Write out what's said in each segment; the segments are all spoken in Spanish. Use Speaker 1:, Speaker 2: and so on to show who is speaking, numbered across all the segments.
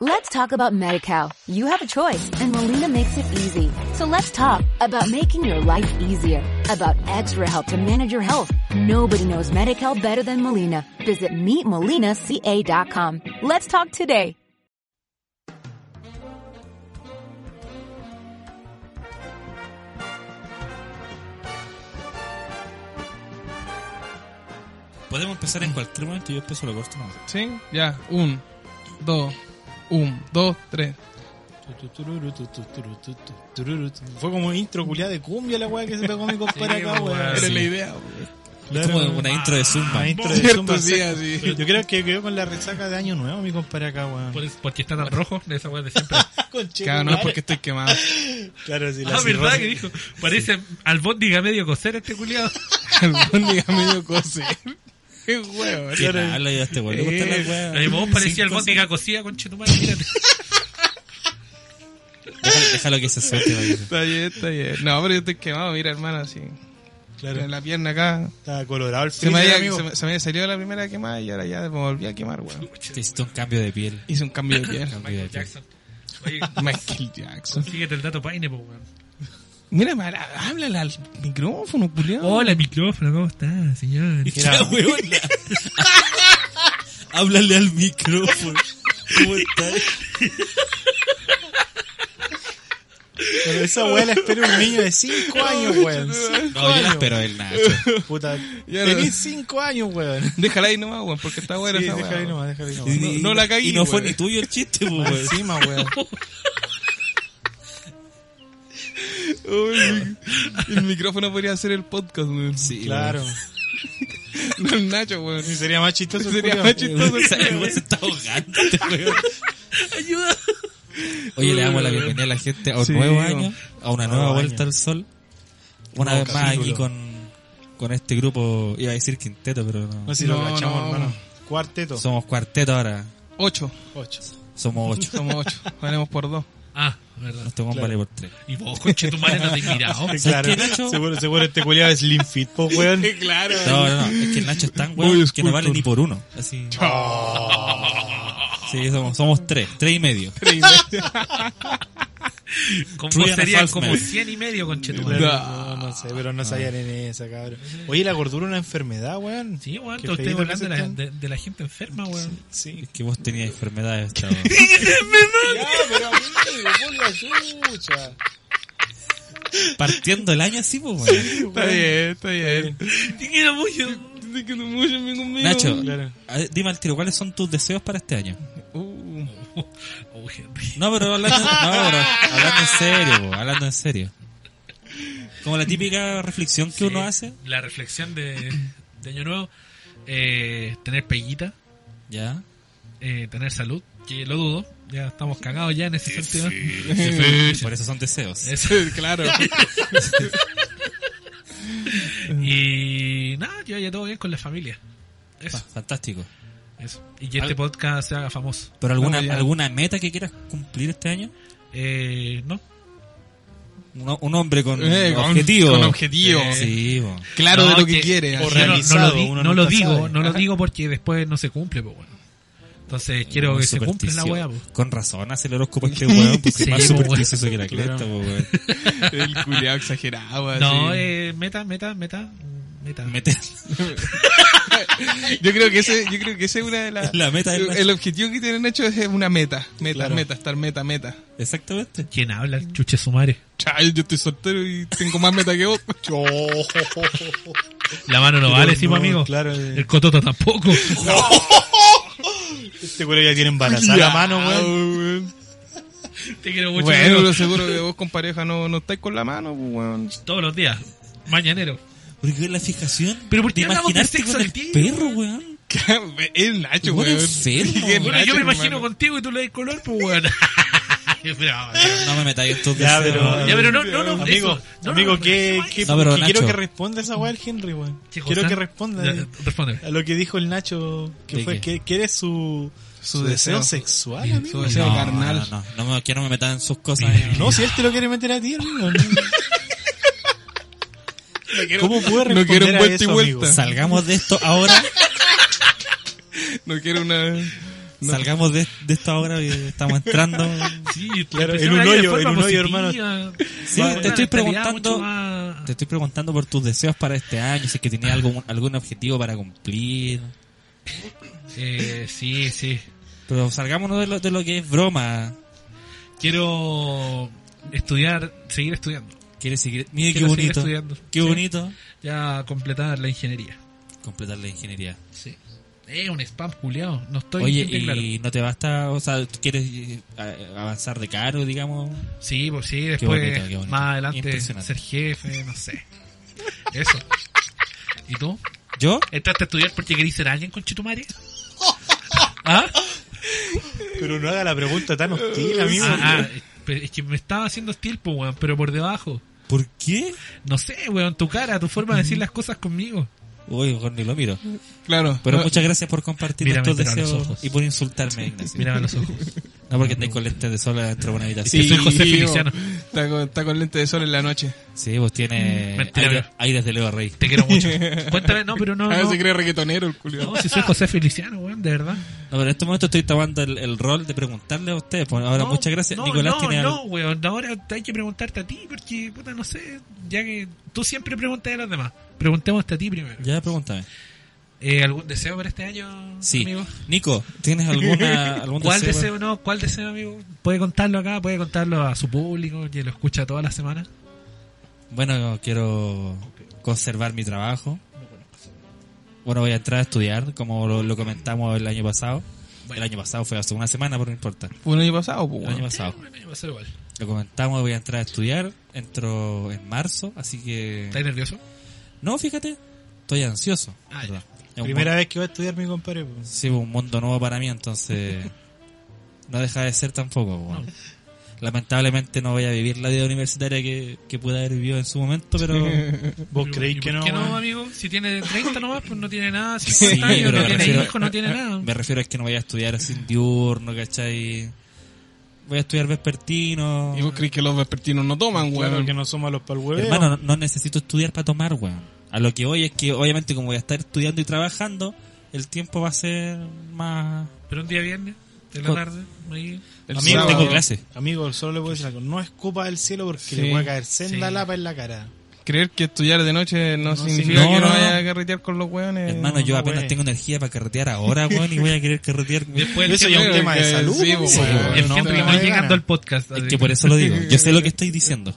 Speaker 1: Let's talk about MediCal. You have a choice and Molina makes it easy. So let's talk about making your life easier, about extra help to manage your health. Nobody knows MediCal better than Molina. Visit meetmolinaca.com. Let's talk today.
Speaker 2: Podemos empezar en cualquier momento y yo empiezo lo corto. nomás.
Speaker 3: ¿Sí? Ya. Un, dos, un, dos, tres.
Speaker 2: Tu, tu, tururu, tu, tu, turu, tu, tu, tururu, tu. Fue como intro culiada de cumbia la weá que se pegó mi compadre
Speaker 4: Sí,
Speaker 2: acá, weá.
Speaker 4: weá,
Speaker 3: Era
Speaker 4: sí.
Speaker 3: la idea, güey.
Speaker 2: Es como una intro de Zumba.
Speaker 4: Ah,
Speaker 2: intro de
Speaker 3: Cierto,
Speaker 2: Zumba,
Speaker 3: sí,
Speaker 2: sí.
Speaker 3: así.
Speaker 2: Yo creo que quedó con la resaca de Año Nuevo mi compadre acá, weón.
Speaker 4: Por- porque está tan rojo de esa weá de siempre. ah,
Speaker 2: Conche,
Speaker 3: Claro, no es
Speaker 2: madre.
Speaker 3: porque estoy quemado.
Speaker 2: Claro, sí, la
Speaker 4: verdad
Speaker 2: cirrosis.
Speaker 4: que dijo. Parece albóndiga medio coser este culiado.
Speaker 3: Albóndiga medio coser. Qué huevo.
Speaker 2: Sí, nada, le dio a este weón. Le gustan las weas.
Speaker 4: La Eh, vos
Speaker 2: Sin
Speaker 4: parecía
Speaker 2: cosas.
Speaker 4: albóndiga cosida, conche tu madre, mírate.
Speaker 2: Déjalo, déjalo que se suelte, Mauricio.
Speaker 3: Está bien, está bien. No, pero yo estoy quemado, mira, hermano, así.
Speaker 2: Claro,
Speaker 3: Con la pierna acá.
Speaker 2: está colorado el
Speaker 3: Se me,
Speaker 2: freezer,
Speaker 3: había,
Speaker 2: amigo.
Speaker 3: se, me, se me había salido la primera quemada y ahora ya me volví a quemar, weón.
Speaker 2: Te hiciste un cambio de piel.
Speaker 3: Hice un cambio de piel.
Speaker 4: Michael Jackson. Oye,
Speaker 3: Michael Jackson.
Speaker 4: consíguete el dato paine, po, weón.
Speaker 3: Mira, Mara, háblale al micrófono, culiado.
Speaker 4: Hola, micrófono, ¿cómo estás, señor?
Speaker 2: Mira, weón. Háblale al micrófono. ¿Cómo estás? Pero esa weá la espera un niño de 5 años, weón.
Speaker 3: No,
Speaker 2: No, yo la espero del Nacho.
Speaker 5: Puta,
Speaker 3: Ya
Speaker 5: tenés
Speaker 3: no.
Speaker 5: 5 años, weón.
Speaker 3: Déjala ahí nomás, weón, porque está buena
Speaker 5: Sí,
Speaker 3: esa
Speaker 5: déjala ahí
Speaker 3: weón.
Speaker 5: nomás, déjala ahí nomás.
Speaker 2: Y-
Speaker 3: No- no la cagué,
Speaker 2: Y no fue
Speaker 3: weón.
Speaker 2: ni tuyo el chiste, pues,
Speaker 5: Más
Speaker 2: weón.
Speaker 3: Pues.
Speaker 5: encima, weón.
Speaker 3: Uy, el micrófono podría ser el podcast, weón.
Speaker 2: Sí,
Speaker 5: Claro.
Speaker 3: No el Nacho, weón.
Speaker 5: Sí, sería más chistoso.
Speaker 3: Sería
Speaker 5: culiao.
Speaker 3: más
Speaker 2: weón.
Speaker 3: chistoso.
Speaker 2: Weón, ¿sabes cómo se está ahogando este weón?
Speaker 4: Ayuda.
Speaker 2: Oye, le damos la bienvenida a la gente a un
Speaker 3: Sí,
Speaker 2: nuevo
Speaker 3: weón.
Speaker 2: año, a una
Speaker 5: Nuevo
Speaker 2: nueva
Speaker 5: año.
Speaker 2: vuelta al sol. Una
Speaker 5: Nuevo
Speaker 2: vez más aquí
Speaker 5: capítulo.
Speaker 2: con, con este grupo, iba a decir quinteto, pero no.
Speaker 5: No sé si
Speaker 3: No,
Speaker 5: lo cachamos,
Speaker 3: no.
Speaker 5: hermano. Cuarteto.
Speaker 2: Somos cuarteto ahora,
Speaker 3: Ocho.
Speaker 5: 8.
Speaker 2: somos ocho.
Speaker 3: Somos ocho. Valemos por dos.
Speaker 4: Ah, verdad.
Speaker 2: Nuestro compa vale por tres.
Speaker 4: Y vos, conche tu madre, no te has mirado.
Speaker 5: Claro.
Speaker 2: qué, Nacho?
Speaker 5: Seguro, seguro este culiado es Slim Fit, po, weón.
Speaker 3: claro.
Speaker 2: No, no, no, es que el Nacho es tan
Speaker 3: Voy
Speaker 2: weón que no
Speaker 3: escultor.
Speaker 2: vale ni por uno. Así. Sí, somos, somos tres, tres y medio.
Speaker 4: Con
Speaker 2: True
Speaker 4: vos
Speaker 2: and a
Speaker 4: serían
Speaker 2: false
Speaker 4: como
Speaker 2: man.
Speaker 4: 100 y medio, conche tu
Speaker 5: Claro,
Speaker 4: madre. Ah.
Speaker 5: No, no sé, pero no sabían en esa, cabrón. Oye, la gordura es una enfermedad, weón.
Speaker 4: Sí, weón,
Speaker 5: Qué
Speaker 4: todos
Speaker 5: feíto
Speaker 4: ustedes
Speaker 5: que
Speaker 4: hablando de la,
Speaker 5: se
Speaker 4: de, de la gente enferma, weón.
Speaker 5: Sí.
Speaker 2: Es que vos tenías enfermedades, chavo.
Speaker 5: Ya, Ah, pero amigo, por la chucha.
Speaker 2: Partiendo el año así, pues, weón.
Speaker 3: Está bien, está bien.
Speaker 4: Te quiero mucho.
Speaker 3: Dice que no mucho amigo conmigo.
Speaker 2: Nacho,
Speaker 5: Claro.
Speaker 2: a ver, dime al tiro, ¿cuáles son tus deseos para este año?
Speaker 3: Uh,
Speaker 4: Oh, Henry.
Speaker 2: No, pero hablando, no, pero hablando en serio, po, hablando en serio. Como la típica reflexión que uno hace,
Speaker 4: La reflexión de, de Año Nuevo. Eh, tener peguita.
Speaker 2: ya.
Speaker 4: eh, tener salud, que lo dudo, ya estamos cagados ya en ese sentido.
Speaker 2: Por eso son deseos.
Speaker 4: Eso.
Speaker 3: claro.
Speaker 4: Y nada, que vaya todo bien con la familia. Eso,
Speaker 2: Fantástico.
Speaker 4: eso. Y que este podcast se haga famoso.
Speaker 2: ¿Pero alguna,
Speaker 3: Vamos ya.
Speaker 2: alguna meta que quieras cumplir este año?
Speaker 4: Eh, no.
Speaker 2: Un, un hombre con
Speaker 3: Eh, con-
Speaker 2: objetivo.
Speaker 3: con objetivo.
Speaker 2: Sí, po.
Speaker 3: Claro
Speaker 4: No,
Speaker 3: de lo que,
Speaker 4: que-
Speaker 3: quiere.
Speaker 5: por
Speaker 3: así.
Speaker 4: Yo no- no, lo,
Speaker 5: realizado,
Speaker 4: di-
Speaker 5: uno
Speaker 4: no lo
Speaker 5: nunca
Speaker 4: digo,
Speaker 5: sabe.
Speaker 4: no lo digo porque después no se cumple, pues bueno. Entonces quiero
Speaker 2: Muy
Speaker 4: que se cumpla la
Speaker 2: supersticioso.
Speaker 4: weá, pues.
Speaker 2: Con razón hace el horóscopo este weón, porque
Speaker 4: Sí,
Speaker 2: es más
Speaker 4: po, weón.
Speaker 2: supersticioso que la cresta, po, weón.
Speaker 3: El culiado exagerado. Así.
Speaker 4: No, eh, meta, meta, meta, meta.
Speaker 2: Mete-
Speaker 3: Yo creo que ese, yo creo que ese es una de las.
Speaker 2: La meta del
Speaker 3: el,
Speaker 2: Nacho.
Speaker 3: objetivo que tienen hecho es una meta. Meta,
Speaker 5: Claro.
Speaker 3: meta, estar meta, meta.
Speaker 2: Exactamente.
Speaker 4: ¿Quién habla? El chuche su madre.
Speaker 3: Chal, yo estoy soltero y tengo más meta que vos.
Speaker 5: Yo. Oh.
Speaker 4: La mano no
Speaker 5: Pero
Speaker 4: vale, sí,
Speaker 5: no,
Speaker 4: pues, amigo.
Speaker 5: claro, eh.
Speaker 4: El cototo tampoco.
Speaker 5: Este culiao ya tiene embarazada la mano, weón.
Speaker 4: Te quiero mucho.
Speaker 3: Bueno,
Speaker 4: amigo.
Speaker 3: lo seguro que vos con pareja no, no estáis con la mano, pues, weón.
Speaker 4: Todos los días. Mañanero.
Speaker 2: Porque la fijación
Speaker 4: Pero ¿por qué
Speaker 2: de
Speaker 4: hablamos de
Speaker 2: imaginarte
Speaker 4: sexo
Speaker 2: con
Speaker 4: al
Speaker 2: el
Speaker 4: tiro,
Speaker 2: perro, weón.
Speaker 3: Es Nacho,
Speaker 2: Bueno,
Speaker 3: weón.
Speaker 2: enfermo.
Speaker 3: Qué
Speaker 4: Bueno, yo
Speaker 5: este
Speaker 4: me
Speaker 3: Nacho,
Speaker 4: imagino
Speaker 3: hermano.
Speaker 4: contigo y tú le das color, pues weón. Bravo, ya,
Speaker 2: No me metáis estos
Speaker 5: Ya,
Speaker 2: deseos.
Speaker 5: pero-
Speaker 4: ya, pero no, no, no.
Speaker 5: Amigo,
Speaker 4: eso. No, no,
Speaker 5: amigo,
Speaker 4: no,
Speaker 5: ¿qué,
Speaker 4: no,
Speaker 5: qué-
Speaker 2: No, pero
Speaker 5: qué quiero
Speaker 2: Nacho.
Speaker 5: que responda esa weá el Henry, weón?
Speaker 4: Chico,
Speaker 5: Quiero
Speaker 4: San-
Speaker 5: que responda
Speaker 4: Ya,
Speaker 5: eh,
Speaker 4: Respóndeme.
Speaker 5: a lo que dijo el Nacho, que
Speaker 2: ¿De
Speaker 5: fue
Speaker 2: qué?
Speaker 5: que, que eres su,
Speaker 3: Su
Speaker 5: su, deseo,
Speaker 3: deseo.
Speaker 5: sexual, amigo.
Speaker 3: Su
Speaker 2: No,
Speaker 3: deseo carnal.
Speaker 2: No, no, no, me- que no me metan en sus cosas. eh.
Speaker 5: No, si él te lo quiere meter a ti, amigo. no. ¿Cómo puede
Speaker 3: no
Speaker 5: responder
Speaker 3: quiero
Speaker 5: a
Speaker 3: vuelta y
Speaker 5: eso,
Speaker 3: vuelta.
Speaker 5: amigo?
Speaker 2: Salgamos de esto ahora.
Speaker 3: No quiero una.
Speaker 2: Salgamos de, de esto ahora que estamos entrando.
Speaker 4: Sí,
Speaker 5: Claro,
Speaker 4: empecemos
Speaker 5: en un
Speaker 4: ahí de
Speaker 5: hoyo,
Speaker 4: forma
Speaker 5: en un hoyo,
Speaker 4: positiva.
Speaker 2: Sí, te estoy
Speaker 4: Va- una mentalidad
Speaker 2: preguntando-
Speaker 4: mucho más-
Speaker 2: Te estoy preguntando por tus deseos para este año, si es que tenías algún, algún objetivo para cumplir.
Speaker 4: Eh, sí, sí.
Speaker 2: Pero salgámonos de lo, de lo que es broma.
Speaker 4: Quiero estudiar, seguir estudiando.
Speaker 2: Quieres seguir. Mire qué
Speaker 4: Quiero seguir
Speaker 2: bonito.
Speaker 4: estudiando.
Speaker 2: Qué
Speaker 4: Sí.
Speaker 2: bonito.
Speaker 4: Ya completar la ingeniería.
Speaker 2: Completar la ingeniería.
Speaker 4: Sí. Eh, un spam culiado. No estoy
Speaker 2: Oye,
Speaker 4: bien
Speaker 2: y
Speaker 4: claro.
Speaker 2: no te basta, o sea, ¿tú ¿quieres eh, a- avanzar de cargo, digamos?
Speaker 4: Sí, pues sí, después
Speaker 2: bonito, qué bonito.
Speaker 4: más adelante
Speaker 2: Impresionante.
Speaker 4: ser jefe, no sé. Eso. ¿Y tú?
Speaker 2: ¿Yo?
Speaker 4: ¿Entraste a estudiar porque querías ser alguien con Chitumare? ¿Ah?
Speaker 5: Pero no haga la pregunta tan hostil, amigo.
Speaker 4: Ah, ah, pero es que me estaba haciendo hostil, po, weón, pero por debajo.
Speaker 2: ¿Por qué?
Speaker 4: No sé, weón, tu cara, tu forma de decir las cosas conmigo.
Speaker 2: Uy, mejor ni lo miro.
Speaker 3: Claro.
Speaker 2: Pero
Speaker 3: no-
Speaker 2: muchas gracias por compartir
Speaker 4: Mírame,
Speaker 2: estos
Speaker 4: pero a los
Speaker 2: deseos
Speaker 4: ojos.
Speaker 2: y por insultarme, Ignacio.
Speaker 4: Mírame a los ojos.
Speaker 2: No porque estáis con lentes de sol dentro de una habitación.
Speaker 4: Sí. soy José Feliciano.
Speaker 3: Está con, está con lente de sol en la noche.
Speaker 2: Sí, vos tiene
Speaker 4: Mm, Mentira,
Speaker 2: aire-
Speaker 4: bro.
Speaker 2: aires de Leo Rey.
Speaker 4: Te quiero mucho. Cuéntame, no, pero no.
Speaker 3: a
Speaker 2: Ah,
Speaker 4: no.
Speaker 3: veces Ah, cree reggaetonero el culiado.
Speaker 4: No, si soy José Feliciano, weón, de verdad.
Speaker 2: No, pero en este momento estoy tomando el, el rol de preguntarle a ustedes. pues, ahora,
Speaker 4: No,
Speaker 2: muchas gracias.
Speaker 4: no,
Speaker 2: Nicolás
Speaker 4: no,
Speaker 2: tiene
Speaker 4: No,
Speaker 2: algo.
Speaker 4: weón, ahora hay que preguntarte a ti, porque, puta, no sé, ya que tú siempre preguntas a los demás. Preguntemos a ti primero.
Speaker 2: Ya, pregúntame.
Speaker 4: Eh, ¿Algún deseo para este año,
Speaker 2: Sí.
Speaker 4: amigo?
Speaker 2: Nico, ¿tienes alguna, algún
Speaker 4: ¿Cuál
Speaker 2: deseo?
Speaker 4: deseo, no? ¿Cuál deseo, amigo? Puede contarlo acá, puede contarlo a su público, que lo escucha todas las semanas.
Speaker 2: Bueno, quiero conservar mi trabajo. Bueno, voy a entrar a estudiar, como lo, lo comentamos el año pasado.
Speaker 4: Bueno.
Speaker 2: El año pasado fue hace una semana, pero no importa.
Speaker 3: Fue un año pasado, pues,
Speaker 2: El
Speaker 3: weón.
Speaker 2: año pasado.
Speaker 4: Eh, va a ser igual.
Speaker 2: Lo comentamos, voy a entrar a estudiar. Entro en marzo, así
Speaker 4: ¿Estás
Speaker 2: que...
Speaker 4: nervioso?
Speaker 2: No, fíjate, estoy ansioso.
Speaker 4: Ah,
Speaker 2: ¿verdad? Es un
Speaker 5: Primera vez que va a estudiar mi compadre. pues.
Speaker 2: Sí, un mundo nuevo para mí, entonces no deja de ser tampoco. po.
Speaker 4: No.
Speaker 2: Lamentablemente no voy a vivir la vida universitaria que, que pude haber vivido en su momento, pero
Speaker 5: ¿Vos creéis
Speaker 4: ¿Y
Speaker 5: que
Speaker 4: por
Speaker 5: no?
Speaker 4: qué no,
Speaker 5: weón?
Speaker 4: amigo? Si tiene 30 nomás, pues no tiene nada.
Speaker 2: Sí,
Speaker 4: 50 años,
Speaker 2: pero
Speaker 4: no
Speaker 2: me
Speaker 4: tiene
Speaker 2: refiero-
Speaker 4: hijos, no tiene nada.
Speaker 2: me refiero a que no voy a estudiar así en diurno, ¿cachai? Voy a estudiar vespertino.
Speaker 3: Y vos crees que los vespertinos no toman,
Speaker 5: Claro
Speaker 3: weón.
Speaker 5: que no somos los pal hueveo.
Speaker 2: Hermano, no, no necesito estudiar para tomar, weón. A lo que voy es que obviamente como voy a estar estudiando y trabajando, el tiempo va a ser más...
Speaker 4: Pero un día viernes, de la
Speaker 2: Con-
Speaker 4: tarde, ahí.
Speaker 3: El
Speaker 5: Amigo,
Speaker 3: sábado.
Speaker 2: tengo clase.
Speaker 5: Amigo, solo le puedo decir algo. No escupa del cielo porque
Speaker 3: Sí.
Speaker 5: le puede caer senda
Speaker 4: Sí.
Speaker 5: lapa en la cara.
Speaker 3: Creer que estudiar de noche no,
Speaker 5: No,
Speaker 3: significa
Speaker 2: sí, no,
Speaker 3: que no,
Speaker 2: no,
Speaker 3: vaya
Speaker 2: no.
Speaker 3: a carretear con los weones.
Speaker 2: Hermano, yo
Speaker 5: no,
Speaker 2: apenas
Speaker 5: weón.
Speaker 2: tengo energía para carretear ahora, weón, y voy a querer carretear...
Speaker 4: Después el
Speaker 5: Eso ya es un
Speaker 4: siempre,
Speaker 5: tema de
Speaker 3: que-
Speaker 5: salud.
Speaker 3: sí,
Speaker 5: amigo.
Speaker 3: sí, weón.
Speaker 4: el
Speaker 2: no,
Speaker 4: siempre
Speaker 2: no,
Speaker 4: que
Speaker 2: no,
Speaker 4: voy
Speaker 5: no,
Speaker 4: llegando
Speaker 5: no.
Speaker 4: al podcast.
Speaker 2: Es
Speaker 4: así.
Speaker 2: que por eso lo digo. Yo sé lo que estoy diciendo.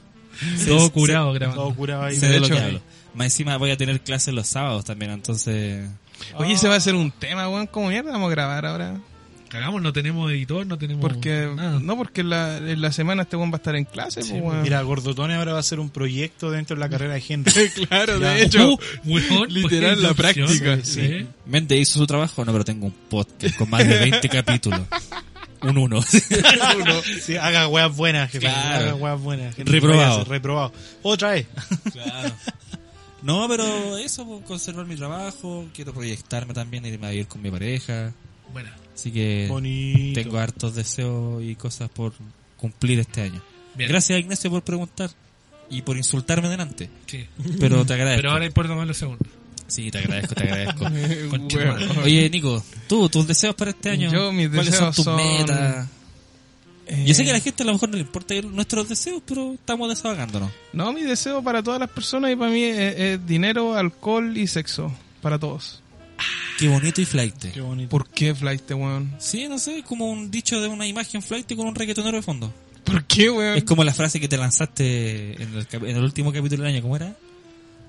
Speaker 4: Todo curado,
Speaker 5: Todo
Speaker 4: grabando.
Speaker 5: curado ahí.
Speaker 2: Sé de lo que
Speaker 3: hecho.
Speaker 2: hablo. Más encima voy a tener clases los sábados también, entonces...
Speaker 3: Oye, se va a hacer un tema, weón. ¿Cómo mierda vamos a grabar ahora?
Speaker 4: Cagamos, no tenemos editor, no
Speaker 3: Oh,
Speaker 4: tenemos
Speaker 3: Porque,
Speaker 4: nada.
Speaker 3: no, porque la, en la semana este weón va a estar en clase, ah. pues, weón.
Speaker 5: Mira, Gordotone ahora va a hacer un proyecto dentro de la carrera de Henry.
Speaker 3: claro,
Speaker 5: Ya.
Speaker 3: de hecho.
Speaker 2: este
Speaker 4: Uh, weón,
Speaker 3: literal,
Speaker 4: pues,
Speaker 3: la
Speaker 4: opción,
Speaker 3: práctica.
Speaker 4: sí.
Speaker 5: Sí.
Speaker 2: Mente hizo su trabajo, no, pero tengo un podcast con más de 20 capítulos. Un uno.
Speaker 5: Sí, haga weas buenas, jefe.
Speaker 2: Claro.
Speaker 5: Haga weas buenas. Henry.
Speaker 2: Reprobado.
Speaker 5: Váyase, Reprobado. Otra vez.
Speaker 2: No, pero eso, po, conservar mi trabajo, quiero proyectarme también, irme a vivir con mi pareja.
Speaker 4: Bueno,
Speaker 2: Así que
Speaker 5: Bonito.
Speaker 2: tengo hartos deseos y cosas por cumplir este año.
Speaker 4: bien.
Speaker 2: Gracias Ignacio por preguntar y por insultarme delante.
Speaker 4: Sí.
Speaker 2: Pero te agradezco.
Speaker 4: Pero ahora importa más los segundos.
Speaker 2: Sí, te agradezco, te agradezco.
Speaker 3: Weón.
Speaker 2: Oye, Nico, tú, tus deseos para este año.
Speaker 3: Yo, mis
Speaker 2: ¿Cuáles
Speaker 3: deseos
Speaker 2: son tus
Speaker 3: son-
Speaker 2: metas?
Speaker 3: Eh,
Speaker 2: Yo sé que a la gente a lo mejor no le importa nuestros deseos, pero estamos desahogándonos.
Speaker 3: No, mi deseo para todas las personas y para mí es, es dinero, alcohol y sexo. Para todos.
Speaker 2: Qué bonito y flight.
Speaker 5: Qué bonito.
Speaker 3: ¿Por qué flight, weón?
Speaker 2: Sí, no sé, es como un dicho de una imagen flight con un reggaetonero de fondo.
Speaker 3: ¿Por qué, weón?
Speaker 2: Es como la frase que te lanzaste en el, cap- en el último capítulo del año, ¿cómo era?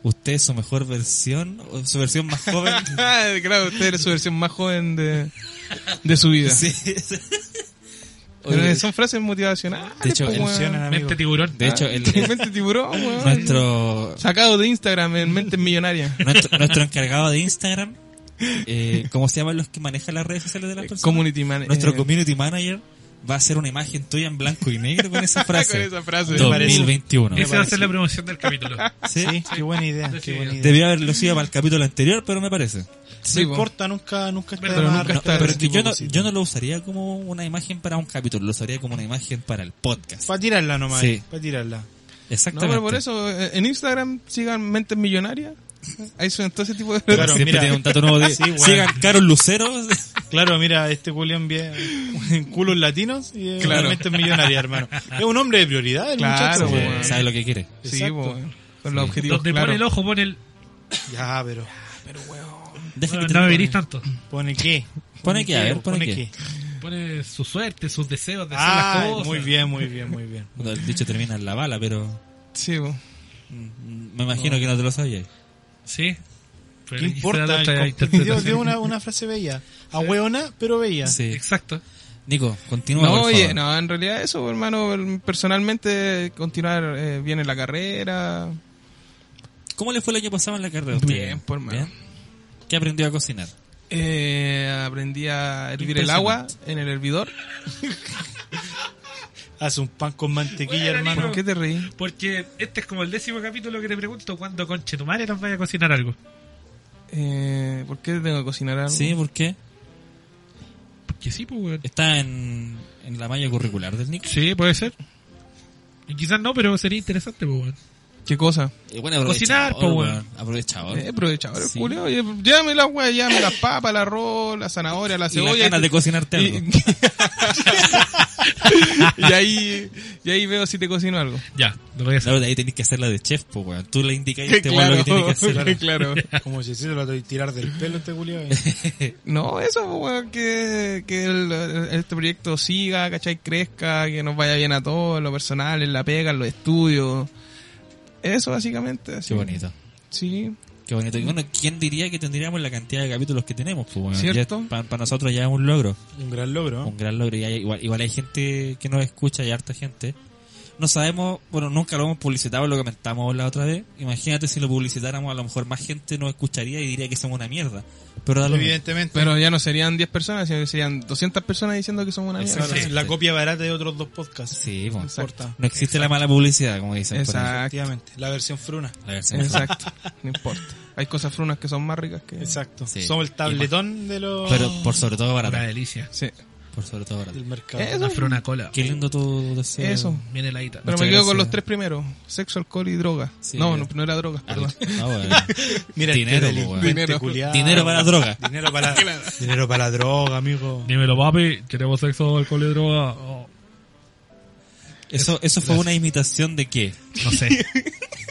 Speaker 2: Usted es su mejor versión, o su versión más joven.
Speaker 3: Ah, claro, usted era su versión más joven de, de su vida.
Speaker 2: Sí.
Speaker 3: Pero
Speaker 2: Oye,
Speaker 3: son frases motivacionales.
Speaker 2: De hecho,
Speaker 3: po, weón.
Speaker 5: Funcionan, amigo.
Speaker 4: Mente tiburón.
Speaker 2: de hecho, el- el-
Speaker 3: Mente tiburón, weón.
Speaker 2: nuestro,
Speaker 3: Sacado de Instagram en Mente Millonaria.
Speaker 2: nuestro, nuestro encargado de Instagram, eh, ¿cómo se llaman los que manejan las redes sociales
Speaker 3: Eh,
Speaker 2: de las personas?
Speaker 3: Community eh, manager.
Speaker 2: Nuestro community manager va a hacer una imagen tuya en blanco y negro con esa
Speaker 3: Con
Speaker 2: frase.
Speaker 3: esa frase.
Speaker 5: Do- parece.
Speaker 2: 2021.
Speaker 4: Esa va a ser la promoción del capítulo.
Speaker 2: Sí.
Speaker 5: Sí, qué buena idea.
Speaker 4: Sí.
Speaker 5: Qué buena idea.
Speaker 2: Debió haberlo sido para el capítulo anterior, pero me parece.
Speaker 3: Sí,
Speaker 5: no
Speaker 3: po.
Speaker 5: importa, nunca, nunca está
Speaker 4: Pero
Speaker 5: de más
Speaker 3: nunca está de
Speaker 5: respetar
Speaker 2: Pero
Speaker 5: ese
Speaker 2: es que
Speaker 5: tipo
Speaker 2: yo
Speaker 5: de
Speaker 2: no,
Speaker 5: cositas.
Speaker 2: yo no lo usaría como una imagen para un capítulo, lo usaría como una imagen para el podcast.
Speaker 5: Para tirarla nomás.
Speaker 2: Sí.
Speaker 5: Para tirarla.
Speaker 3: No,
Speaker 2: Exactamente.
Speaker 3: pero por eso, eh, en Instagram sigan Mentes Millonarias. Ahí suben todo ese tipo de...
Speaker 5: Claro,
Speaker 2: Siempre
Speaker 5: mira.
Speaker 2: tiene un dato nuevo de...
Speaker 5: Sí, bueno.
Speaker 2: Sigan Carol Lucero.
Speaker 5: Claro, mira, este Julián bien culos latinos y
Speaker 3: Claro.
Speaker 5: claro. es millonario, hermano. Es un hombre de prioridad, el
Speaker 3: Claro,
Speaker 5: muchacho.
Speaker 3: weón.
Speaker 2: Sabe lo que quiere.
Speaker 3: Sí,
Speaker 5: Exacto.
Speaker 3: po, weón. con los objetivos
Speaker 4: Donde
Speaker 3: claros.
Speaker 4: pone el ojo, pone el.
Speaker 5: Ya, pero
Speaker 2: Deja
Speaker 4: No,
Speaker 2: que
Speaker 4: no
Speaker 2: te
Speaker 4: me
Speaker 2: pone-
Speaker 4: mirís tanto.
Speaker 5: ¿pone qué?
Speaker 2: Pone qué, a ver, pone qué.
Speaker 4: Pone su suerte, sus deseos de hacer las
Speaker 5: Ah,
Speaker 4: cosas.
Speaker 5: muy bien, muy bien, muy bien.
Speaker 2: Cuando el dicho termina en la bala, pero
Speaker 3: Sí, po.
Speaker 2: mm, me imagino que no te lo sabías.
Speaker 4: Sí. Pero
Speaker 5: ¿Qué
Speaker 4: ahí se da la
Speaker 5: importa?
Speaker 4: otra
Speaker 5: Dio,
Speaker 4: interpretación.
Speaker 5: dio una, una frase bella. A hueona, pero bella.
Speaker 2: Sí.
Speaker 4: Exacto.
Speaker 2: Nico, continúa.
Speaker 3: No,
Speaker 2: por
Speaker 3: oye,
Speaker 2: favor.
Speaker 3: no, en realidad eso, po, hermano. Personalmente, continuar eh, bien en la carrera.
Speaker 2: ¿Cómo le fue el año pasado en la carrera? a usted?
Speaker 3: Bien, por mano.
Speaker 2: ¿Qué aprendió a cocinar?
Speaker 3: Eh, aprendí a hervir el agua en el hervidor.
Speaker 5: Hace un pan con mantequilla,
Speaker 4: Bueno,
Speaker 5: hermano.
Speaker 3: ¿Por qué te reí?
Speaker 4: Porque este es como el décimo capítulo que te pregunto cuándo conche tu madre nos vaya a cocinar algo.
Speaker 3: Eh, ¿Por qué tengo que cocinar algo?
Speaker 2: Sí, ¿por qué?
Speaker 4: Porque sí, pues, weón.
Speaker 2: Está en, en la malla curricular del Nico.
Speaker 4: Sí, puede ser. Y quizás no, pero sería interesante, pues, weón.
Speaker 3: ¿Qué cosa?
Speaker 2: Eh, bueno,
Speaker 4: Cocinar,
Speaker 2: aprovechador,
Speaker 4: po,
Speaker 2: weón. Aprovechador.
Speaker 3: Eh, aprovechador, el
Speaker 2: Ah. Sí.
Speaker 3: culiao. Oye, llévame las weas, llévame las papas, el arroz, la zanahoria, la
Speaker 2: y las
Speaker 3: cebolla.
Speaker 2: ganas de cocinarte
Speaker 3: pues, y,
Speaker 2: algo.
Speaker 3: y ahí, y ahí veo si te cocino algo.
Speaker 4: Ya, lo voy a hacer.
Speaker 2: Claro, de ahí tenés que hacerla de chef, po, weón. Tú le indicas a este weón lo que tiene que hacer.
Speaker 3: claro.
Speaker 5: Como si se lo doy tirar del pelo este Julio.
Speaker 3: No, eso, weón, que, que el- este proyecto siga, ¿cachai? Crezca, que nos vaya bien a todos, en lo personal, en la pega, en los estudios. Eso, básicamente. así.
Speaker 2: Qué bonito.
Speaker 3: Sí.
Speaker 2: Qué bonito. Y bueno, ¿quién diría que tendríamos la cantidad de capítulos que tenemos? Pues,
Speaker 3: ¿Cierto? Ah.
Speaker 2: Para nosotros ya es un logro,
Speaker 5: Un gran logro, ¿no?
Speaker 2: un gran logro. Y hay- igual, igual hay gente que nos escucha, hay harta gente. No sabemos, bueno, nunca lo hemos publicitado, lo comentamos la otra vez. Imagínate si lo publicitáramos, a lo mejor más gente nos escucharía y diría que somos una mierda. Pero da lo mismo.
Speaker 5: Evidentemente.
Speaker 3: Pero ya no serían 10 personas, sino que serían 200 personas diciendo que somos una mierda.
Speaker 5: Claro,
Speaker 2: Exacto.
Speaker 5: la copia barata de otros dos podcasts.
Speaker 2: Sí, po.
Speaker 3: Exacto.
Speaker 2: No existe la mala publicidad, como dicen. por ahí.
Speaker 3: Exacto.
Speaker 5: Efectivamente. La versión fruna.
Speaker 2: La versión-
Speaker 3: Exacto. No importa. Hay cosas frunas que son más ricas que.
Speaker 5: Exacto.
Speaker 2: Sí.
Speaker 5: Somos el tabletón de los
Speaker 2: Pero por Eh, sobre todo
Speaker 4: Una
Speaker 2: barata.
Speaker 4: delicia.
Speaker 3: Sí.
Speaker 2: Por sobre todo barata.
Speaker 5: del mercado.
Speaker 3: Eso.
Speaker 4: Una frona cola.
Speaker 2: Qué lindo tu deseo.
Speaker 3: Eso.
Speaker 4: Viene la guita.
Speaker 3: Pero
Speaker 2: Muchas
Speaker 3: me quedo con
Speaker 2: gracias.
Speaker 3: los tres primeros: sexo, alcohol y droga.
Speaker 2: Sí,
Speaker 3: no,
Speaker 2: ya.
Speaker 3: no, no era droga,
Speaker 2: Ah,
Speaker 3: perdón.
Speaker 2: ah, bueno.
Speaker 5: Mira,
Speaker 2: Dinero,
Speaker 5: dinero,
Speaker 2: po, weón.
Speaker 3: Dinero.
Speaker 2: Dinero para la droga.
Speaker 5: Dinero para, dinero para la droga, amigo.
Speaker 4: Dímelo, papi. Queremos sexo, alcohol y droga. Oh,
Speaker 2: Eso, eso fue una imitación de qué?
Speaker 4: no sé.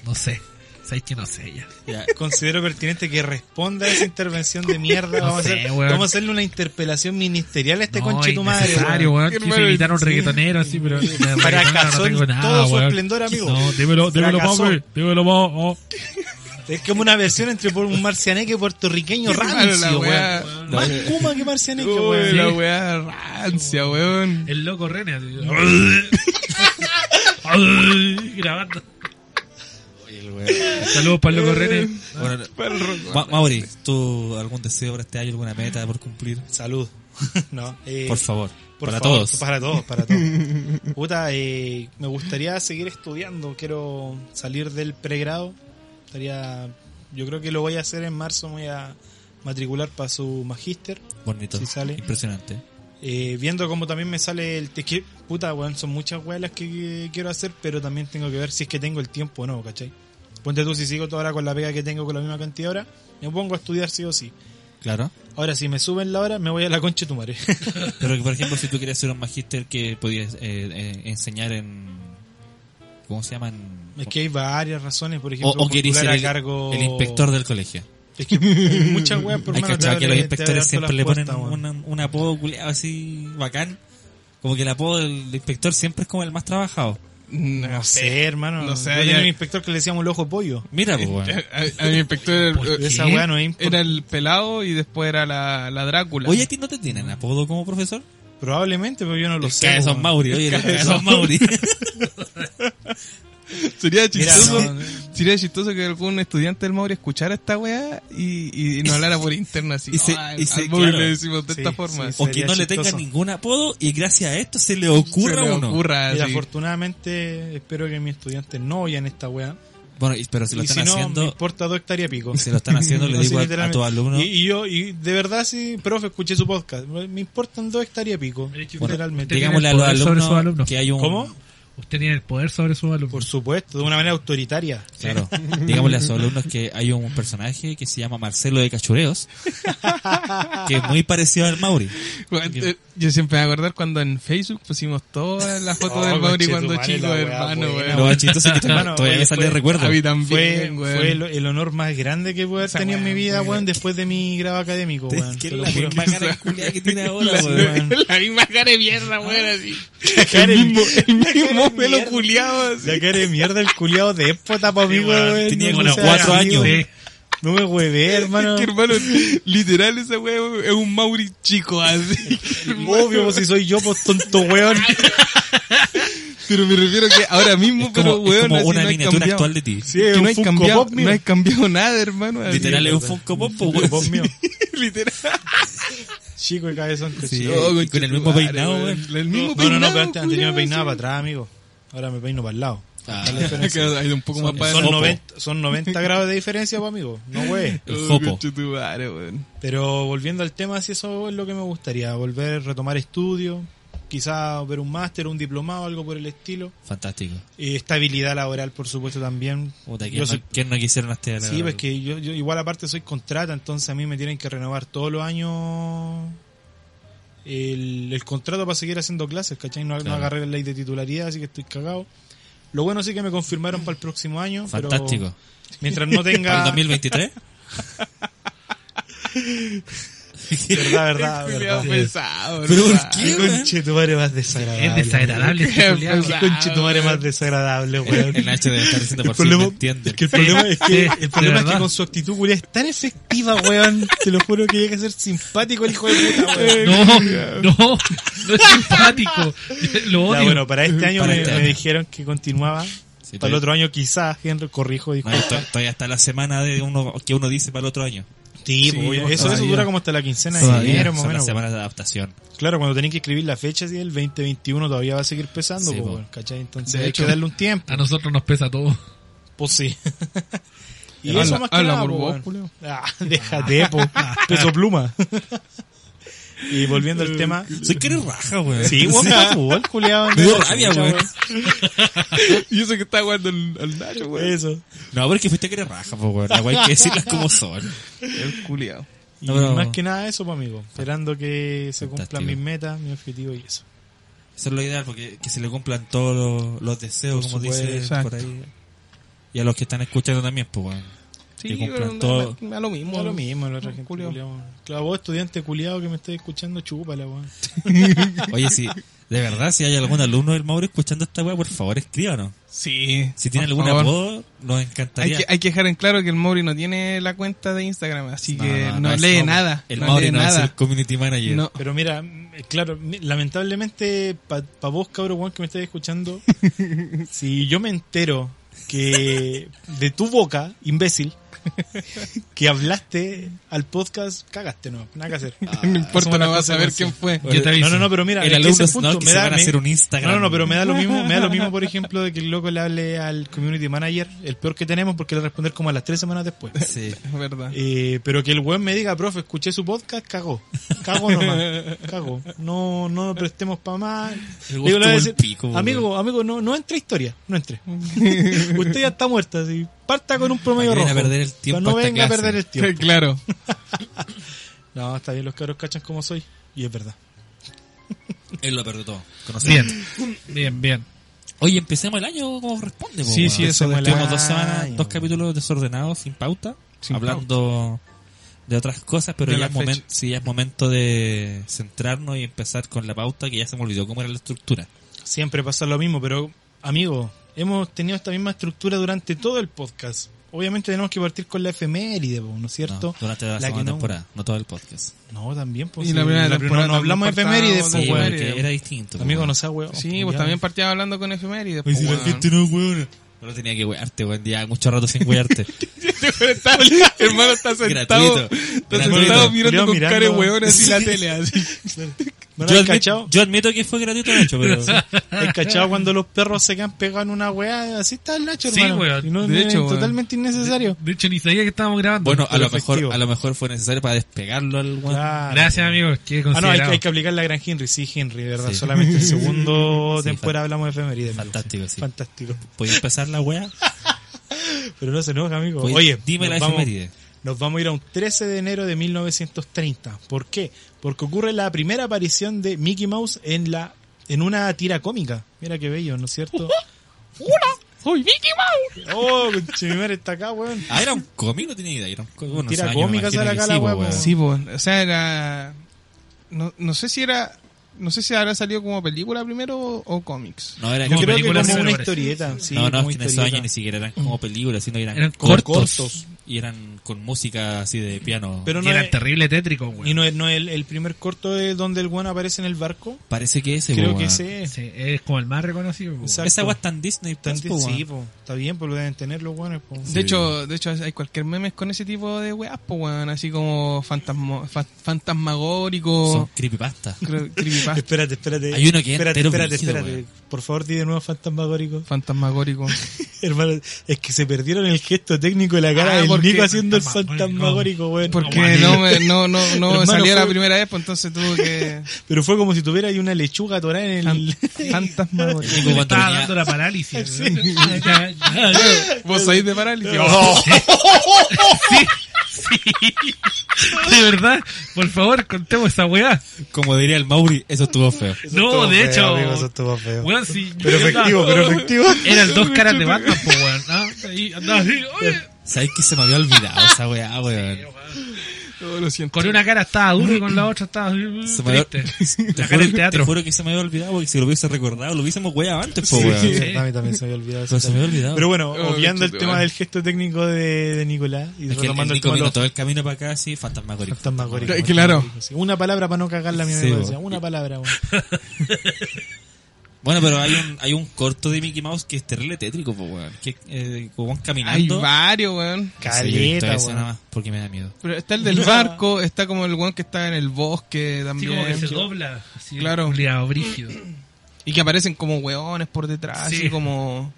Speaker 4: no sé. Sabes que no sé ya.
Speaker 2: Ya,
Speaker 5: Considero pertinente que responda a esa intervención de mierda.
Speaker 4: No
Speaker 5: Vamos, a,
Speaker 4: sé,
Speaker 5: hacer-
Speaker 4: weón.
Speaker 5: vamos a hacerle una interpelación ministerial a este
Speaker 4: no,
Speaker 5: conche tu madre.
Speaker 4: innecesario,
Speaker 5: weón.
Speaker 4: weón.
Speaker 3: Qué
Speaker 4: Quise
Speaker 3: hermano,
Speaker 4: imitar a un
Speaker 3: sí.
Speaker 4: reggaetonero así, pero. de reggaetonero
Speaker 5: Fracasó en todo su esplendor, amigo.
Speaker 4: No, dímelo, dímelo,
Speaker 5: Fracasó.
Speaker 4: papi. Dímelo, papi.
Speaker 5: Es como una versión entre por un marcianeque puertorriqueño
Speaker 3: Qué raro la
Speaker 5: rancio,
Speaker 3: weá.
Speaker 5: weón. Más Kuma que marcianeque,
Speaker 3: Uy,
Speaker 5: weón.
Speaker 3: la weá rancia, weón.
Speaker 4: El loco René. así. Grabando. Saludos para el loco René.
Speaker 2: bueno, Ma- Mauri, ¿tú algún deseo para este año, alguna meta por cumplir?
Speaker 5: Salud. No, eh,
Speaker 2: Por favor,
Speaker 5: por
Speaker 2: para
Speaker 5: favor,
Speaker 2: todos.
Speaker 5: Para todos, para todos. Puta, eh, me gustaría seguir estudiando. Quiero salir del pregrado. Estaría, yo creo que lo voy a hacer en marzo. Me voy a matricular para su magíster.
Speaker 2: Bonito,
Speaker 5: Sí, sale.
Speaker 2: impresionante.
Speaker 5: Eh, viendo cómo también me sale el... Es que, puta, weón, son muchas weas las que quiero hacer, pero también tengo que ver si es que tengo el tiempo o no, ¿cachai? Ponte tú, si sigo toda hora con la pega que tengo con la misma cantidad de horas, me pongo a estudiar sí o sí.
Speaker 2: Claro.
Speaker 5: Ahora, si me suben la hora, me voy a la concha de tu madre.
Speaker 2: Pero que, por ejemplo, si tú querías ser un magíster que podías eh, eh, enseñar en... ¿Cómo se llaman?
Speaker 5: es que hay varias razones, por
Speaker 2: O,
Speaker 5: ejemplo,
Speaker 2: o querías
Speaker 5: postular
Speaker 2: ser
Speaker 5: a
Speaker 2: el,
Speaker 5: cargo-
Speaker 2: el inspector del colegio.
Speaker 5: Es que hay muchas weas por
Speaker 2: Hay
Speaker 5: mano,
Speaker 2: que
Speaker 5: te
Speaker 2: achar que los
Speaker 5: abre- te
Speaker 2: inspectores
Speaker 5: abre harto
Speaker 2: siempre
Speaker 5: las
Speaker 2: le ponen
Speaker 5: puertas, weón.
Speaker 2: una- un apodo culeado así bacán. Como que el apodo del inspector siempre es como el más trabajado.
Speaker 5: No sé, hermano.
Speaker 3: No sé,
Speaker 5: Yo tenía
Speaker 3: ya-
Speaker 5: un inspector que le decíamos el ojo pollo.
Speaker 2: Mira, pues, bueno.
Speaker 3: A, a mi inspector
Speaker 4: ¿Por qué?
Speaker 5: Esa wea no es
Speaker 3: era el pelado y después era la, la Drácula.
Speaker 2: Oye, ¿a ti no te tienen apodo como profesor?
Speaker 5: Probablemente, pero yo no lo sé.
Speaker 2: Cabezón
Speaker 5: weón.
Speaker 2: Mauri, oye, los cabezón Mauri.
Speaker 3: sería
Speaker 5: Mira,
Speaker 3: chistoso,
Speaker 5: no, no.
Speaker 3: sería chistoso que algún estudiante del Mauri escuchara esta weá y, y no hablara por interno así.
Speaker 2: Y se-
Speaker 3: "Ah,
Speaker 2: y se-
Speaker 3: al Mauri
Speaker 2: claro.
Speaker 3: le decimos de
Speaker 5: Sí,
Speaker 3: esta forma.
Speaker 5: sí,
Speaker 2: o que
Speaker 5: Sería
Speaker 2: no le
Speaker 5: chistoso.
Speaker 2: tenga ningún apodo y gracias a esto se le ocurra
Speaker 3: Se le
Speaker 2: uno.
Speaker 3: ocurra
Speaker 5: Mira,
Speaker 3: así.
Speaker 5: afortunadamente, espero que mis estudiantes no oyan esta wea.
Speaker 2: Bueno, y- pero si lo
Speaker 5: y si
Speaker 2: están
Speaker 5: no, me
Speaker 2: haciendo,
Speaker 5: importa dos hectáreas pico.
Speaker 2: si lo están haciendo, le
Speaker 5: Así
Speaker 2: digo a- a,
Speaker 5: literalmente.
Speaker 2: tu alumno,
Speaker 5: Y, y yo, y de verdad, sí, profe, escuché su podcast. Me me importan dos hectáreas pico.
Speaker 4: Mire, que usted-
Speaker 5: Literalmente.
Speaker 4: usted-
Speaker 2: digámosle a
Speaker 4: tiene
Speaker 2: los
Speaker 4: poder sobre
Speaker 2: alumnos,
Speaker 4: sus alumnos.
Speaker 2: que hay un
Speaker 5: ¿Cómo?
Speaker 4: Usted tiene el poder sobre sus alumnos.
Speaker 5: Por supuesto, de una manera autoritaria.
Speaker 2: Claro. Digámosle a sus alumnos que hay un personaje que se llama Marcelo de Cachureos, que es muy parecido al Mauri.
Speaker 3: Bueno, eh, Yo siempre me acordar cuando en Facebook pusimos todas las fotos
Speaker 5: Oh,
Speaker 3: del Mauri cuando
Speaker 5: conchetumare,
Speaker 3: chico,
Speaker 5: la wea
Speaker 3: hermano,
Speaker 5: buena,
Speaker 3: weón.
Speaker 2: Lo más chistoso es que todavía-
Speaker 5: Hermano,
Speaker 2: todavía
Speaker 5: oye,
Speaker 2: me sale
Speaker 5: fue-
Speaker 2: el recuerdo.
Speaker 3: A mí también,
Speaker 5: Fue,
Speaker 3: weón.
Speaker 5: fue el, el honor más grande que pude haber
Speaker 3: Esa
Speaker 5: tenido en mi
Speaker 3: weá,
Speaker 5: vida,
Speaker 3: weón.
Speaker 5: weón, después de mi grado académico, weón.
Speaker 2: que
Speaker 5: Te lo
Speaker 2: la
Speaker 5: juro.
Speaker 2: misma cara de culiá que tiene ahora,
Speaker 5: La-
Speaker 2: weón.
Speaker 3: La misma cara de mierda, weón, así.
Speaker 5: cara de-
Speaker 3: el mismo, el mismo
Speaker 5: de
Speaker 3: pelo
Speaker 5: mierda.
Speaker 3: culiado, así.
Speaker 5: La cara de mierda, el culiado de éspota, pa' mí,
Speaker 4: Sí, weón.
Speaker 5: weón.
Speaker 2: Tenía
Speaker 5: no
Speaker 2: como
Speaker 5: seas
Speaker 2: cuatro
Speaker 5: amigo.
Speaker 2: años.
Speaker 4: Sí.
Speaker 5: No me hueve, hermano.
Speaker 3: Que, hermano, literal, esa weón es un Mauri chico, así.
Speaker 5: Obvio, pues, si soy yo, pues tonto, weón.
Speaker 3: Pero me refiero que ahora mismo,
Speaker 2: Es
Speaker 3: pero
Speaker 2: como, es
Speaker 3: weón,
Speaker 2: como
Speaker 3: así
Speaker 2: una
Speaker 3: no hay
Speaker 2: miniatura
Speaker 3: cambiado.
Speaker 2: actual de ti.
Speaker 5: Sí,
Speaker 3: Que
Speaker 5: es
Speaker 3: no
Speaker 5: un
Speaker 3: hay
Speaker 5: Funko
Speaker 3: cambiado,
Speaker 5: Pop,
Speaker 3: no
Speaker 5: mira.
Speaker 3: hay cambiado nada, hermano. así.
Speaker 2: Literal es un
Speaker 5: sí,
Speaker 2: Funko Pop, pues,
Speaker 5: Funko
Speaker 3: pues,
Speaker 2: weón.
Speaker 5: Pop mío.
Speaker 3: Literal.
Speaker 5: Chico y cabezón
Speaker 2: Sí,
Speaker 5: cochino.
Speaker 3: Oh,
Speaker 2: y con el mismo
Speaker 3: conchetumare,
Speaker 2: peinado,
Speaker 3: weón. El mismo
Speaker 5: No,
Speaker 3: peinado,
Speaker 5: no, no, pero antes antes tenía
Speaker 3: culiao,
Speaker 5: peinado para
Speaker 3: así.
Speaker 5: atrás, amigo. Ahora me peino para el lado.
Speaker 2: Ah,
Speaker 5: La diferencia.
Speaker 3: Que ha ido un poco más para
Speaker 5: Son
Speaker 3: adelante.
Speaker 5: 90, son 90 grados de diferencia, pues, amigo. No, güey.
Speaker 2: el
Speaker 3: Oh,
Speaker 2: jopo.
Speaker 3: conchetumare, weón.
Speaker 5: Pero volviendo al tema, si eso es lo que me gustaría. Volver, retomar estudio. Quizá ver un máster, un diplomado, algo por el estilo.
Speaker 2: Fantástico.
Speaker 5: Y estabilidad laboral, por supuesto, también.
Speaker 2: Puta, ¿quién,
Speaker 5: Yo
Speaker 2: no,
Speaker 5: soy-
Speaker 2: quién no quisiera una estrella?
Speaker 5: Sí, pues que yo, yo igual aparte soy contrata, entonces a mí me tienen que renovar todos los años el, el contrato para seguir haciendo clases, ¿cachai? No, no
Speaker 2: Claro.
Speaker 5: agarré la ley de titularidad, así que estoy cagado. Lo bueno sí que me confirmaron para el próximo año. pero
Speaker 2: Fantástico.
Speaker 5: mientras no
Speaker 2: ¿Para el
Speaker 5: tenga...
Speaker 2: 2023?
Speaker 5: Verdad, verdad,
Speaker 3: Culiao
Speaker 5: verdad.
Speaker 3: pesado,
Speaker 2: ¿Pero por
Speaker 3: hermano.
Speaker 2: qué?
Speaker 5: Conchetumare más desagradable.
Speaker 4: Es desagradable este culiao.
Speaker 5: Qué conchetumare más desagradable, weón.
Speaker 2: El H debe estar diciendo por si no entiende.
Speaker 5: es que el problema es que,
Speaker 4: sí,
Speaker 5: el problema
Speaker 4: de
Speaker 5: es que
Speaker 4: verdad.
Speaker 5: con su actitud, culia, es tan efectiva, weón. Te lo juro que llega a ser simpático el hijo de puta, weón.
Speaker 4: Eh, No, no, no es simpático. Lo
Speaker 5: Ya,
Speaker 4: odio.
Speaker 5: bueno, para este año
Speaker 2: Para
Speaker 5: me,
Speaker 2: este
Speaker 5: me
Speaker 2: año.
Speaker 5: dijeron que continuaba.
Speaker 2: Sí,
Speaker 5: para el
Speaker 2: todavía-
Speaker 5: otro año quizás, Henry, corrijo, dijo.
Speaker 2: No, to- todavía está la semana de uno que uno dice para el otro año.
Speaker 5: Sí, pues,
Speaker 3: todavía.
Speaker 5: eso, eso dura como hasta la quincena de
Speaker 2: Todavía
Speaker 5: enero, más o
Speaker 2: son las
Speaker 5: menos.
Speaker 2: semanas de adaptación.
Speaker 5: Claro, cuando tenés que escribir la fecha, si el 2021 todavía va a seguir pesando,
Speaker 2: Sí,
Speaker 5: pues,
Speaker 2: po.
Speaker 5: bueno, ¿cachai? Entonces
Speaker 3: De
Speaker 5: hay
Speaker 3: hecho.
Speaker 5: que darle un tiempo.
Speaker 4: A nosotros nos pesa todo.
Speaker 5: Pues sí. y
Speaker 3: Habla-
Speaker 5: eso más que
Speaker 3: habla
Speaker 5: nada,
Speaker 3: por
Speaker 5: po,
Speaker 3: vos,
Speaker 5: weón.
Speaker 3: culiao.
Speaker 5: Ah, déjate, po. Peso pluma. y volviendo al tema.
Speaker 2: Soy que eres raja, weón.
Speaker 5: Sí, weón, juega fútbol, culiao.
Speaker 2: Me dio
Speaker 5: Chucha,
Speaker 2: rabia, weón.
Speaker 3: Y eso que está jugando al, al Nacho, weón.
Speaker 5: Eso.
Speaker 2: No, porque fuiste que eres raja, po, weón. La weá hay que decirlas como son.
Speaker 3: El culiao.
Speaker 5: Y
Speaker 2: No, pero-
Speaker 5: más que nada eso, pues, amigo. Esperando que se cumplan
Speaker 2: Fantástico.
Speaker 5: mis metas, mi objetivo y eso.
Speaker 2: Eso es lo ideal, porque que se le cumplan todos los, los deseos,
Speaker 5: Por
Speaker 2: como
Speaker 5: supuesto,
Speaker 2: dice
Speaker 3: exacto.
Speaker 2: por ahí. Y a los que están escuchando también, pues, weón. Que
Speaker 3: Sí,
Speaker 2: cumplan
Speaker 3: pero no-
Speaker 2: todo.
Speaker 3: me da lo mismo.
Speaker 5: Da lo mismo, la otra gente.
Speaker 3: culiao.
Speaker 5: culiao. Claro, vos, estudiante culiado que me estés escuchando, chúpala, weón.
Speaker 2: Oye, si, de verdad, si hay algún alumno del Mauro escuchando esta weá, por favor, escríbanos.
Speaker 3: Sí.
Speaker 2: Si tiene
Speaker 3: por
Speaker 2: algún
Speaker 3: favor.
Speaker 2: apodo, nos
Speaker 3: Hay
Speaker 2: encantaría.
Speaker 3: que, hay que dejar en claro que el Mauri no tiene la cuenta de Instagram, así que no,
Speaker 2: es
Speaker 3: lee
Speaker 2: Mauro.
Speaker 3: nada.
Speaker 2: El
Speaker 3: no
Speaker 2: Mauri
Speaker 3: lee
Speaker 2: no es el
Speaker 3: nada.
Speaker 2: community manager.
Speaker 3: No.
Speaker 5: Pero mira, mm, claro, mi- lamentablemente, para vos, cabrón, weón, que me estés escuchando, si yo me entero que de tu boca, imbécil, que hablaste al podcast, cagaste, no, nada que hacer.
Speaker 2: Ah,
Speaker 3: no
Speaker 5: somos
Speaker 3: importa, no
Speaker 5: las
Speaker 3: vas a ver quién
Speaker 5: consecuencias.
Speaker 3: fue.
Speaker 4: Yo te aviso.
Speaker 5: No, no, no, pero mira,
Speaker 2: el
Speaker 5: es que
Speaker 2: alumno
Speaker 5: ese
Speaker 2: es
Speaker 5: punto
Speaker 2: no, que
Speaker 5: me
Speaker 2: se
Speaker 5: da-
Speaker 2: van a
Speaker 5: me-
Speaker 2: hacer un Instagram.
Speaker 5: No, no, no, pero me da lo mismo, me da lo mismo, por ejemplo, de que el loco le hable al community manager, el peor que tenemos, porque le va a responder como a las tres semanas después.
Speaker 2: Sí.
Speaker 3: Es verdad.
Speaker 5: Eh, pero que el weón me diga, profe, escuché su podcast, cagó. Cagó nomás. Cagó. No, no lo prestemos para más.
Speaker 2: El
Speaker 5: Digo,
Speaker 2: weón
Speaker 5: le voy a
Speaker 2: tuvo el
Speaker 5: decir,
Speaker 2: pico,
Speaker 5: amigo, amigo, no, no entre historia. No entre. Usted ya está muerta. Así. Parta con un promedio
Speaker 2: Para que
Speaker 5: rojo.
Speaker 2: venga a perder el tiempo
Speaker 5: Para no
Speaker 2: a esta
Speaker 5: venga a
Speaker 2: clase.
Speaker 5: perder el tiempo.
Speaker 3: claro.
Speaker 5: No, está bien, los caros cachan como soy. Y es verdad.
Speaker 2: Él lo perdió todo. Conocido.
Speaker 4: Bien, bien, bien.
Speaker 2: Oye, empecemos el año como responde. po,
Speaker 5: Sí,
Speaker 2: weón.
Speaker 5: sí, eso del
Speaker 2: Tuvimos
Speaker 5: año.
Speaker 2: dos semanas, dos capítulos desordenados, sin pauta,
Speaker 3: Sin
Speaker 2: hablando de otras cosas, pero
Speaker 3: De
Speaker 2: ya
Speaker 3: la
Speaker 2: es, momento,
Speaker 3: fecha.
Speaker 2: sí, ya es momento de centrarnos y empezar con la pauta, que ya se me olvidó cómo era la estructura.
Speaker 5: Siempre pasa lo mismo, pero amigo, hemos tenido esta misma estructura durante todo el podcast. Obviamente tenemos que partir con la efeméride, po, ¿no es cierto?
Speaker 2: No, durante la,
Speaker 5: La
Speaker 2: segunda
Speaker 5: que no-
Speaker 2: temporada, no todo el podcast.
Speaker 5: No, también, pues.
Speaker 3: Y
Speaker 5: sí,
Speaker 3: la primera temporada
Speaker 5: no, no hablamos de
Speaker 3: también
Speaker 5: efemérides,
Speaker 3: partamos de
Speaker 5: pues,
Speaker 2: Sí,
Speaker 5: weón.
Speaker 3: efemérides.
Speaker 2: porque era distinto. po,
Speaker 5: Amigo,
Speaker 2: weón.
Speaker 5: no seas weón.
Speaker 3: Sí, pues
Speaker 5: Ya.
Speaker 3: también partíamos hablando con efemérides.
Speaker 5: Oye,
Speaker 3: Pues,
Speaker 5: si la
Speaker 3: weón.
Speaker 5: gente no es weona.
Speaker 2: Pero tenía que wearte, weón. Ya mucho rato sin wearte.
Speaker 3: Está- hermano está sentado,
Speaker 2: Gratuito.
Speaker 3: está
Speaker 2: Gratuito.
Speaker 3: sentado mirando
Speaker 5: Culeado
Speaker 3: con cara de
Speaker 5: mirando.
Speaker 3: weón así la tele. Así.
Speaker 5: ¿No
Speaker 2: yo,
Speaker 5: lo has
Speaker 2: admito,
Speaker 5: cachado?
Speaker 2: yo admito que fue gratuito, Nacho, pero.
Speaker 5: ¿Has cachado cuando los perros se quedan pegados en una weá? Así está el Nacho,
Speaker 4: Sí,
Speaker 5: hermano.
Speaker 4: weón.
Speaker 5: Y no-
Speaker 3: De
Speaker 5: es
Speaker 3: hecho, weón.
Speaker 5: totalmente innecesario.
Speaker 4: De hecho, ni sabía que estábamos grabando.
Speaker 2: Bueno, a
Speaker 5: Pero
Speaker 2: lo, mejor,
Speaker 5: efectivo.
Speaker 2: a lo mejor fue necesario para despegarlo al weón.
Speaker 5: Claro.
Speaker 4: Gracias, amigos. Qué
Speaker 5: Ah, no, hay,
Speaker 4: considerado.
Speaker 5: que- hay que aplicar la gran Henry. Sí, Henry, de verdad.
Speaker 2: Sí.
Speaker 5: Solamente el segundo
Speaker 2: Sí,
Speaker 5: temporada
Speaker 2: fan-
Speaker 5: hablamos de efemérides. amigo.
Speaker 2: Fantástico, sí.
Speaker 5: Fantástico.
Speaker 2: ¿Podéis empezar la wea?
Speaker 5: Pero no se enoja, amigo.
Speaker 2: Pues,
Speaker 5: Oye,
Speaker 2: dime
Speaker 5: nos
Speaker 2: la
Speaker 5: vamos-
Speaker 2: efeméride.
Speaker 5: Nos vamos a ir a un 13 de enero de 1930. ¿Por qué? Porque ocurre la primera aparición de Mickey Mouse en la en una tira cómica. Mira qué bello, ¿no es cierto?
Speaker 3: ¡Soy Mickey Mouse!
Speaker 5: ¡Oh, conchetumare, está acá, weón!
Speaker 2: Ah, era un cómic, no tenía idea. Era un cómic. Bueno,
Speaker 5: Tira
Speaker 2: o sea, yo me
Speaker 5: cómica,
Speaker 2: imagino
Speaker 5: sale
Speaker 2: que
Speaker 5: acá la
Speaker 2: sí,
Speaker 5: wea,
Speaker 2: weón.
Speaker 5: po.
Speaker 3: Sí, pues, o sea, era... No, no sé si era... No sé si habrá salido como película primero o, o cómics.
Speaker 2: No, era
Speaker 5: Yo
Speaker 2: como
Speaker 5: creo que
Speaker 4: película
Speaker 5: como
Speaker 4: se
Speaker 5: una
Speaker 4: parece.
Speaker 5: historieta. Sí,
Speaker 2: no, no,
Speaker 5: como Mm.
Speaker 2: es que en esos
Speaker 5: historieta.
Speaker 2: años ni siquiera eran como películas, sino que eran,
Speaker 4: Eran
Speaker 2: cor-
Speaker 4: cortos.
Speaker 2: Y eran con música así de piano.
Speaker 5: Pero
Speaker 4: Y
Speaker 5: no
Speaker 4: era
Speaker 5: es-
Speaker 4: terrible tétrico, güey.
Speaker 5: Y no, es- no es el, el primer corto es donde el weón aparece en el barco.
Speaker 2: Parece que ese,
Speaker 5: Creo
Speaker 2: po,
Speaker 5: que
Speaker 2: weón.
Speaker 5: ese es.
Speaker 4: Sí, es como el más reconocido. güey.
Speaker 5: Exacto.
Speaker 2: Esa wea está en Disney. Plus,
Speaker 5: Bastante-
Speaker 2: po, weón.
Speaker 5: sí, po. está bien, pues lo deben tener los weones. pues. po.
Speaker 3: De hecho, de hecho hay cualquier memes con ese tipo de weas, pues, weón. Así como fantasmo, fa-
Speaker 2: Son
Speaker 3: fantasmagórico,
Speaker 2: creepypasta.
Speaker 3: cre- creepypasta,
Speaker 5: Espérate, espérate.
Speaker 2: Hay uno que es
Speaker 5: Espérate,
Speaker 2: entero
Speaker 5: espérate,
Speaker 2: brígido,
Speaker 5: espérate.
Speaker 2: weón.
Speaker 5: Por favor, di de nuevo fantasmagórico.
Speaker 3: fantasmagórico.
Speaker 5: Hermano, es que se perdieron el gesto técnico de la cara
Speaker 3: Ah,
Speaker 5: del
Speaker 3: ¿por qué?
Speaker 5: Nico haciendo el
Speaker 4: Fantasmagórico.
Speaker 5: fantasmagórico, weón.
Speaker 3: Porque no, me, no, no, no
Speaker 5: Hermano,
Speaker 3: salió la
Speaker 5: fue-
Speaker 3: primera vez, pues entonces tuve que...
Speaker 5: Pero fue como si tuviera ahí una lechuga atorada en el...
Speaker 3: Fan- fantasmagórico.
Speaker 2: Como
Speaker 4: Le
Speaker 2: cuando
Speaker 4: estaba
Speaker 2: venía-
Speaker 4: dando la parálisis. Ya, ya, ya, ya.
Speaker 3: Vos sois de parálisis. oh,
Speaker 4: Sí, sí. De verdad, por favor, contemos esa weá.
Speaker 2: Como diría el Mauri, eso estuvo feo.
Speaker 5: Eso
Speaker 4: No,
Speaker 5: estuvo
Speaker 4: de
Speaker 5: feo,
Speaker 4: hecho.
Speaker 5: amigo, eso estuvo feo.
Speaker 4: Weón, sí.
Speaker 5: Pero
Speaker 4: yo
Speaker 5: efectivo,
Speaker 4: andaba-
Speaker 5: pero efectivo.
Speaker 4: Eran dos caras de Batman, po, weón. ¿no? Y andaba así, oye.
Speaker 2: ¿Sabes que se me había olvidado esa weá, weón?
Speaker 3: Oh, lo siento.
Speaker 4: Con una cara estaba duro y con la otra estaba así, mm,
Speaker 2: Se me había-
Speaker 4: triste.
Speaker 2: Te
Speaker 4: La cara del
Speaker 2: juro, te
Speaker 4: teatro.
Speaker 2: juro que se me había olvidado porque si lo hubiese recordado lo hubiésemos weado antes, po,
Speaker 5: Sí,
Speaker 2: weón.
Speaker 5: sí,
Speaker 4: Sí.
Speaker 5: a mí también se me había olvidado. eso
Speaker 2: Pero se me había
Speaker 5: también.
Speaker 2: olvidado.
Speaker 5: Pero bueno,
Speaker 3: Oh,
Speaker 5: obviando el
Speaker 3: chuta,
Speaker 5: tema
Speaker 3: weón.
Speaker 5: del gesto técnico de, de Nicolás y
Speaker 2: Es que el, el
Speaker 5: retomando el
Speaker 2: Nico
Speaker 5: tema de
Speaker 2: vino
Speaker 5: los
Speaker 2: todo el camino para acá así, fantasmagórico.
Speaker 5: fantasmagóricos.
Speaker 3: Claro, claro.
Speaker 5: Sí, Una palabra para no cagar la mierda.
Speaker 2: Sí,
Speaker 5: decía,
Speaker 2: weón.
Speaker 5: una palabra, weón.
Speaker 2: Bueno, pero hay un, hay un corto de Mickey Mouse que es terrible tétrico, po, weón. Que eh, como van
Speaker 3: Hay
Speaker 2: caminando.
Speaker 3: varios, weón.
Speaker 2: Sí, yo he visto
Speaker 5: Caleta,
Speaker 2: ese nada
Speaker 5: weón.
Speaker 2: más porque me da miedo.
Speaker 3: Pero está el del barco, está como el weón que está en el bosque
Speaker 4: Así
Speaker 3: también.
Speaker 4: como que se dobla. Así,
Speaker 3: Claro.
Speaker 4: culiao, brígido.
Speaker 3: Y que aparecen como weones por detrás,
Speaker 4: Sí.
Speaker 3: así como...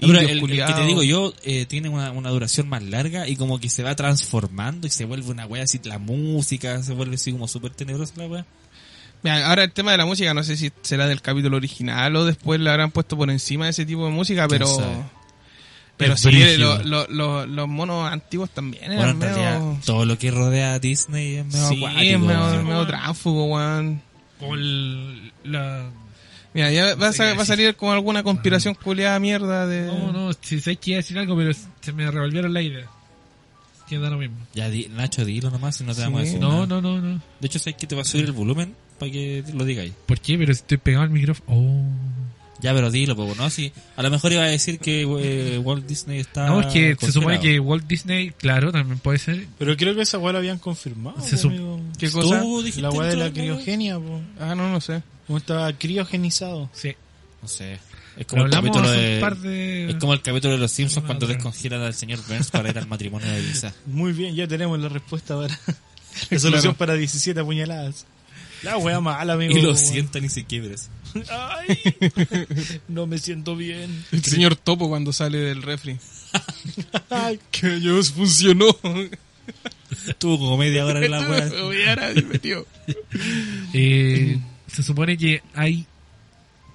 Speaker 2: No, pero
Speaker 3: indios
Speaker 2: el, el que
Speaker 3: culiados.
Speaker 2: te digo yo eh, tiene una, una duración más larga y como que se va transformando y se vuelve una wea así, la música se vuelve así como súper tenebrosa la wea.
Speaker 3: Mira, ahora el tema de la música, no sé si será del capítulo original o después la habrán puesto por encima de ese tipo de música, pero...
Speaker 2: ¿Quién sabe?
Speaker 3: Pero
Speaker 4: Es
Speaker 3: sí,
Speaker 4: brígido.
Speaker 3: lo- lo- lo- los monos antiguos también
Speaker 2: Bueno,
Speaker 3: eran
Speaker 2: en realidad
Speaker 3: medio...
Speaker 2: todo lo que rodea a Disney es medio
Speaker 3: Sí,
Speaker 2: acuático.
Speaker 3: medio,
Speaker 2: weón.
Speaker 3: medio tránsfugo, weón.
Speaker 4: Como el, la...
Speaker 3: Mira, ya va, a,
Speaker 4: sé
Speaker 3: sa-
Speaker 4: qué
Speaker 3: va a salir como alguna conspiración culiada mierda de...
Speaker 4: No, no, si sé que iba a decir algo, pero se me revolvieron la idea. Que da lo mismo.
Speaker 2: Ya, di- Nacho, dilo nomás si no te
Speaker 3: Sí.
Speaker 2: vamos a decir
Speaker 4: No,
Speaker 2: nada.
Speaker 4: no, no, no.
Speaker 2: De hecho, sabes que te va a subir el volumen para que lo digáis.
Speaker 4: ¿Por qué? Pero si estoy pegado al micrófono. Oh.
Speaker 2: Ya, pero dilo, poco, ¿no? Si, a lo mejor iba a decir que eh, Walt Disney está.
Speaker 4: No, es que se supone
Speaker 2: Ah, congelado.
Speaker 4: que Walt Disney, claro, también puede ser.
Speaker 5: Pero creo que esa weá la habían confirmado.
Speaker 4: Se sup-
Speaker 5: amigo.
Speaker 3: ¿Qué cosa?
Speaker 2: Tú dijiste
Speaker 5: La weá de
Speaker 2: dentro
Speaker 5: la
Speaker 2: del nuevo-
Speaker 5: criogenia, po.
Speaker 3: Ah, no, no sé.
Speaker 5: Como estaba criogenizado.
Speaker 4: Sí.
Speaker 2: No sé. Es
Speaker 4: Lo
Speaker 2: como, el
Speaker 4: hablamos
Speaker 2: capítulo
Speaker 4: hace
Speaker 2: de,
Speaker 4: un par de...
Speaker 2: es como el capítulo de los Simpsons cuando
Speaker 4: Madre.
Speaker 2: descongelan al señor Burns para ir al matrimonio de Lisa.
Speaker 5: Muy bien, ya tenemos la respuesta para. La solución para 17 apuñaladas. La weá mala, amigo.
Speaker 2: Y lo
Speaker 5: weón.
Speaker 2: sientan y se quiebres.
Speaker 5: Ay, no me siento bien.
Speaker 3: El señor Topo cuando sale del refri.
Speaker 5: Ay,
Speaker 3: Que Dios funcionó.
Speaker 2: Estuvo como media hora en la wea.
Speaker 4: Eh, se supone que hay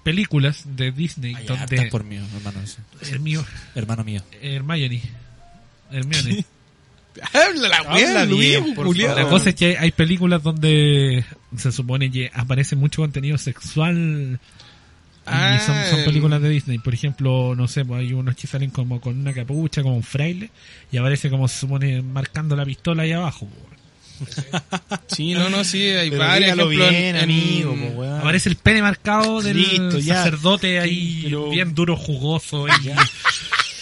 Speaker 4: películas de Disney
Speaker 2: Ay, hartas
Speaker 4: donde
Speaker 2: por mí, hermano. eso.
Speaker 4: Hermio-
Speaker 2: Hermano mío.
Speaker 4: Hermione, Hermione.
Speaker 3: Habla la
Speaker 5: Habla
Speaker 3: wea, Luis,
Speaker 5: bien, por
Speaker 3: culiao.
Speaker 4: La
Speaker 5: favor.
Speaker 4: cosa es que hay, hay películas donde se supone que aparece mucho contenido sexual y
Speaker 3: Ah,
Speaker 4: son, son
Speaker 3: el-
Speaker 4: películas de Disney. Por ejemplo, no sé, pues hay unos que salen como con una capucha, como un fraile, y aparece como se supone marcando la pistola ahí abajo. pues. po.
Speaker 3: Sí, no, no, sí, hay
Speaker 5: pero
Speaker 3: varios
Speaker 5: dígalo
Speaker 3: ejemplos. en-
Speaker 5: bien,
Speaker 3: en-
Speaker 5: amigo, po, weón.
Speaker 4: Aparece el pene marcado del
Speaker 5: Ah. Listo, ya.
Speaker 4: sacerdote
Speaker 5: Sí,
Speaker 4: ahí,
Speaker 5: pero-
Speaker 4: bien duro, jugoso. y-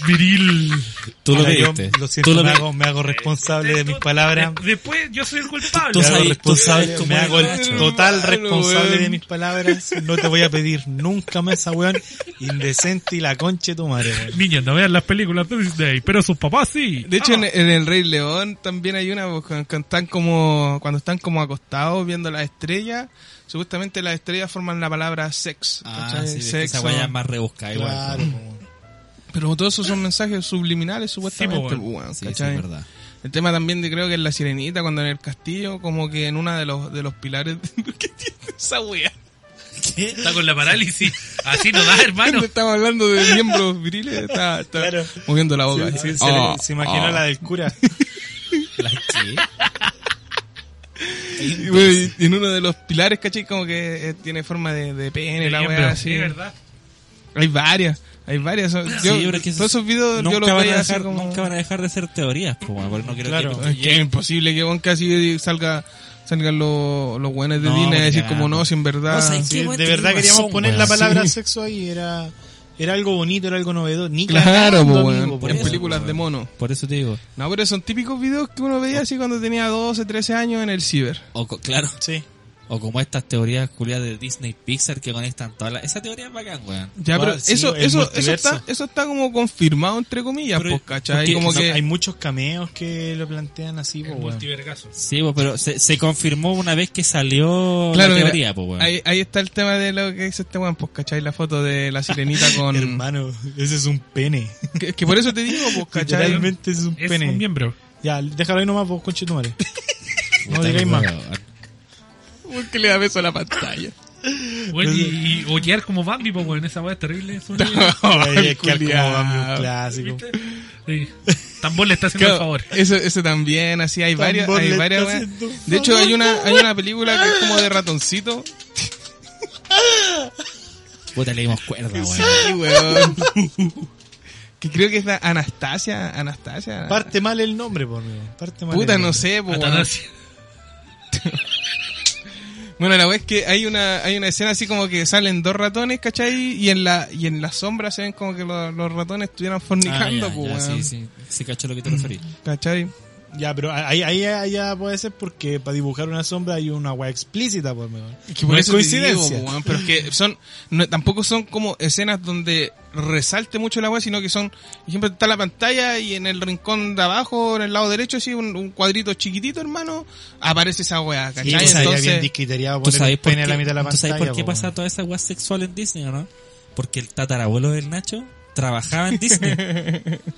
Speaker 4: viril.
Speaker 2: Tú lo
Speaker 5: Ahora yo,
Speaker 2: viste. Tú
Speaker 5: Lo siento,
Speaker 2: lo
Speaker 5: me
Speaker 2: vi-
Speaker 5: hago, me hago responsable de mis
Speaker 4: Tú-
Speaker 5: palabras.
Speaker 4: de- Después yo soy el culpable.
Speaker 2: Tú
Speaker 5: Me hago
Speaker 2: sabes- tú sabes
Speaker 5: responsable,
Speaker 2: cómo
Speaker 5: me
Speaker 2: es
Speaker 5: hago el
Speaker 2: Nacho.
Speaker 5: total
Speaker 3: Malo,
Speaker 5: responsable
Speaker 3: weón.
Speaker 5: de mis palabras. No te voy a pedir nunca más esa weón indecente y la conche tu madre, weón.
Speaker 4: Niños, no vean las películas de Disney, pero sus papás sí.
Speaker 3: De hecho,
Speaker 4: Ah.
Speaker 3: en, en El Rey León también hay una, pues, cuando, cuando están como, cuando están como acostados viendo las estrellas, supuestamente las estrellas forman la palabra sex.
Speaker 2: Ah,
Speaker 3: ¿cachai?
Speaker 2: sí, es que
Speaker 3: Sexo.
Speaker 2: esa guaya es más rebuscada igual.
Speaker 5: Claro, weón.
Speaker 3: Pero todos esos son mensajes subliminales, supuestamente.
Speaker 4: pues,
Speaker 3: pues, weón,
Speaker 2: Sí, sí,
Speaker 3: ¿cachai?
Speaker 2: es verdad.
Speaker 3: El tema también de creo que en La Sirenita, cuando en el castillo, como que en una de los, de los pilares... ¿Qué tiene esa wea?
Speaker 4: Está con la parálisis. Así no da, hermano.
Speaker 3: Estamos hablando de miembros viriles, está, está
Speaker 5: Claro.
Speaker 3: moviendo la boca.
Speaker 5: Sí, sí,
Speaker 3: así.
Speaker 5: se, le-
Speaker 3: Ah,
Speaker 5: se imaginó
Speaker 3: ah.
Speaker 5: la del cura.
Speaker 2: ¿La qué?
Speaker 3: Y, güey, y en uno de los pilares, ¿cachai? Como que eh, tiene forma de, de pene, la wea
Speaker 4: Miembro,
Speaker 3: así.
Speaker 4: sí, ¿verdad?
Speaker 3: Hay varias, hay varias. Son-
Speaker 2: Ah, Sí,
Speaker 3: yo-
Speaker 2: pero es que
Speaker 3: todos esos videos
Speaker 2: nunca
Speaker 3: yo los
Speaker 2: van a
Speaker 3: veía así
Speaker 2: dejar,
Speaker 3: como... eh.
Speaker 2: Nunca van a dejar de ser teorías, po, weón, porque no quiero
Speaker 5: Claro.
Speaker 2: que...
Speaker 3: Es que es imposible que Wonka así salga, salgan los, los buenos de
Speaker 2: No, pues.
Speaker 3: Disney a
Speaker 2: ni
Speaker 3: decir
Speaker 2: cagando.
Speaker 3: como no, si en verdad...
Speaker 2: No, ¿sabes
Speaker 5: Sí,
Speaker 2: qué, weón?
Speaker 5: de
Speaker 2: Tenés
Speaker 5: verdad queríamos
Speaker 2: razón,
Speaker 5: poner
Speaker 2: weón.
Speaker 3: pues,
Speaker 5: la palabra
Speaker 2: Sí.
Speaker 5: sexo ahí, era, era algo bonito, era algo novedoso. Ni
Speaker 3: Claro,
Speaker 5: cagando,
Speaker 3: pues,
Speaker 5: amigo,
Speaker 3: weón,
Speaker 5: por
Speaker 3: en
Speaker 5: eso.
Speaker 3: películas
Speaker 2: weón.
Speaker 3: de mono.
Speaker 2: Por eso te digo.
Speaker 3: No, pero son típicos videos que uno veía así cuando tenía 12, 13 años en el ciber.
Speaker 2: O, co- claro.
Speaker 5: Sí.
Speaker 2: O como estas teorías culiadas de Disney Pixar que conectan todas las... Esa teoría es bacán, weón.
Speaker 3: Ya, pero
Speaker 5: Ah, sí,
Speaker 3: eso,
Speaker 5: el
Speaker 3: eso, eso,
Speaker 5: multiverso.
Speaker 3: está, eso está como confirmado, entre comillas,
Speaker 2: Pero-
Speaker 3: pues, ¿cachai?
Speaker 2: porque
Speaker 3: Como
Speaker 5: No,
Speaker 3: que...
Speaker 5: Hay muchos cameos que lo plantean así, pues, weón.
Speaker 4: Multivergazo.
Speaker 2: Sí, po, pero se, se confirmó una vez que salió
Speaker 3: Claro,
Speaker 2: la
Speaker 3: mira,
Speaker 2: teoría, po, weón.
Speaker 3: ahí, ahí está el tema de lo que dice este weón, pues, ¿cachai? La foto de la sirenita con...
Speaker 5: Hermano, ese es un pene.
Speaker 3: que, que por eso te digo, pues, ¿cachai?
Speaker 5: Literalmente es un
Speaker 4: Es
Speaker 5: pene.
Speaker 4: un miembro.
Speaker 5: Ya, déjalo ahí nomás pues, vos, conche tu madre.
Speaker 2: Puta,
Speaker 5: digáis
Speaker 2: qué
Speaker 5: más.
Speaker 2: weón.
Speaker 3: Porque le da beso a la pantalla.
Speaker 4: Bueno, y, y ollar como Bambi, pues, bueno, esa weá es terrible. es un-
Speaker 5: Ay, es que al como va un
Speaker 3: Culeado.
Speaker 5: clásico.
Speaker 4: ¿Viste? Sí. Tambor le está haciendo
Speaker 3: Claro,
Speaker 4: el favor.
Speaker 3: Eso, eso también, así hay
Speaker 5: Tambor
Speaker 3: varias,
Speaker 5: le
Speaker 3: hay
Speaker 5: está
Speaker 3: varias weas.
Speaker 5: haciendo un
Speaker 3: De hecho
Speaker 5: favor.
Speaker 3: hay una, hay una película que es como de ratoncito.
Speaker 2: Puta, le dimos cuerda, weón.
Speaker 3: Sí, weón. que creo que es la Anastasia, Anastasia.
Speaker 5: Parte mal el nombre, por mí. Parte mal.
Speaker 3: Puta,
Speaker 5: el
Speaker 3: no
Speaker 5: nombre.
Speaker 3: sé, po, weón.
Speaker 4: Atanasia.
Speaker 3: Bueno, la wea es que hay una, hay una escena así como que salen dos ratones, ¿cachai? Y en la, y en la sombra se ven como que los, los ratones estuvieran
Speaker 2: Ah,
Speaker 3: fornicando,
Speaker 2: ya,
Speaker 3: po,
Speaker 2: ya,
Speaker 3: weón.
Speaker 2: sí, sí. Sí, cacho a lo que te referí.
Speaker 3: ¿Cachai?
Speaker 5: Ya, pero ahí, ahí, ahí ya puede ser porque para dibujar una sombra hay una weá explícita, por mí.
Speaker 3: Es que por
Speaker 5: No es
Speaker 3: eso pues, coincidencia.
Speaker 5: coincidencia.
Speaker 3: pero es que son, no- tampoco son como escenas donde resalte mucho la weá, sino que son, siempre está la pantalla y en el rincón de abajo, en el lado derecho, así, un, un cuadrito chiquitito, hermano, aparece esa weá, ¿cachai?
Speaker 5: Y tú
Speaker 2: pues,
Speaker 5: sabes, ya bien
Speaker 3: Entonces,
Speaker 5: disquiteriado
Speaker 2: ¿Tú
Speaker 5: poner
Speaker 2: sabes
Speaker 5: el
Speaker 2: por
Speaker 5: pene
Speaker 2: qué,
Speaker 5: a la mitad de la
Speaker 2: ¿tú
Speaker 5: pantalla.
Speaker 2: sabes por qué
Speaker 5: po,
Speaker 2: pasa
Speaker 5: weón.
Speaker 2: toda esa weá sexual en Disney o no? Porque el tatarabuelo del Nacho trabajaba en Disney.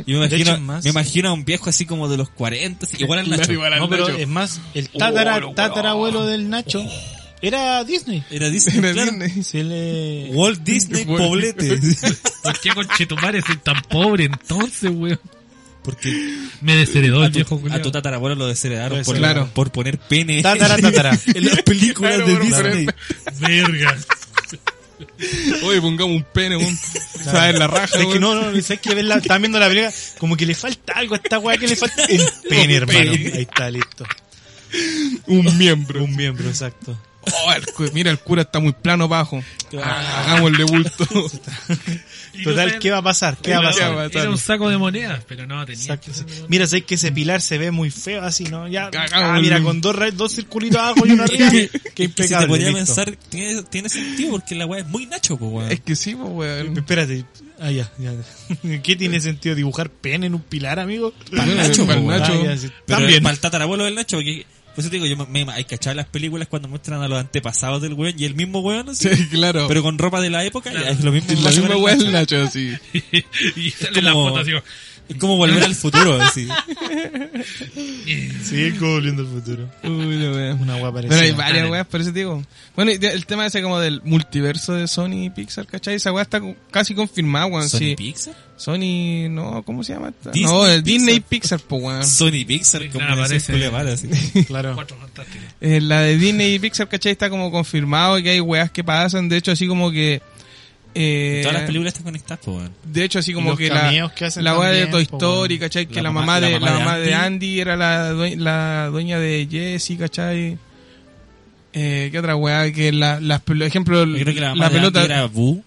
Speaker 2: Y me
Speaker 5: De hecho,
Speaker 2: imagino,
Speaker 5: es más.
Speaker 2: me imagino a un viejo así como de los 40, así, igual al Nacho.
Speaker 5: No, pero es más,
Speaker 3: Oh,
Speaker 5: el tatara, tatarabuelo del Nacho era Disney.
Speaker 2: Era Disney,
Speaker 3: Era
Speaker 2: claro.
Speaker 3: Disney.
Speaker 5: Sí, le...
Speaker 2: Walt Disney
Speaker 3: Walt-
Speaker 2: Poblete.
Speaker 4: ¿Por qué conchetumare soy tan pobre entonces, weón?
Speaker 2: Porque
Speaker 4: Me desheredó
Speaker 2: a
Speaker 4: el
Speaker 2: tu,
Speaker 4: viejo
Speaker 2: a tu
Speaker 4: culiao.
Speaker 2: tatarabuelo lo desheredaron
Speaker 5: Lo
Speaker 2: por,
Speaker 3: desheredaron.
Speaker 2: por poner pene
Speaker 5: Tatara, tatara.
Speaker 2: en las películas
Speaker 3: Claro,
Speaker 2: de
Speaker 3: por poner
Speaker 2: Disney.
Speaker 4: Verga.
Speaker 3: Oye, pongamos un pene, un, ¿sabes? La raja,
Speaker 5: Es que
Speaker 3: weón.
Speaker 5: no, no, es que verla, están viendo la película, como que le falta algo a esta weá que le falta. El pene, hermano. Ahí está, listo.
Speaker 3: un miembro.
Speaker 5: Un miembro, exacto.
Speaker 3: Oh, el cu- mira, el cura está muy plano bajo. Ah, hagámosle bulto.
Speaker 5: Total, ¿qué va a pasar? ¿Qué va a
Speaker 3: Era-
Speaker 5: pasar?
Speaker 3: pasar?
Speaker 4: Era un saco de monedas, pero no tenía.
Speaker 5: Exacto.
Speaker 4: que ser de
Speaker 5: Mira, sé que ese pilar se ve muy feo así, ¿no? Ya,
Speaker 3: Cagado,
Speaker 5: ah, mira,
Speaker 3: el-
Speaker 5: con dos, re- dos circulitos abajo y uno arriba. Qué
Speaker 2: Si te
Speaker 5: impecable.
Speaker 2: podía
Speaker 5: listo.
Speaker 2: pensar, tiene, tiene sentido porque la weá es muy Nacho, po, weón.
Speaker 3: es que sí, pues, weón.
Speaker 5: Espérate. Ah, ya, ya. ¿Qué tiene sentido dibujar pene en un pilar, amigo?
Speaker 2: Para el Nacho,
Speaker 3: Para el
Speaker 2: po, weón.
Speaker 3: Nacho.
Speaker 5: Ah, ya, sí.
Speaker 2: Pero
Speaker 5: También.
Speaker 2: para el tatarabuelo del Nacho, porque, por eso te digo, yo me, me hay cachado las películas cuando muestran a los antepasados del weón y el mismo weón, así,
Speaker 3: Sí, claro.
Speaker 2: pero con ropa de la época, ya es lo mismo.
Speaker 3: la
Speaker 2: pasa
Speaker 3: misma
Speaker 2: con el
Speaker 3: weá el
Speaker 2: Nacho.
Speaker 3: Nacho, sí.
Speaker 4: monedas. y sale la
Speaker 2: como-
Speaker 4: foto así. como,
Speaker 2: Es como volver al futuro, así.
Speaker 5: Sí, como volviendo al futuro.
Speaker 3: Uy, la weá.
Speaker 5: Una guapa
Speaker 3: Pero hay
Speaker 5: parecida.
Speaker 3: varias
Speaker 2: Ah,
Speaker 4: Dale.
Speaker 3: weas, por eso te digo. Bueno, y de- el tema ese como del multiverso de Sony y Pixar, ¿cachai? Esa wea está co- casi confirmada, weón.
Speaker 2: Sony
Speaker 3: sí.
Speaker 2: Pixar.
Speaker 3: Sony, no, ¿cómo se llama? esta?
Speaker 2: Disney
Speaker 3: no, el
Speaker 2: Pixar.
Speaker 3: Disney Pixar, pues weón.
Speaker 2: Sony Pixar, como
Speaker 4: Nada,
Speaker 2: parece.
Speaker 4: parece-
Speaker 2: así.
Speaker 5: Claro.
Speaker 4: Cuatro fantásticos.
Speaker 3: Eh, la de Disney y Pixar, ¿cachai? Está como confirmado que hay weas que pasan. De hecho, así como que... eh,
Speaker 2: Todas las películas están conectadas, po, weón.
Speaker 3: De hecho, así
Speaker 5: Y
Speaker 3: como
Speaker 5: los
Speaker 3: que
Speaker 5: cameos
Speaker 3: la,
Speaker 5: que hacen
Speaker 3: la wea de
Speaker 5: también,
Speaker 3: Toy
Speaker 5: po,
Speaker 3: Story,
Speaker 5: weón.
Speaker 3: ¿cachai? Que
Speaker 2: La
Speaker 3: la
Speaker 2: mamá-
Speaker 3: mamá,
Speaker 2: la
Speaker 3: de,
Speaker 2: mamá
Speaker 3: la
Speaker 2: de
Speaker 3: mamá de
Speaker 2: Andy.
Speaker 3: Andy era la, due- la dueña de Jessie, ¿cachai? Eh, ¿Qué otra wea? Que la, las, por ejemplo,
Speaker 2: Yo creo que la,
Speaker 3: la pelota...
Speaker 2: pelota era Boo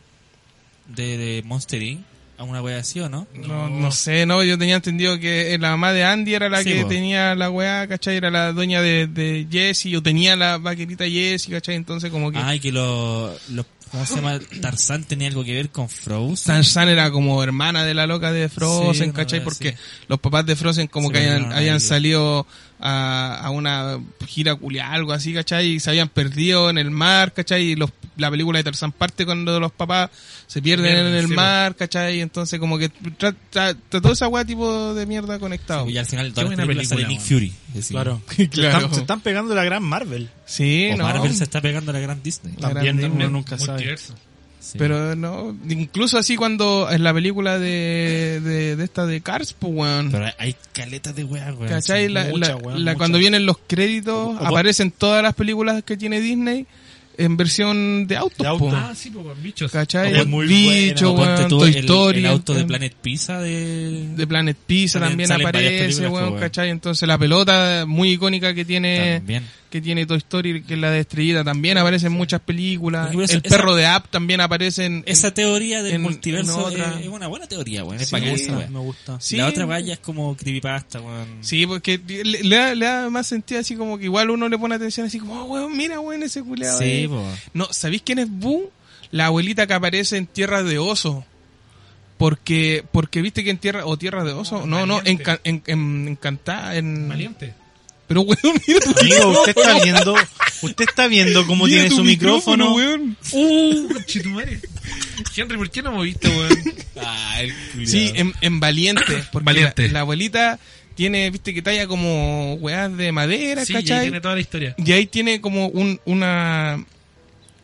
Speaker 2: de, de Monster Inc. a una wea así o no?
Speaker 3: No, no sé, no, yo tenía entendido que eh, la mamá de Andy era la
Speaker 2: Sí,
Speaker 3: que
Speaker 2: po.
Speaker 3: tenía la weá, ¿cachai? Era la dueña de, de Jesse, o tenía la vaquerita Jesse, ¿cachai? Entonces como que
Speaker 2: Ay, que lo, lo- ¿Cómo se llama? Tarzán tenía algo que ver con Frozen.
Speaker 3: Sansan era como hermana de la loca de
Speaker 2: Sí,
Speaker 3: Frozen,
Speaker 2: una
Speaker 3: ¿cachai?
Speaker 2: wea
Speaker 3: Porque
Speaker 2: así.
Speaker 3: los papás de Frozen como
Speaker 2: Se
Speaker 3: que hayan,
Speaker 2: perdieron
Speaker 3: hayan
Speaker 2: algo.
Speaker 3: salido a, a una gira culia, algo así, ¿cachai? Y se habían perdido en el mar, ¿cachai? Y los, la película de Tarzán parte cuando los papás se pierden,
Speaker 4: Pierden,
Speaker 3: en el
Speaker 4: sí, po.
Speaker 3: mar, ¿cachai? Entonces como que tra- tra- trató esa weá tipo de mierda conectado.
Speaker 2: Y al final de todas
Speaker 4: Qué
Speaker 2: las
Speaker 4: buena
Speaker 2: películas sale Nick
Speaker 4: película,
Speaker 2: Fury. es decir,
Speaker 5: Claro.
Speaker 3: Claro.
Speaker 5: Están- se están pegando la gran Marvel.
Speaker 3: Sí,
Speaker 2: o
Speaker 3: no.
Speaker 2: Marvel se está pegando a la gran Disney.
Speaker 3: La
Speaker 5: También
Speaker 3: gran
Speaker 5: uno
Speaker 3: Disney.
Speaker 5: nunca sabe.
Speaker 4: Multiverso.
Speaker 2: Sí.
Speaker 3: Pero no, incluso así cuando en la película de, de, de esta de Cars, pues, weón.
Speaker 2: Pero hay caletas de weas, weón.
Speaker 3: ¿Cachai?
Speaker 2: Sí.
Speaker 3: La-
Speaker 5: mucha,
Speaker 3: la-
Speaker 5: weón,
Speaker 3: la-
Speaker 5: mucha.
Speaker 3: cuando vienen los créditos,
Speaker 2: O- o-
Speaker 3: aparecen todas las películas que tiene Disney en versión de autos,
Speaker 5: De autos.
Speaker 3: po.
Speaker 4: Ah, sí, pues con bichos.
Speaker 3: ¿Cachai?
Speaker 5: Es muy
Speaker 3: Bicho,
Speaker 2: O ponte
Speaker 3: weón,
Speaker 2: tú
Speaker 3: Toy
Speaker 2: el-
Speaker 3: Story,
Speaker 2: El, auto de
Speaker 3: weón.
Speaker 2: Planet Pizza de...
Speaker 3: De Planet Pizza
Speaker 2: Salen-
Speaker 3: también
Speaker 2: salen varias
Speaker 3: aparece,
Speaker 2: películas, po,
Speaker 3: weón,
Speaker 2: weón.
Speaker 3: ¿cachai? Entonces la pelota muy icónica que tiene
Speaker 2: También.
Speaker 3: que tiene Toy Story, que es la de Estrellita, también aparece en muchas películas.
Speaker 2: Porque por eso
Speaker 3: El
Speaker 2: esa-
Speaker 3: perro de App también aparece en...
Speaker 2: Esa teoría del
Speaker 3: en- en
Speaker 2: multiverso
Speaker 3: otra-
Speaker 2: es, es una buena teoría, weón. Es
Speaker 3: Sí,
Speaker 2: bacán
Speaker 3: me
Speaker 2: esa
Speaker 3: gusta,
Speaker 2: wea.
Speaker 5: Me gusta.
Speaker 3: Sí.
Speaker 2: La otra vaya es como creepypasta, weón.
Speaker 3: Sí, porque le, le da, le da más sentido así como que igual uno le pone atención así como, oh, weón, mira, weón, ese eh". culeado.
Speaker 2: Sí, po.
Speaker 3: No, ¿sabéis quién es Boo? La abuelita que aparece en Tierra de Oso. Porque, porque viste que en Tierra, o Tierra de Oso, no, no, en,
Speaker 4: Valiente.
Speaker 3: Ca- en, en- encantada, en...
Speaker 4: Valiente.
Speaker 3: Pero weón, mira tu
Speaker 5: Amigo, usted está viendo, usted está viendo cómo
Speaker 3: mira
Speaker 5: tiene
Speaker 3: tu
Speaker 5: su micrófono.
Speaker 3: weón.
Speaker 4: ¡Uh! Chitumare. Henry, ¿por qué no moviste, weón?
Speaker 3: Sí, en, en Valiente. Porque
Speaker 4: Valiente.
Speaker 3: La, la abuelita tiene, viste que talla como weas de madera,
Speaker 4: Sí, y ahí
Speaker 3: ¿cachai?
Speaker 4: tiene toda la historia.
Speaker 3: Y ahí tiene como un, una,